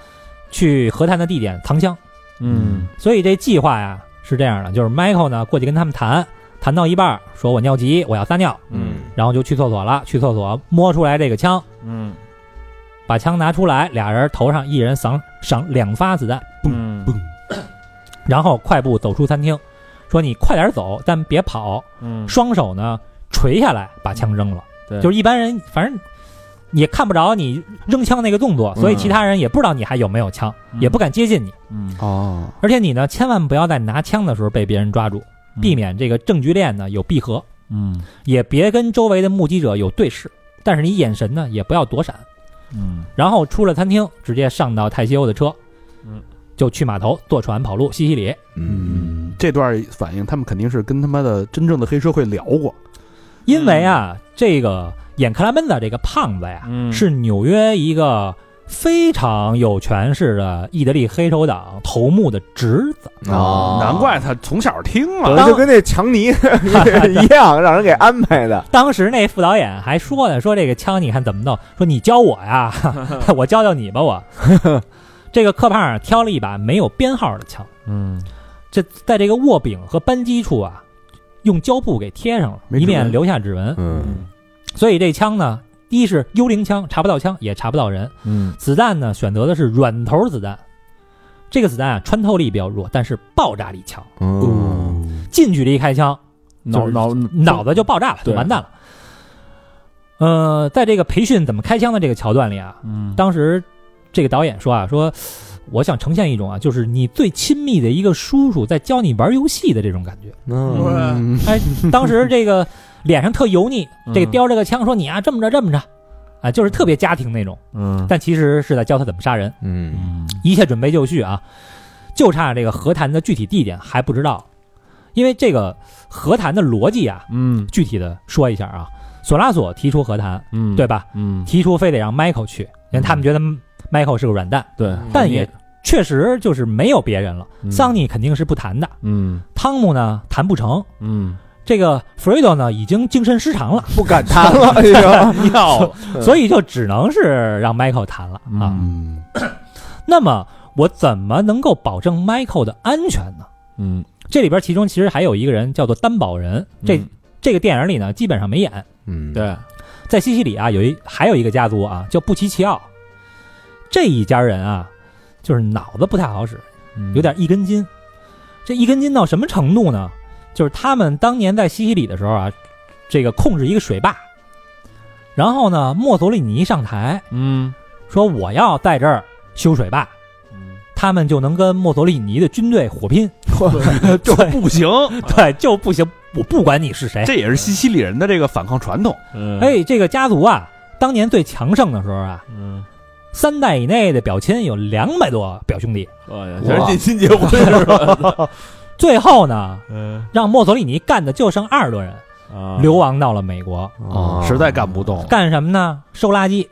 Speaker 4: 去和谈的地点藏枪。
Speaker 3: 嗯
Speaker 4: 所以这计划呀是这样的，就是 Michael 呢过去跟他们谈，谈到一半儿说我尿急，我要撒尿，
Speaker 3: 嗯
Speaker 4: 然后就去厕所了。去厕所摸出来这个枪，
Speaker 3: 嗯
Speaker 4: 把枪拿出来，俩人头上一人赏赏两发子弹，
Speaker 3: 嗯
Speaker 4: 然后快步走出餐厅，说你快点走，但别跑，
Speaker 3: 嗯
Speaker 4: 双手呢垂下来把枪扔了。
Speaker 3: 对
Speaker 4: 就是一般人反正也看不着你扔枪那个动作，所以其他人也不知道你还有没有枪，也不敢接近你。
Speaker 3: 嗯
Speaker 1: 哦，
Speaker 4: 而且你呢，千万不要在拿枪的时候被别人抓住，避免这个证据链呢有闭合，
Speaker 3: 嗯
Speaker 4: 也别跟周围的目击者有对视。但是你眼神呢也不要躲闪，
Speaker 3: 嗯
Speaker 4: 然后出了餐厅，直接上到泰西欧的车，
Speaker 3: 嗯，
Speaker 4: 就去码头坐船跑路西西里。
Speaker 1: 嗯，这段反应他们肯定是跟他妈的真正的黑社会聊过，
Speaker 4: 因为啊，这个眼克拉门的这个胖子呀，
Speaker 3: 嗯
Speaker 4: 是纽约一个非常有权势的意大利黑手党头目的侄子。
Speaker 3: 嗯
Speaker 6: 哦
Speaker 1: 难怪他从小听
Speaker 6: 可
Speaker 1: 了。
Speaker 6: 能就跟那强尼 一样，让人给安排的。
Speaker 4: 当时那副导演还说呢，说这个枪你看怎么弄？说你教我呀，我教教你吧，我。这个克帕尔挑了一把没有编号的枪，
Speaker 3: 嗯
Speaker 4: 这在这个握柄和扳机处啊，用胶布给贴上了，
Speaker 1: 没
Speaker 4: 以
Speaker 1: 指
Speaker 4: 免
Speaker 1: 纹
Speaker 4: 留下指纹。
Speaker 6: 嗯
Speaker 4: 所以这枪呢，一是幽灵枪，查不到枪，也查不到人。
Speaker 3: 嗯
Speaker 4: 子弹呢，选择的是软头子弹。这个子弹啊，穿透力比较弱，但是爆炸力强，
Speaker 6: 嗯，
Speaker 4: 近距离开枪，
Speaker 3: 脑
Speaker 4: 就是
Speaker 3: 脑
Speaker 4: 脑子就爆炸了，就
Speaker 3: 对
Speaker 4: 完蛋了。呃，在这个培训怎么开枪的这个桥段里啊，
Speaker 3: 嗯
Speaker 4: 当时这个导演说啊，说我想呈现一种啊，就是你最亲密的一个叔叔在教你玩游戏的这种感 觉。
Speaker 6: 嗯
Speaker 4: 哎，当时这个脸上特油腻，这个
Speaker 3: 嗯
Speaker 4: 叼着个枪说你啊这么着这么着，啊就是特别家庭那种，
Speaker 3: 嗯
Speaker 4: 但其实是在教他怎么杀人。
Speaker 6: 嗯
Speaker 3: 嗯
Speaker 4: 一切准备就绪啊，就差这个和谈的具体地点还不知道，因为这个和谈的逻辑啊，
Speaker 3: 嗯
Speaker 4: 具体的说一下啊，索拉索提出和谈，
Speaker 3: 嗯
Speaker 4: 对吧？
Speaker 3: 嗯
Speaker 4: 提出非得让 Michael 去，因为他们觉得 Michael 是个软蛋，
Speaker 3: 对，
Speaker 4: 但也确实就是没有别人了，
Speaker 3: 嗯
Speaker 4: 桑尼肯定是不谈的，
Speaker 3: 嗯
Speaker 4: 汤姆呢谈不成，
Speaker 3: 嗯
Speaker 4: 这个 Fredo 呢已经精神失常了，
Speaker 6: 不敢谈 了，哎呀，
Speaker 4: 要，所以就只能是让 Michael 谈了啊。
Speaker 3: 嗯
Speaker 1: 嗯，
Speaker 4: 那么我怎么能够保证 Michael 的安全呢？
Speaker 3: 嗯
Speaker 4: 这里边其中其实还有一个人叫做担保人，这、
Speaker 3: 嗯
Speaker 4: 这个电影里呢基本上没演。
Speaker 6: 嗯，
Speaker 3: 对，
Speaker 4: 在西西里啊，有一还有一个家族啊叫布奇奇奥，这一家人啊，就是脑子不太好使，
Speaker 3: 嗯
Speaker 4: 有点一根筋。这一根筋到什么程度呢？就是他们当年在西西里的时候啊，这个控制一个水坝，然后呢，墨索里尼上台
Speaker 3: 嗯
Speaker 4: 说我要在这儿修水坝，他们就能跟墨索里尼的军队火拼。
Speaker 1: 就不行，
Speaker 3: 嗯
Speaker 4: 对，就不行，我不管你是谁，
Speaker 1: 这也是西西里人的这个反抗传统。
Speaker 3: 嗯
Speaker 4: 哎，这个家族啊，当年最强盛的时候啊，
Speaker 3: 嗯，
Speaker 4: 三代以内的表亲有两百多表兄弟。
Speaker 3: 哎呀，
Speaker 6: 哇
Speaker 3: 全是近亲结婚是吧？
Speaker 4: 最后呢，
Speaker 3: 嗯
Speaker 4: 让墨索里尼干的就剩二十多人，
Speaker 3: 啊，
Speaker 4: 流亡到了美国，
Speaker 6: 哦
Speaker 1: 实在干不动，
Speaker 4: 干什么呢？收垃圾。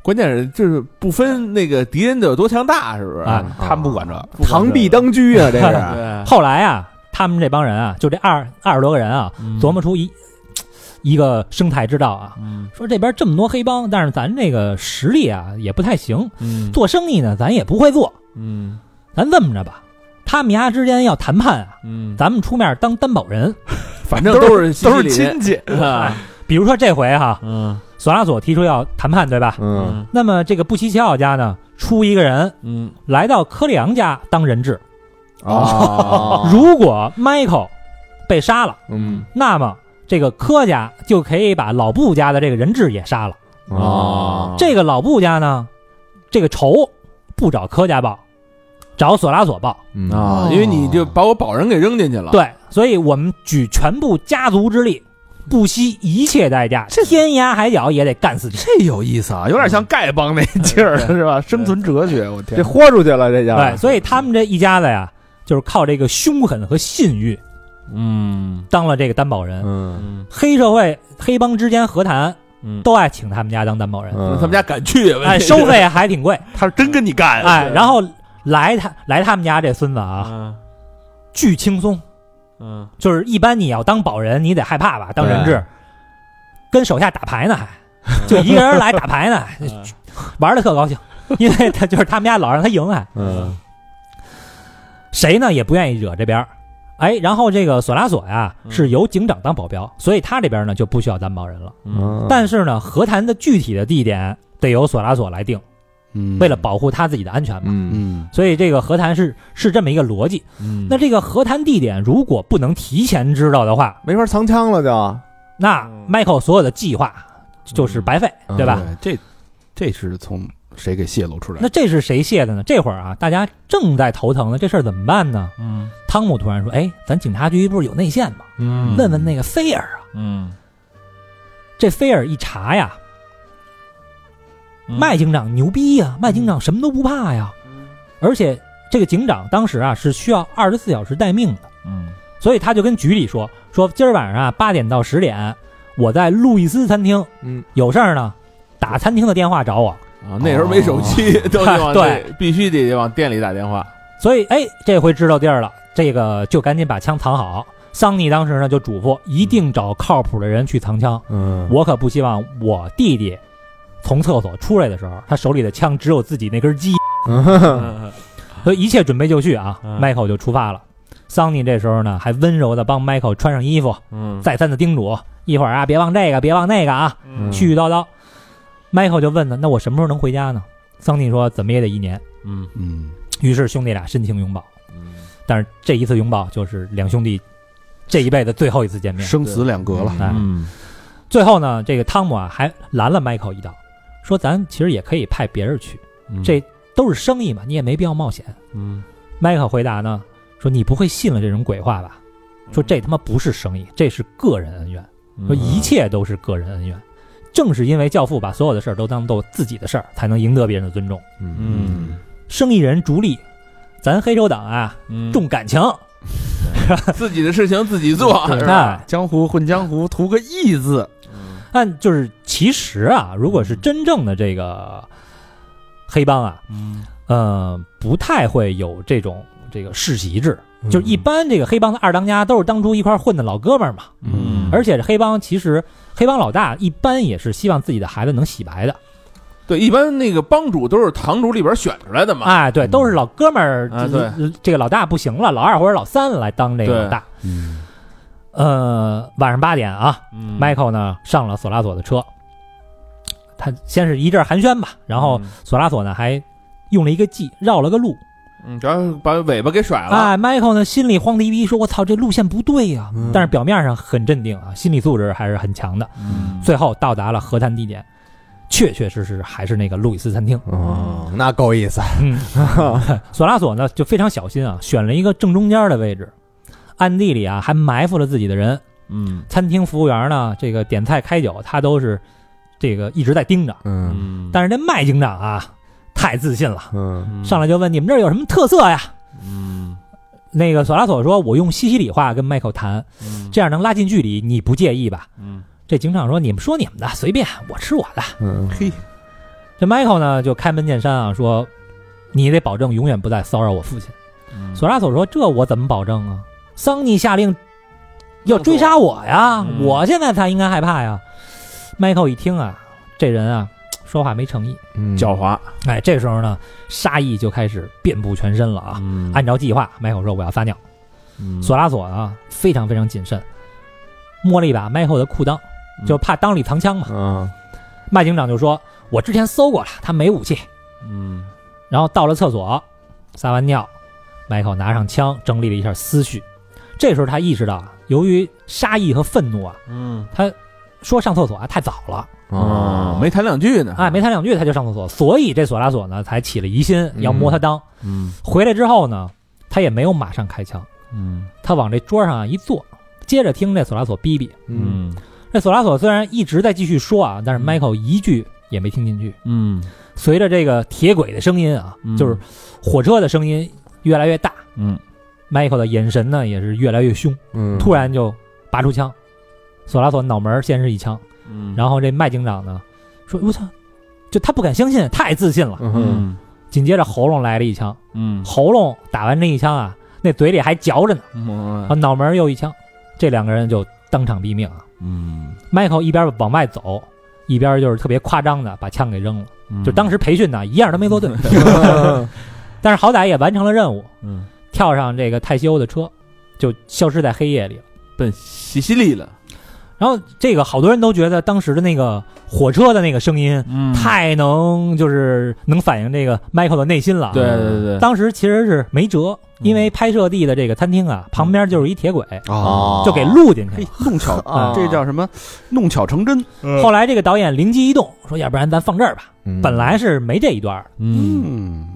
Speaker 3: 关键是就是不分那个敌人的有多强大，是不是？
Speaker 4: 啊
Speaker 1: 他们不管这，
Speaker 3: 不管
Speaker 6: 螳臂当车啊，
Speaker 3: 这
Speaker 6: 这是，
Speaker 3: 个，
Speaker 4: 后来啊，他们这帮人啊，就这二二十多个人啊，
Speaker 3: 对，
Speaker 4: 琢磨出一一个生态之道啊。
Speaker 3: 嗯，
Speaker 4: 说这边这么多黑帮，但是咱这个实力啊也不太行，
Speaker 3: 嗯
Speaker 4: 做生意呢咱也不会做，
Speaker 3: 嗯
Speaker 4: 咱这么着吧，他们俩之间要谈判啊，
Speaker 3: 嗯，
Speaker 4: 咱们出面当担保人。
Speaker 3: 反正
Speaker 1: 都
Speaker 3: 是都
Speaker 1: 都是亲戚，
Speaker 3: 啊，
Speaker 4: 比如说这回哈、
Speaker 3: 嗯
Speaker 4: 索拉索提出要谈判，对吧？
Speaker 6: 嗯，
Speaker 4: 那么这个布奇奇奥家呢，出一个人
Speaker 3: 嗯
Speaker 4: 来到科里昂家当人质。
Speaker 3: 哦
Speaker 6: 啊，
Speaker 4: 如果 Michael 被杀了，
Speaker 6: 嗯
Speaker 4: 那么这个科家就可以把老布家的这个人质也杀了。
Speaker 3: 哦
Speaker 6: 啊，
Speaker 4: 这个老布家呢，这个仇不找科家报，找索拉索报。
Speaker 6: 嗯
Speaker 3: 啊，
Speaker 1: 哦
Speaker 3: 因为你就把我保人给扔进去了，，
Speaker 4: 对，所以我们举全部家族之力，不惜一切代价，天涯海角也得干死你。
Speaker 1: 这有意思啊，有点像
Speaker 3: 嗯
Speaker 1: 丐帮那劲儿， 是吧？生存哲学，我
Speaker 6: 这
Speaker 1: 天，
Speaker 6: 豁出去了，这叫
Speaker 4: 对，哎所以他们这一家子呀，就是靠这个凶狠和信誉
Speaker 3: 嗯
Speaker 4: 当了这个担保人。
Speaker 6: 嗯
Speaker 3: 嗯
Speaker 4: 黑社会黑帮之间和谈
Speaker 3: 嗯，
Speaker 4: 都爱请他们家当担保 人，
Speaker 6: 嗯，
Speaker 3: 他们家敢去，问题
Speaker 4: 哎，
Speaker 3: 是
Speaker 4: 收 费还挺贵，
Speaker 1: 他是真跟你干，
Speaker 4: 哎，然后来他来他们家这孙子啊，
Speaker 3: 啊，
Speaker 4: 巨轻松，
Speaker 3: 嗯
Speaker 4: 就是一般你要当保人，你得害怕吧，当人质，跟手下打牌呢还。就一个人来打牌呢，玩的特高兴，因为他就是他们家老让他赢还，
Speaker 6: 嗯
Speaker 4: 谁呢也不愿意惹这边儿，哎，然后这个索拉索呀
Speaker 3: 嗯
Speaker 4: 是由警长当保镖，所以他这边呢就不需要担保人了。
Speaker 3: 嗯，
Speaker 4: 但是呢，和谈的具体的地点得由索拉索来定，
Speaker 1: 嗯
Speaker 4: 为了，保护他自己的安全嘛。
Speaker 6: 嗯
Speaker 1: 嗯，
Speaker 4: 所以这个和谈是是这么一个逻辑。
Speaker 3: 嗯
Speaker 4: 那这个和谈地点如果不能提前知道的话，
Speaker 6: 没法藏枪了就，
Speaker 4: 那
Speaker 3: 嗯
Speaker 4: Michael 所有的计划就是白费，
Speaker 6: 嗯
Speaker 4: 对吧？
Speaker 1: 对？这这是从谁给泄露出来
Speaker 4: 那
Speaker 1: 的？
Speaker 4: 这是谁泄的呢？这会儿啊，大家正在头疼呢，这事儿怎么办呢？
Speaker 3: 嗯
Speaker 4: 汤姆突然说：“哎，咱警察局不是有内线吗？
Speaker 3: 嗯
Speaker 4: 问问那个菲尔啊。
Speaker 3: 嗯”
Speaker 4: 这菲尔一查呀，
Speaker 3: 嗯
Speaker 4: 麦警长牛逼呀、麦警长什么都不怕呀，而且这个警长当时啊是需要二十四小时待命的，
Speaker 3: 嗯
Speaker 4: 所以他就跟局里说说今儿晚上啊八点到十点，我在路易斯餐厅，
Speaker 6: 嗯，
Speaker 4: 有事儿呢，打餐厅的电话找我。
Speaker 3: 啊，那时候没手机， 都得往
Speaker 4: 对
Speaker 3: 这，必须得往店里打 电话。
Speaker 4: 所以哎，这回知道地儿了，这个就赶紧把枪藏好。桑尼当时呢就嘱咐，一定找靠谱的人去藏枪。
Speaker 6: 嗯，
Speaker 4: 我可不希望我弟弟从厕所出来的时候，他手里的枪只有自己那根鸡。所以一切准备就绪啊、
Speaker 3: 嗯
Speaker 4: m i c h a e l 就出发了。桑尼这时候呢，还温柔的帮 Michael 穿上衣服，
Speaker 3: 嗯，
Speaker 4: 再三的叮嘱：一会儿啊，别忘这个，别忘那个啊，
Speaker 3: 嗯
Speaker 4: 絮絮叨叨。Michael 就问呢，那我什么时候能回家呢？桑尼说，怎么也得一年。
Speaker 3: 嗯
Speaker 2: 嗯，
Speaker 4: 于是兄弟俩深情拥抱，
Speaker 3: 嗯
Speaker 4: 但是这一次拥抱就是两兄弟这一辈子最后一次见面。
Speaker 2: 生死两隔了。
Speaker 4: 哎
Speaker 3: 嗯
Speaker 4: 最后呢，这个汤姆啊还拦了 Michael 一道，说咱其实也可以派别人去，
Speaker 3: 嗯
Speaker 4: 这都是生意嘛，你也没必要冒险。
Speaker 3: 嗯
Speaker 4: Michael 回答呢，说你不会信了这种鬼话吧？
Speaker 3: 嗯
Speaker 4: 说这他妈不是生意，这是个人恩怨，说一切都是个人恩怨。正是因为教父把所有的事儿都当做自己的事儿，才能赢得别人的尊重。
Speaker 3: 嗯
Speaker 4: 生意人逐利，咱黑手党啊
Speaker 3: 嗯
Speaker 4: 重感情，
Speaker 3: 自己的事情自己做，是吧？
Speaker 4: 哎，
Speaker 1: 江湖混江湖，图个义字，
Speaker 4: 但就是其实啊，如果是真正的这个黑帮啊，
Speaker 3: 嗯
Speaker 4: 呃，不太会有这种这个世袭制，
Speaker 3: 嗯
Speaker 4: 就是一般这个黑帮的二当家都是当初一块儿混的老哥们儿嘛，
Speaker 3: 嗯
Speaker 4: 而且这黑帮其实黑帮老大一般也是希望自己的孩子能洗白的，
Speaker 3: 对，一般那个帮主都是堂主里边选出来的嘛。
Speaker 4: 哎，对，都是老哥们儿，
Speaker 3: 嗯啊
Speaker 4: 这这个老大不行了，老二或者老三来当这个老大。
Speaker 2: 嗯，
Speaker 4: 呃，晚上八点啊
Speaker 3: 嗯
Speaker 4: ，Michael 呢上了索拉索的车，他先是一阵寒暄吧，然后索拉索呢还用了一个计绕了个路，
Speaker 3: 嗯，然后把尾巴给甩了。
Speaker 4: 哎，Michael 呢心里慌的一逼，说：“我操，这路线不对呀、
Speaker 6: 嗯
Speaker 4: 但是表面上很镇定啊，心理素质还是很强的。
Speaker 3: 嗯
Speaker 4: 最后到达了和谈地点，确确实实还是那个路易斯餐厅。
Speaker 6: 哦，那够意思，
Speaker 4: 嗯，索拉索呢就非常小心啊，选了一个正中间的位置，暗地里啊还埋伏了自己的人。
Speaker 3: 嗯
Speaker 4: 餐厅服务员呢，这个点菜开酒，他都是这个一直在盯着。
Speaker 6: 嗯
Speaker 3: 嗯，
Speaker 4: 但是这麦警长啊，太自信了，
Speaker 6: 嗯
Speaker 3: 是
Speaker 4: 上来就问你们这儿有什么特色呀？
Speaker 3: 嗯
Speaker 4: 那个索拉索说，我用西西里话跟麦克谈，
Speaker 3: 嗯
Speaker 4: 这样能拉近距离，你不介意吧？
Speaker 3: 嗯
Speaker 4: 这警长说：“你们说你们的，随便，我吃我的。
Speaker 6: 嗯，
Speaker 1: 嘿，”
Speaker 4: 这 Michael 呢就开门见山啊，说：“你得保证永远不再骚扰我父亲。”
Speaker 3: 嗯
Speaker 4: 索拉索说：“这我怎么保证啊？桑尼下令要追杀我呀，
Speaker 3: 嗯
Speaker 4: 我现在才应该害怕呀。”Michael 一听啊，这人啊说话没诚意，
Speaker 6: 嗯
Speaker 3: 狡猾
Speaker 4: 哎，这时候呢杀意就开始遍布全身了啊。
Speaker 3: 嗯
Speaker 4: 按照计划，Michael 说：“我要撒尿。”索拉索啊非常非常谨慎，摸了一把 Michael 的裤裆，就怕裆里藏枪嘛。
Speaker 6: 嗯
Speaker 4: 麦警长就说：“我之前搜过了，他没武器。
Speaker 3: 嗯”
Speaker 4: 然后到了厕所，撒完尿，迈克拿上枪，整理了一下思绪。这时候他意识到啊，由于杀意和愤怒啊，
Speaker 3: 嗯
Speaker 4: 他说上厕所啊太早了，
Speaker 3: 啊，没谈两句呢。
Speaker 4: 哎，没谈两句他就上厕所，所以这索拉索呢才起了疑心要摸他裆。
Speaker 3: 嗯
Speaker 4: 回来之后呢，他也没有马上开枪，
Speaker 3: 嗯
Speaker 4: 他往这桌上啊一坐，接着听这索拉索逼逼。
Speaker 6: 嗯
Speaker 4: 这索拉索虽然一直在继续说啊，但是 Michael 一句也没听进去。
Speaker 3: 嗯
Speaker 4: 随着这个铁轨的声音啊，
Speaker 3: 嗯
Speaker 4: 就是火车的声音越来越大
Speaker 3: 嗯
Speaker 4: ，Michael 的眼神呢也是越来越凶，
Speaker 6: 嗯，
Speaker 4: 突然就拔出枪，索拉索脑门儿先是一枪，
Speaker 3: 嗯，
Speaker 4: 然后这麦警长呢说：“我操！”就他不敢相信，太自信了。
Speaker 6: 嗯
Speaker 3: 嗯
Speaker 4: 紧接着喉咙来了一枪，
Speaker 3: 嗯
Speaker 4: 喉咙打完这一枪啊，那嘴里还嚼着呢，啊，
Speaker 3: 嗯
Speaker 4: 脑门儿又一枪，这两个人就当场毙命啊。
Speaker 3: 嗯，
Speaker 4: Michael 一边往外走，一边就是特别夸张的把枪给扔了，
Speaker 3: 嗯
Speaker 4: 就当时培训呢一样都没 做对， 但是好歹也完成了任务。
Speaker 3: 嗯
Speaker 4: 跳上这个泰西欧的车，就消失在黑夜里了。
Speaker 3: 奔西西里了，
Speaker 4: 然后这个好多人都觉得当时的那个火车的那个声音
Speaker 3: 嗯
Speaker 4: 太能就是能反映这个 Michael 的内心了。啊
Speaker 3: 对，嗯对对，
Speaker 4: 当时其实是没辙，因为拍摄地的这个餐厅啊旁边就是一铁轨，
Speaker 3: 嗯
Speaker 6: 哦
Speaker 4: 就给录进去
Speaker 1: 嘿
Speaker 4: 了。，
Speaker 1: 哎弄 巧
Speaker 6: 啊，
Speaker 1: 这叫什么？弄巧成真。
Speaker 3: 嗯
Speaker 4: 后来这个导演灵机一动，说要不然咱放这儿吧，
Speaker 6: 嗯
Speaker 4: 本来是没这一段儿。
Speaker 3: 嗯
Speaker 1: 嗯，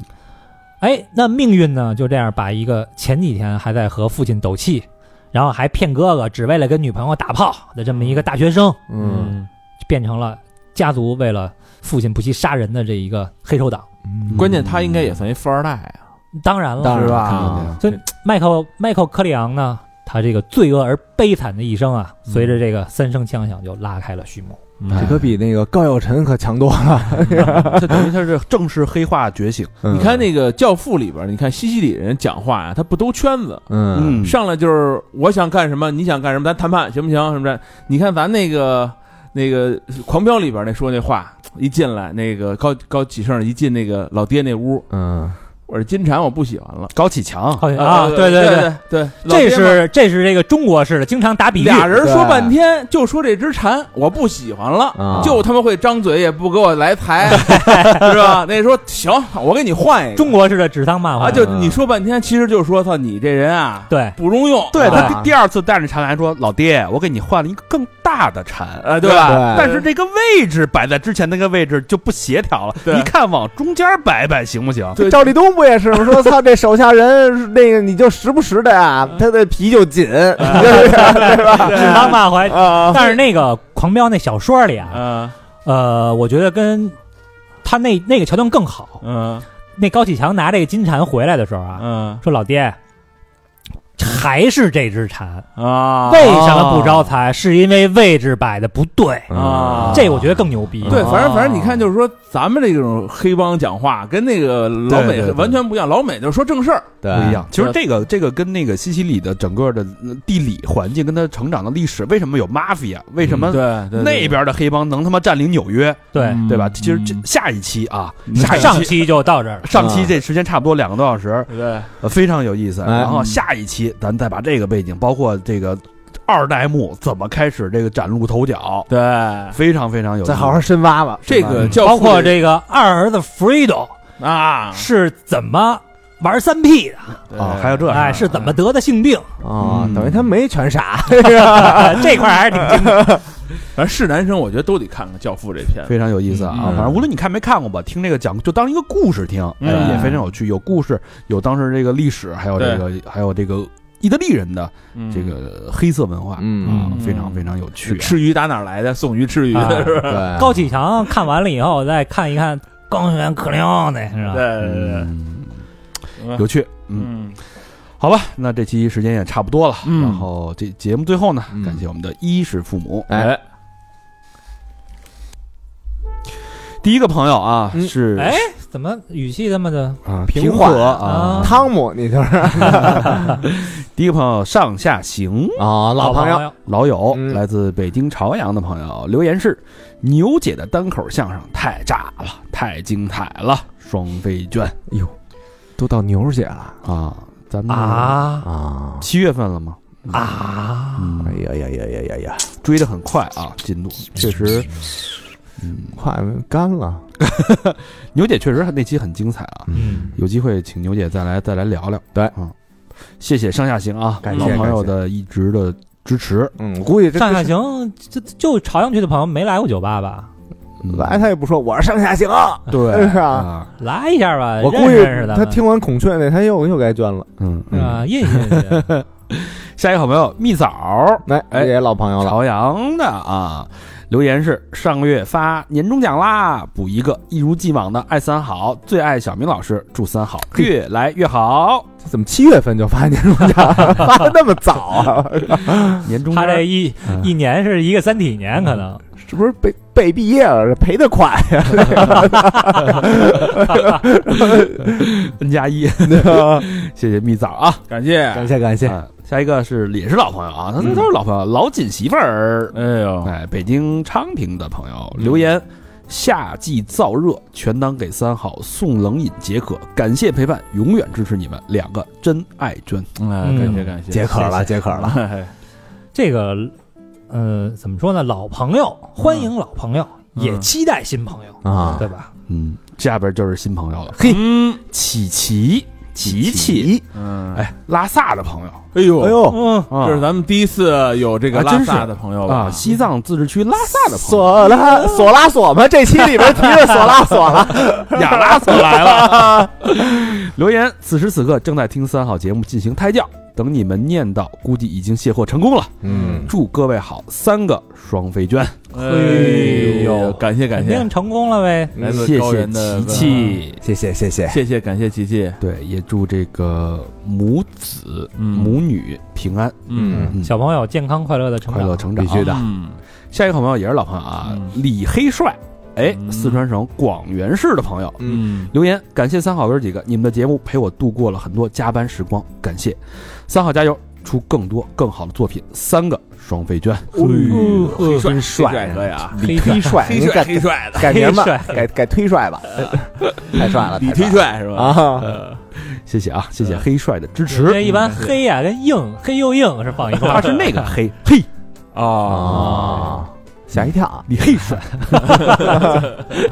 Speaker 4: 哎，那命运呢就这样把一个前几天还在和父亲斗气，然后还骗哥哥只为了跟女朋友打炮的这么一个大学生，
Speaker 6: 嗯
Speaker 4: 变成了家族为了父亲不惜杀人的这一个黑手党。
Speaker 6: 嗯
Speaker 3: 关键他应该也算一富二代啊，
Speaker 4: 当然了，
Speaker 6: 当然
Speaker 3: 是
Speaker 6: 了
Speaker 3: 吧
Speaker 6: 肯定的
Speaker 4: 所以迈克迈克科里昂呢，他这个罪恶而悲惨的一生啊，
Speaker 3: 嗯
Speaker 4: 随着这个三声枪响就拉开了序幕。
Speaker 6: 这可比那个高耀晨可强多了。
Speaker 1: 这等于他是正式黑化觉醒。
Speaker 6: 你
Speaker 3: 你看，那个《教父》里边，你看西西里人讲话啊呀，他不兜圈子，
Speaker 6: 嗯，
Speaker 3: 上来就是我想干什么，你想干什么，咱谈判行不行？什么的？你看咱那个那个《狂飙》里边那说那话，一进来那个高高启盛一进那个老爹那屋，
Speaker 6: 嗯，
Speaker 3: 我是金蝉，我不喜欢了
Speaker 1: 高启强，
Speaker 4: 好像
Speaker 3: 啊！
Speaker 4: 哎对
Speaker 3: 对
Speaker 4: 对，
Speaker 3: 对，老
Speaker 4: 这
Speaker 3: 爹嘛
Speaker 4: 是这是这个中国式的，经常打比喻。
Speaker 3: 俩人说半天，就说这只蝉我不喜欢
Speaker 6: 啊
Speaker 3: 了，就他妈会张嘴，也不给我来财， 是吧？那说行，我给你换一个
Speaker 4: 中国式的指桑骂槐
Speaker 3: 啊，就你说半天，其实就是说操你这人 啊，
Speaker 4: 对
Speaker 3: 不中用，
Speaker 1: 对
Speaker 6: 啊
Speaker 1: 他第第二次带着蝉来说：“老爹，我给你换了一个更大的蝉。
Speaker 3: 啊，对吧？
Speaker 6: 对
Speaker 1: 但是这个位置摆在之前那个位置就不协调了，
Speaker 3: 对
Speaker 1: 你看往中间摆摆行不行？
Speaker 3: 对
Speaker 6: 赵立东不也是吗？说操，这手下人那个你就时不时的啊，他的皮就紧，对吧？
Speaker 4: 指桑骂槐。
Speaker 6: 啊，
Speaker 4: 但是那个《狂飙》那小说里啊，
Speaker 3: 嗯
Speaker 4: 呃，我觉得跟他那那个桥段更好。
Speaker 3: 嗯
Speaker 4: 那高启强拿这个金蝉回来的时候啊，
Speaker 3: 嗯
Speaker 4: 说老爹，还是这只蝉，
Speaker 3: 啊，
Speaker 4: 为什么不招财？是因为位置摆的不对，
Speaker 3: 啊
Speaker 4: 这我觉得更牛
Speaker 1: 嗯
Speaker 4: 逼。
Speaker 3: 对，反正反正你
Speaker 1: 啊
Speaker 3: 看，就是说咱们这种黑帮讲话跟那个老
Speaker 1: 对
Speaker 3: 美
Speaker 1: 对对
Speaker 3: 完全不一样，老美就是说正事儿，
Speaker 6: 对
Speaker 1: 不一样。其实这个这个跟那个西西里的整个的呃地理环境，跟他成长的历史，为什么有 mafia？为什么
Speaker 3: 对嗯对
Speaker 1: 那边的黑帮能他妈占领纽约，
Speaker 4: 对，
Speaker 1: 对吧？其实这下一期啊，
Speaker 3: 嗯
Speaker 1: 下
Speaker 4: 上
Speaker 1: 一期
Speaker 4: 期就到这儿了。
Speaker 1: 上啊期这时间差不多两个多小时，
Speaker 3: 对
Speaker 1: 呃非常有意思。
Speaker 6: 哎
Speaker 1: 然后
Speaker 3: 嗯
Speaker 1: 下一期咱再把这个背景，包括这个二代目怎么开始这个崭露头角，
Speaker 3: 对，
Speaker 1: 非常非常有意思。
Speaker 6: 再好好深挖吧。
Speaker 3: 这个教
Speaker 4: 包
Speaker 3: 父
Speaker 4: 括这个二儿子 Fredo
Speaker 3: 啊，
Speaker 4: 是怎么玩三 P 的，
Speaker 1: 啊，还有这事儿
Speaker 4: 哎，是怎么得的性 病，
Speaker 6: 啊，
Speaker 1: 嗯
Speaker 6: 等于他没全傻，
Speaker 4: 这块儿还是挺精的。
Speaker 3: 反正是男生，我觉得都得看看《教父》这片子。
Speaker 1: 非常有意思啊！
Speaker 3: 嗯
Speaker 1: 反正无论你看没看过吧，听这个讲就当一个故事听，
Speaker 3: 嗯
Speaker 1: 哎也非常有趣，有故事，有当时这个历史，还有这个还有这个意大利人的
Speaker 3: 嗯
Speaker 1: 这个黑色文化，
Speaker 6: 嗯
Speaker 1: 啊非常非嗯常有趣。
Speaker 3: 吃鱼打哪儿来的？送鱼吃鱼，
Speaker 4: 啊
Speaker 3: 是吧？
Speaker 6: 对，
Speaker 4: 高启强看完了以后，再看一看高原克里奥那是吧？
Speaker 3: 对对对
Speaker 1: 嗯，
Speaker 3: 对，
Speaker 1: 有趣，嗯，
Speaker 3: 嗯
Speaker 1: 好吧，那这期时间也差不多了，
Speaker 3: 嗯
Speaker 1: 然后这节目最后呢
Speaker 6: 嗯，
Speaker 1: 感谢我们的衣食父母，
Speaker 6: 哎，
Speaker 1: 第一个朋友啊
Speaker 6: 嗯
Speaker 1: 是
Speaker 4: 哎，怎么语气这么的？
Speaker 6: 啊，
Speaker 1: 平
Speaker 6: 缓
Speaker 1: 和啊
Speaker 4: 啊，
Speaker 6: 汤姆，你就是啊，
Speaker 1: 第一个朋友上下行，
Speaker 6: 老
Speaker 4: 啊
Speaker 6: 朋
Speaker 4: 朋
Speaker 6: 友，
Speaker 4: 友，
Speaker 1: 老友，
Speaker 6: 嗯
Speaker 1: 来自北京朝阳的朋友留言是：牛姐的单口相声太炸了，太精彩了，双飞卷
Speaker 6: 都到牛姐了
Speaker 1: 啊！咱们
Speaker 4: 啊
Speaker 6: 啊！
Speaker 1: 七月份了吗？
Speaker 4: 啊！
Speaker 1: 嗯
Speaker 6: 哎，呀呀呀呀呀呀，
Speaker 1: 追得很快啊，进度确实，嗯，
Speaker 6: 快干了，
Speaker 1: 牛姐确实那期很精彩啊，
Speaker 4: 嗯，
Speaker 1: 有机会请牛姐再来再来聊聊。
Speaker 6: 对
Speaker 1: 啊，谢谢上下行啊，
Speaker 6: 感
Speaker 1: 老
Speaker 6: 谢
Speaker 1: 朋友
Speaker 6: 感谢
Speaker 1: 的一直的支持，
Speaker 6: 嗯，估计这
Speaker 4: 上下行，就就朝阳区的朋友没来过酒吧吧？
Speaker 1: 嗯
Speaker 6: 来他也不说我是上下行，
Speaker 2: 哎
Speaker 1: 对
Speaker 6: 是吧？
Speaker 1: 啊，
Speaker 4: 来一下吧，
Speaker 6: 我估
Speaker 4: 认
Speaker 6: 计
Speaker 4: 识认识咱
Speaker 6: 他
Speaker 4: 们
Speaker 6: 听完孔雀那，他又又该捐了。
Speaker 1: 嗯嗯，
Speaker 4: 啊，印一印去。
Speaker 1: 下一个好朋友蜜枣，
Speaker 6: 来，
Speaker 1: 哎
Speaker 6: 也老朋友了，
Speaker 1: 朝阳的啊，留言是上个月发年终奖啦，补一个，一如既往的爱三好，最爱小明老师，祝三好
Speaker 3: 嗯
Speaker 1: 越来越好。
Speaker 6: 怎么七月份就发年终奖， 发的那么早啊？
Speaker 1: 年 终
Speaker 4: 他这
Speaker 1: 奖
Speaker 4: 一
Speaker 1: 嗯
Speaker 4: 一年是一个三体年，可能
Speaker 6: 是不是被被毕业了？这赔的款呀，
Speaker 1: N 加一， 谢谢蜜枣啊，
Speaker 3: 感谢，
Speaker 6: 感谢感谢，
Speaker 1: 啊下一个是也是老朋友啊，他他是老朋友，老锦媳妇儿，
Speaker 3: 哎呦，
Speaker 1: 哎，北京昌平的朋友留言。夏季燥热，全当给三好送冷饮解渴。感谢陪伴，永远支持你们两个真爱娟。
Speaker 3: 哎，感
Speaker 1: 嗯
Speaker 3: 谢感谢，哎
Speaker 6: 解渴了，解渴了。
Speaker 3: 了，
Speaker 4: 这个呃，怎么说呢？老朋友，欢迎老朋友，
Speaker 3: 嗯
Speaker 4: 也期待新朋友
Speaker 6: 啊
Speaker 4: 对吧？
Speaker 1: 嗯，下边就是新朋友了，
Speaker 3: 嗯
Speaker 1: 琪琪，琪琪，
Speaker 3: 嗯，哎
Speaker 1: 哎，拉萨的朋友
Speaker 3: 哎呦
Speaker 6: 哎，呦，
Speaker 4: 嗯，
Speaker 1: 啊，
Speaker 3: 这是咱们第一次有这个
Speaker 1: 啊
Speaker 3: 拉
Speaker 1: 真是
Speaker 3: 萨的朋友
Speaker 1: 啊，
Speaker 3: 吧？
Speaker 1: 西藏自治区拉萨的朋友，
Speaker 6: 索拉哦索拉索吗？这期里边提着索拉 索了，
Speaker 1: 亚拉索来了。留言：此时此刻正在听三好节目进行胎教，等你们念到，估计已经卸货成功了。
Speaker 6: 嗯，
Speaker 1: 祝各位好，三个双飞娟，
Speaker 3: 哎呦，
Speaker 4: 呦
Speaker 3: 感谢感
Speaker 4: 肯
Speaker 3: 谢嗯
Speaker 4: 定，成功了呗。
Speaker 3: 来自
Speaker 1: 谢
Speaker 3: 高
Speaker 1: 谢
Speaker 3: 原的问
Speaker 1: 琪
Speaker 3: 候
Speaker 1: 琪，
Speaker 6: 谢谢谢谢，
Speaker 3: 谢谢感谢琪琪，
Speaker 1: 对，也祝这个母子母女平安，
Speaker 3: 嗯
Speaker 1: 嗯
Speaker 4: 小朋友健康快乐的成
Speaker 1: 快乐
Speaker 4: 长，
Speaker 1: 成长，
Speaker 6: 必须的
Speaker 3: 嗯，
Speaker 1: 下一个好朋友也是老朋友啊，李黑帅，哎，
Speaker 3: 嗯
Speaker 1: 四川省广元市的朋友。
Speaker 3: 嗯
Speaker 1: 留言感谢三好哥几个，你们的节目陪我度过了很多加班时光，感谢三好加油，出更多更好的作品，三个双飞券，
Speaker 4: 嗯
Speaker 3: 黑帅
Speaker 6: 真帅
Speaker 3: 黑帅可以啊，
Speaker 4: 黑
Speaker 6: 推帅，
Speaker 3: 黑
Speaker 6: 你
Speaker 3: 帅
Speaker 6: 改
Speaker 3: 黑帅的，
Speaker 6: 改名吧
Speaker 4: 黑 帅，
Speaker 6: 改改推帅 吧，太帅了，
Speaker 3: 李
Speaker 6: 太
Speaker 3: 推帅是吧？
Speaker 6: 啊！
Speaker 3: 呃
Speaker 1: 谢谢啊，谢谢黑帅的支
Speaker 4: 因为
Speaker 1: 持。
Speaker 4: 一般黑呀跟硬，黑又硬是放一块
Speaker 1: 他
Speaker 4: 儿。
Speaker 1: 是那个黑，嘿，
Speaker 3: 啊，
Speaker 6: 啊，吓一跳啊！
Speaker 1: 李黑帅。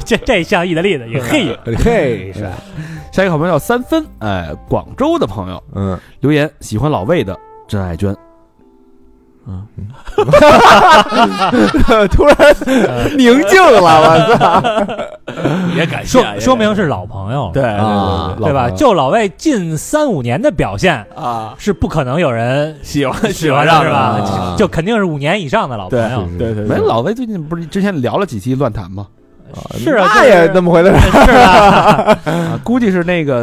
Speaker 4: 这这像意大利的也嘿，
Speaker 6: 嘿，帅，
Speaker 1: 下一个好朋友叫三分，哎，广州的朋友
Speaker 6: 嗯，
Speaker 1: 留言喜欢老魏的真爱娟，
Speaker 6: 突然宁静了，我操！
Speaker 3: 也感谢
Speaker 4: 说
Speaker 3: 啊，也
Speaker 4: 说明
Speaker 3: 感谢
Speaker 4: 是老朋友了，
Speaker 3: 对对对
Speaker 6: 啊
Speaker 4: 对吧？就老魏近三五年的表现，
Speaker 3: 对啊，
Speaker 4: 是不可能有人
Speaker 3: 喜欢
Speaker 4: 喜欢上
Speaker 3: 上
Speaker 4: 是吧？
Speaker 6: 啊
Speaker 4: 就肯定是五年以上的老朋
Speaker 3: 对
Speaker 4: 友，
Speaker 3: 对对，
Speaker 1: 没
Speaker 3: 对
Speaker 1: 哎老魏最近不是之前聊了几期乱谈吗？
Speaker 4: 是啊，
Speaker 6: 那也那么回事儿，
Speaker 4: 是啊，
Speaker 1: 啊，估计是那个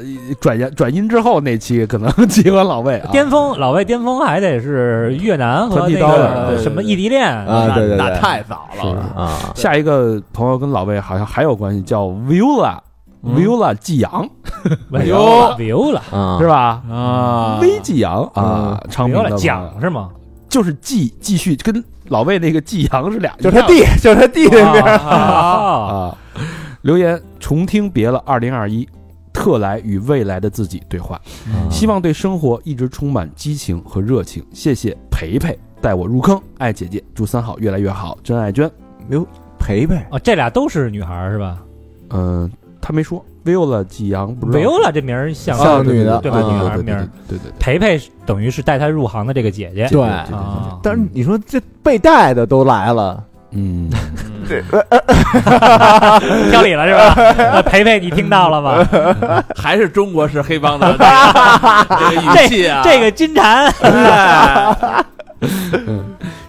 Speaker 1: 呃转言转音之后那期可能喜欢老魏啊，
Speaker 4: 巅峰老魏巅峰还得是越南和
Speaker 1: 团
Speaker 4: 那
Speaker 1: 体刀
Speaker 3: 对
Speaker 1: 的
Speaker 4: 个
Speaker 3: 对
Speaker 4: 什么异地恋
Speaker 6: 啊对对对
Speaker 3: 那太早了，
Speaker 6: 啊，
Speaker 1: 下一个朋友跟老魏好像还有关系，叫 Viola、Viola
Speaker 4: 嗯
Speaker 1: 季阳
Speaker 4: 没
Speaker 3: 有
Speaker 4: 有了，
Speaker 6: 啊
Speaker 1: 是？吧？
Speaker 3: 啊，
Speaker 1: 微季阳啊，昌平
Speaker 4: 有
Speaker 1: 的
Speaker 4: 了，
Speaker 1: 吧
Speaker 4: 讲是吗？
Speaker 1: 就是继继续跟老魏那个季阳是俩，
Speaker 6: 就是他 弟，就是他弟的名儿。
Speaker 4: 啊，
Speaker 1: 啊。留言重听别了，二零二一，特来与未来的自己对话，希望对生活一直充满激情和热情。谢谢培培带我入坑，爱姐姐，祝三好越来越好，真爱娟。
Speaker 6: 哟，陪陪，
Speaker 4: 哦，这俩都是女孩儿是吧？
Speaker 1: 嗯、他没说，Viola 季阳不知道
Speaker 4: 维欧拉这名儿像
Speaker 6: 像女的
Speaker 4: 对吧？
Speaker 6: 啊
Speaker 4: 女孩儿
Speaker 1: 对
Speaker 4: 名
Speaker 1: 对
Speaker 4: 儿，
Speaker 1: 对对对
Speaker 4: 培培是等于是带她入行的这个姐姐
Speaker 6: 对
Speaker 1: 对
Speaker 4: 啊，
Speaker 6: 但是你说这被带的都来了，
Speaker 1: 嗯，
Speaker 3: 对，
Speaker 4: 挑理了是吧？呃培培，你听到了吗？
Speaker 3: 还是中国式黑帮的这个这个语气啊，
Speaker 4: 这个金蝉，
Speaker 3: 哎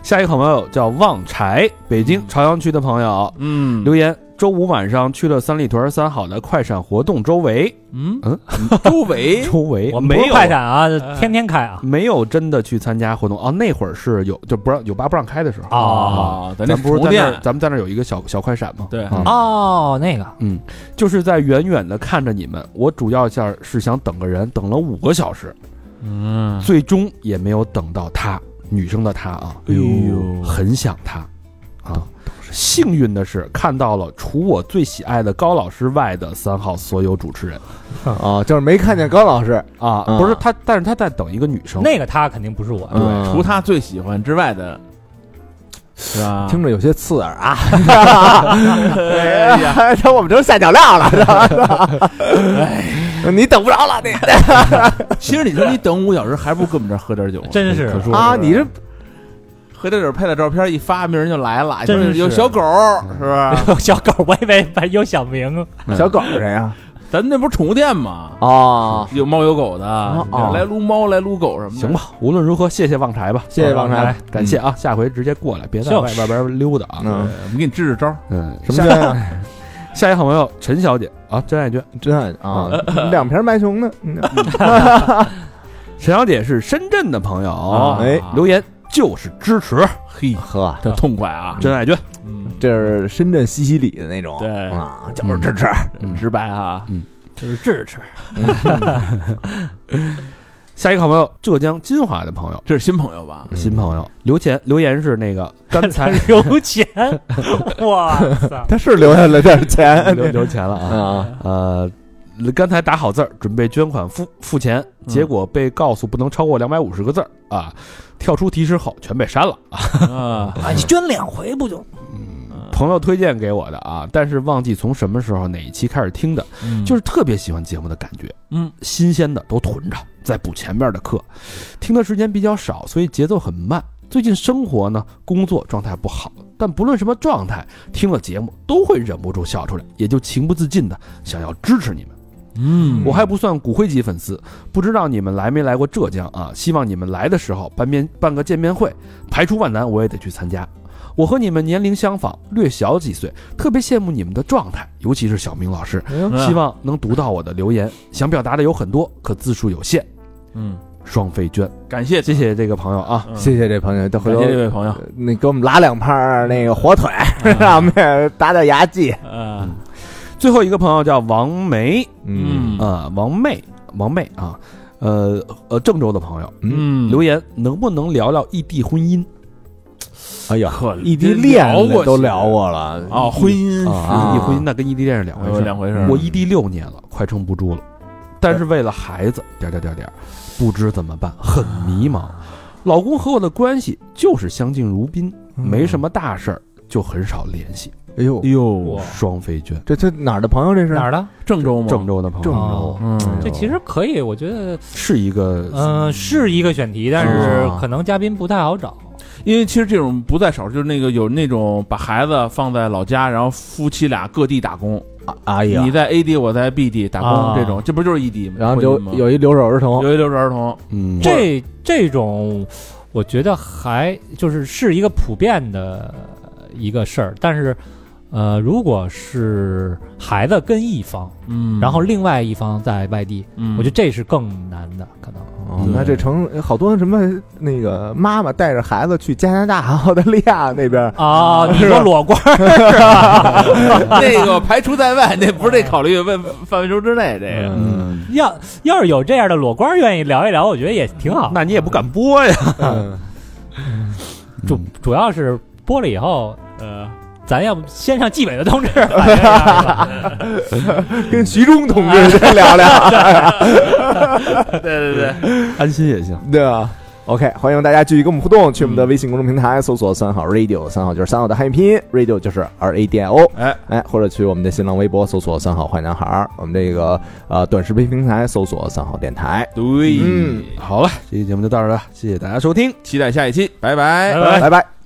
Speaker 1: 下一个好朋友叫旺柴，北京朝阳区的朋友
Speaker 3: 嗯
Speaker 1: 留言：周五晚上去了三里屯三好的快闪活动周围，
Speaker 3: 嗯
Speaker 1: 嗯，
Speaker 3: 周 围
Speaker 1: 周围
Speaker 4: 我们不
Speaker 1: 没
Speaker 4: 是
Speaker 1: 有
Speaker 4: 快闪啊，天天开啊。
Speaker 1: 没有真的去参加活动哦，那会儿是有就不让酒吧不让开的时候
Speaker 4: 哦
Speaker 3: 啊，咱
Speaker 1: 咱
Speaker 3: 这
Speaker 1: 不是在那儿
Speaker 3: 店，
Speaker 1: 咱们在那儿有一个小小快闪吗？
Speaker 3: 对
Speaker 1: 啊
Speaker 4: 哦，那个
Speaker 1: 嗯，就是在远远的看着你们，我主要想是想等个人，等了五个小时，
Speaker 3: 嗯，
Speaker 1: 最终也没有等到她，女生的她啊，
Speaker 3: 哎呦
Speaker 1: 很想她，啊，幸运的是看到了除我最喜爱的高老师外的三号所有主持人
Speaker 6: 啊，就是没看见高老师，
Speaker 1: 啊，
Speaker 6: 啊
Speaker 1: 不是他，但是他在等一个女生，
Speaker 4: 那个他肯定不是我，
Speaker 6: 嗯
Speaker 3: 对，除他最喜欢之外的，是 吧？
Speaker 6: 听着有些刺耳啊。
Speaker 3: 哎呀，
Speaker 6: 这我们都下脚料了，是 吧？你等不着了，你
Speaker 3: 其实你说你等五小时，还不如跟我们这儿喝点酒呢，
Speaker 4: 真是
Speaker 1: 可说
Speaker 6: 啊，你这
Speaker 3: 喝点酒拍点照片一发，明儿人就来了，
Speaker 4: 真
Speaker 3: 就是有小狗是吧？
Speaker 4: 小狗，我以为有小明，
Speaker 6: 小狗是谁啊？
Speaker 3: 咱那不是宠物店吗？
Speaker 6: 哦，
Speaker 3: 有猫有狗的，
Speaker 6: 哦
Speaker 3: 来撸猫来撸狗什么的。
Speaker 1: 行，吧，无论如何谢谢旺柴吧，
Speaker 6: 谢谢王
Speaker 4: 来
Speaker 6: 柴，
Speaker 1: 感谢啊，下回直接过来，别在
Speaker 4: 就
Speaker 1: 外
Speaker 4: 是
Speaker 1: 外边溜达啊。
Speaker 6: 嗯，
Speaker 3: 我们给你支支招。
Speaker 1: 嗯，
Speaker 6: 什么圈啊？
Speaker 1: 下一个好朋友陈小姐啊，真爱娟。
Speaker 6: 真爱啊， 两瓶白熊呢？嗯
Speaker 1: 陈小姐是深圳的朋友嗯
Speaker 3: 啊，
Speaker 6: 哎
Speaker 1: 留言就是支持
Speaker 3: 嘿，
Speaker 6: 呵，
Speaker 3: 这痛快啊！
Speaker 1: 真爱娟。
Speaker 3: 嗯，
Speaker 6: 这是深圳西西里的那种，
Speaker 3: 对
Speaker 6: 啊，就是支持。
Speaker 1: 嗯
Speaker 3: 直白啊，
Speaker 4: 就是智 齿，
Speaker 1: 下一个好朋友浙江金华的朋友，
Speaker 3: 这是新朋友吧？
Speaker 1: 新朋友留钱留言是那 个刚才
Speaker 4: 有钱，哇塞，
Speaker 6: 他是 留下了点钱
Speaker 1: 留留钱了啊，
Speaker 6: 啊，
Speaker 1: 呃。刚才打好字儿，准备捐款付付钱，结果被告诉不能超过两百五十个字儿啊！跳出提示后全被删了。
Speaker 3: 啊，
Speaker 4: 啊，你捐两回不就？
Speaker 1: 朋友推荐给我的啊，但是忘记从什么时候哪一期开始听的，就是特别喜欢节目的感觉，
Speaker 3: 嗯，
Speaker 1: 新鲜的都囤着，再补前面的课。听的时间比较少，所以节奏很慢。最近生活呢，工作状态不好，但不论什么状态，听了节目都会忍不住笑出来，也就情不自禁的想要支持你们。
Speaker 3: 嗯
Speaker 1: 我还不算骨灰级粉丝，不知道你们来没来过浙江啊？希望你们来的时候办面办个见面会，排除万难我也得去参加。我和你们年龄相仿，略小几岁，特别羡慕你们的状态，尤其是小明老师，
Speaker 3: 嗯
Speaker 1: 希望能读到我的留言。想表达的有很多，可字数有限。
Speaker 3: 嗯，
Speaker 1: 双飞娟，
Speaker 3: 感谢
Speaker 1: 谢谢这个朋友啊，
Speaker 3: 嗯
Speaker 6: 谢谢这嗯朋友，等回
Speaker 3: 感
Speaker 6: 头
Speaker 3: 谢这位朋友，
Speaker 6: 那给我们拉两盘儿那个火腿， 让我们打打牙祭。
Speaker 3: 呃，
Speaker 1: 最后一个朋友叫王梅
Speaker 3: 嗯
Speaker 1: 啊、王妹，王妹啊，呃呃，郑州的朋友
Speaker 3: 嗯
Speaker 1: 留言，能不能聊聊异地婚姻？
Speaker 6: 哎呀，
Speaker 3: 可
Speaker 6: 异地恋都聊过了
Speaker 3: 啊，婚姻
Speaker 6: 啊
Speaker 1: 异地婚姻那跟异地恋是两回
Speaker 3: 是
Speaker 1: 事儿。
Speaker 3: 两回事儿。
Speaker 1: 我异地六年了，快撑不住了，但是为了孩子，点儿点儿点儿点儿，不知怎么办，很迷茫。啊老公和我的关系就是相敬如宾，没什么大事儿，就很少联系。
Speaker 6: 哎呦，
Speaker 3: 哟，
Speaker 1: 双飞娟，
Speaker 6: 这这哪儿的朋友这是？
Speaker 4: 哪儿的？
Speaker 3: 郑州吗？
Speaker 1: 郑州的朋
Speaker 6: 郑
Speaker 1: 友
Speaker 6: 州
Speaker 4: 哦，
Speaker 3: 嗯，
Speaker 4: 这其实可以，我觉得，
Speaker 1: 是一个，
Speaker 4: 嗯，是一个选题，但是
Speaker 1: 啊
Speaker 4: 可能嘉宾不太好找。
Speaker 3: 因为其实这种不在少数，就是那个有那种把孩子放在老家，然后夫妻俩各地打工，
Speaker 6: 啊哎呀
Speaker 3: 你，在 A 地，我在 B 地打工，
Speaker 4: 啊
Speaker 3: 这种这不就是异地吗？
Speaker 6: 然后
Speaker 3: 婚姻
Speaker 6: 留
Speaker 3: 吗
Speaker 6: 有一留守儿童，
Speaker 3: 有一留守儿童，
Speaker 1: 嗯，
Speaker 4: 这这种，我觉得还就是是一个普遍的一个事儿，但是，呃，如果是孩子跟一方，
Speaker 3: 嗯
Speaker 4: 然后另外一方在外地，
Speaker 3: 嗯，
Speaker 4: 我觉得这是更难的，可能。
Speaker 6: 哦
Speaker 3: 对
Speaker 6: 那这成好多什么那个妈妈带着孩子去加拿大、澳大利亚那边，
Speaker 4: 啊，你说裸官儿是吧？
Speaker 3: 那个排除在外，那不是这考虑问范围轴之内这个。
Speaker 1: 嗯，
Speaker 4: 要要是有这样的裸官儿愿意聊一聊，我觉得也挺好。
Speaker 1: 那你也不敢嗯播呀？
Speaker 6: 嗯
Speaker 4: 主主要是播了以后，呃，咱要不先上纪委的哎同志反映一下是吧，
Speaker 6: 跟徐忠同志再聊聊，
Speaker 3: 对对对，
Speaker 1: 安心也行。
Speaker 6: 对吧？OK，欢迎大家继续跟我们互动，去我们的微信公众平台搜索“三好 radio”，三好就是三好的汉语拼音，radio 就是 R A D I O，
Speaker 3: 哎
Speaker 6: 哎，或者去我们的新浪微博搜索“三好坏男孩儿”，我们这个呃短视频平台搜索“三好电台
Speaker 3: 对，
Speaker 6: 嗯
Speaker 1: 好了，这期节目就到这儿了，谢谢大家收听。
Speaker 3: 期待下一期，拜拜
Speaker 4: 拜拜
Speaker 6: 拜拜。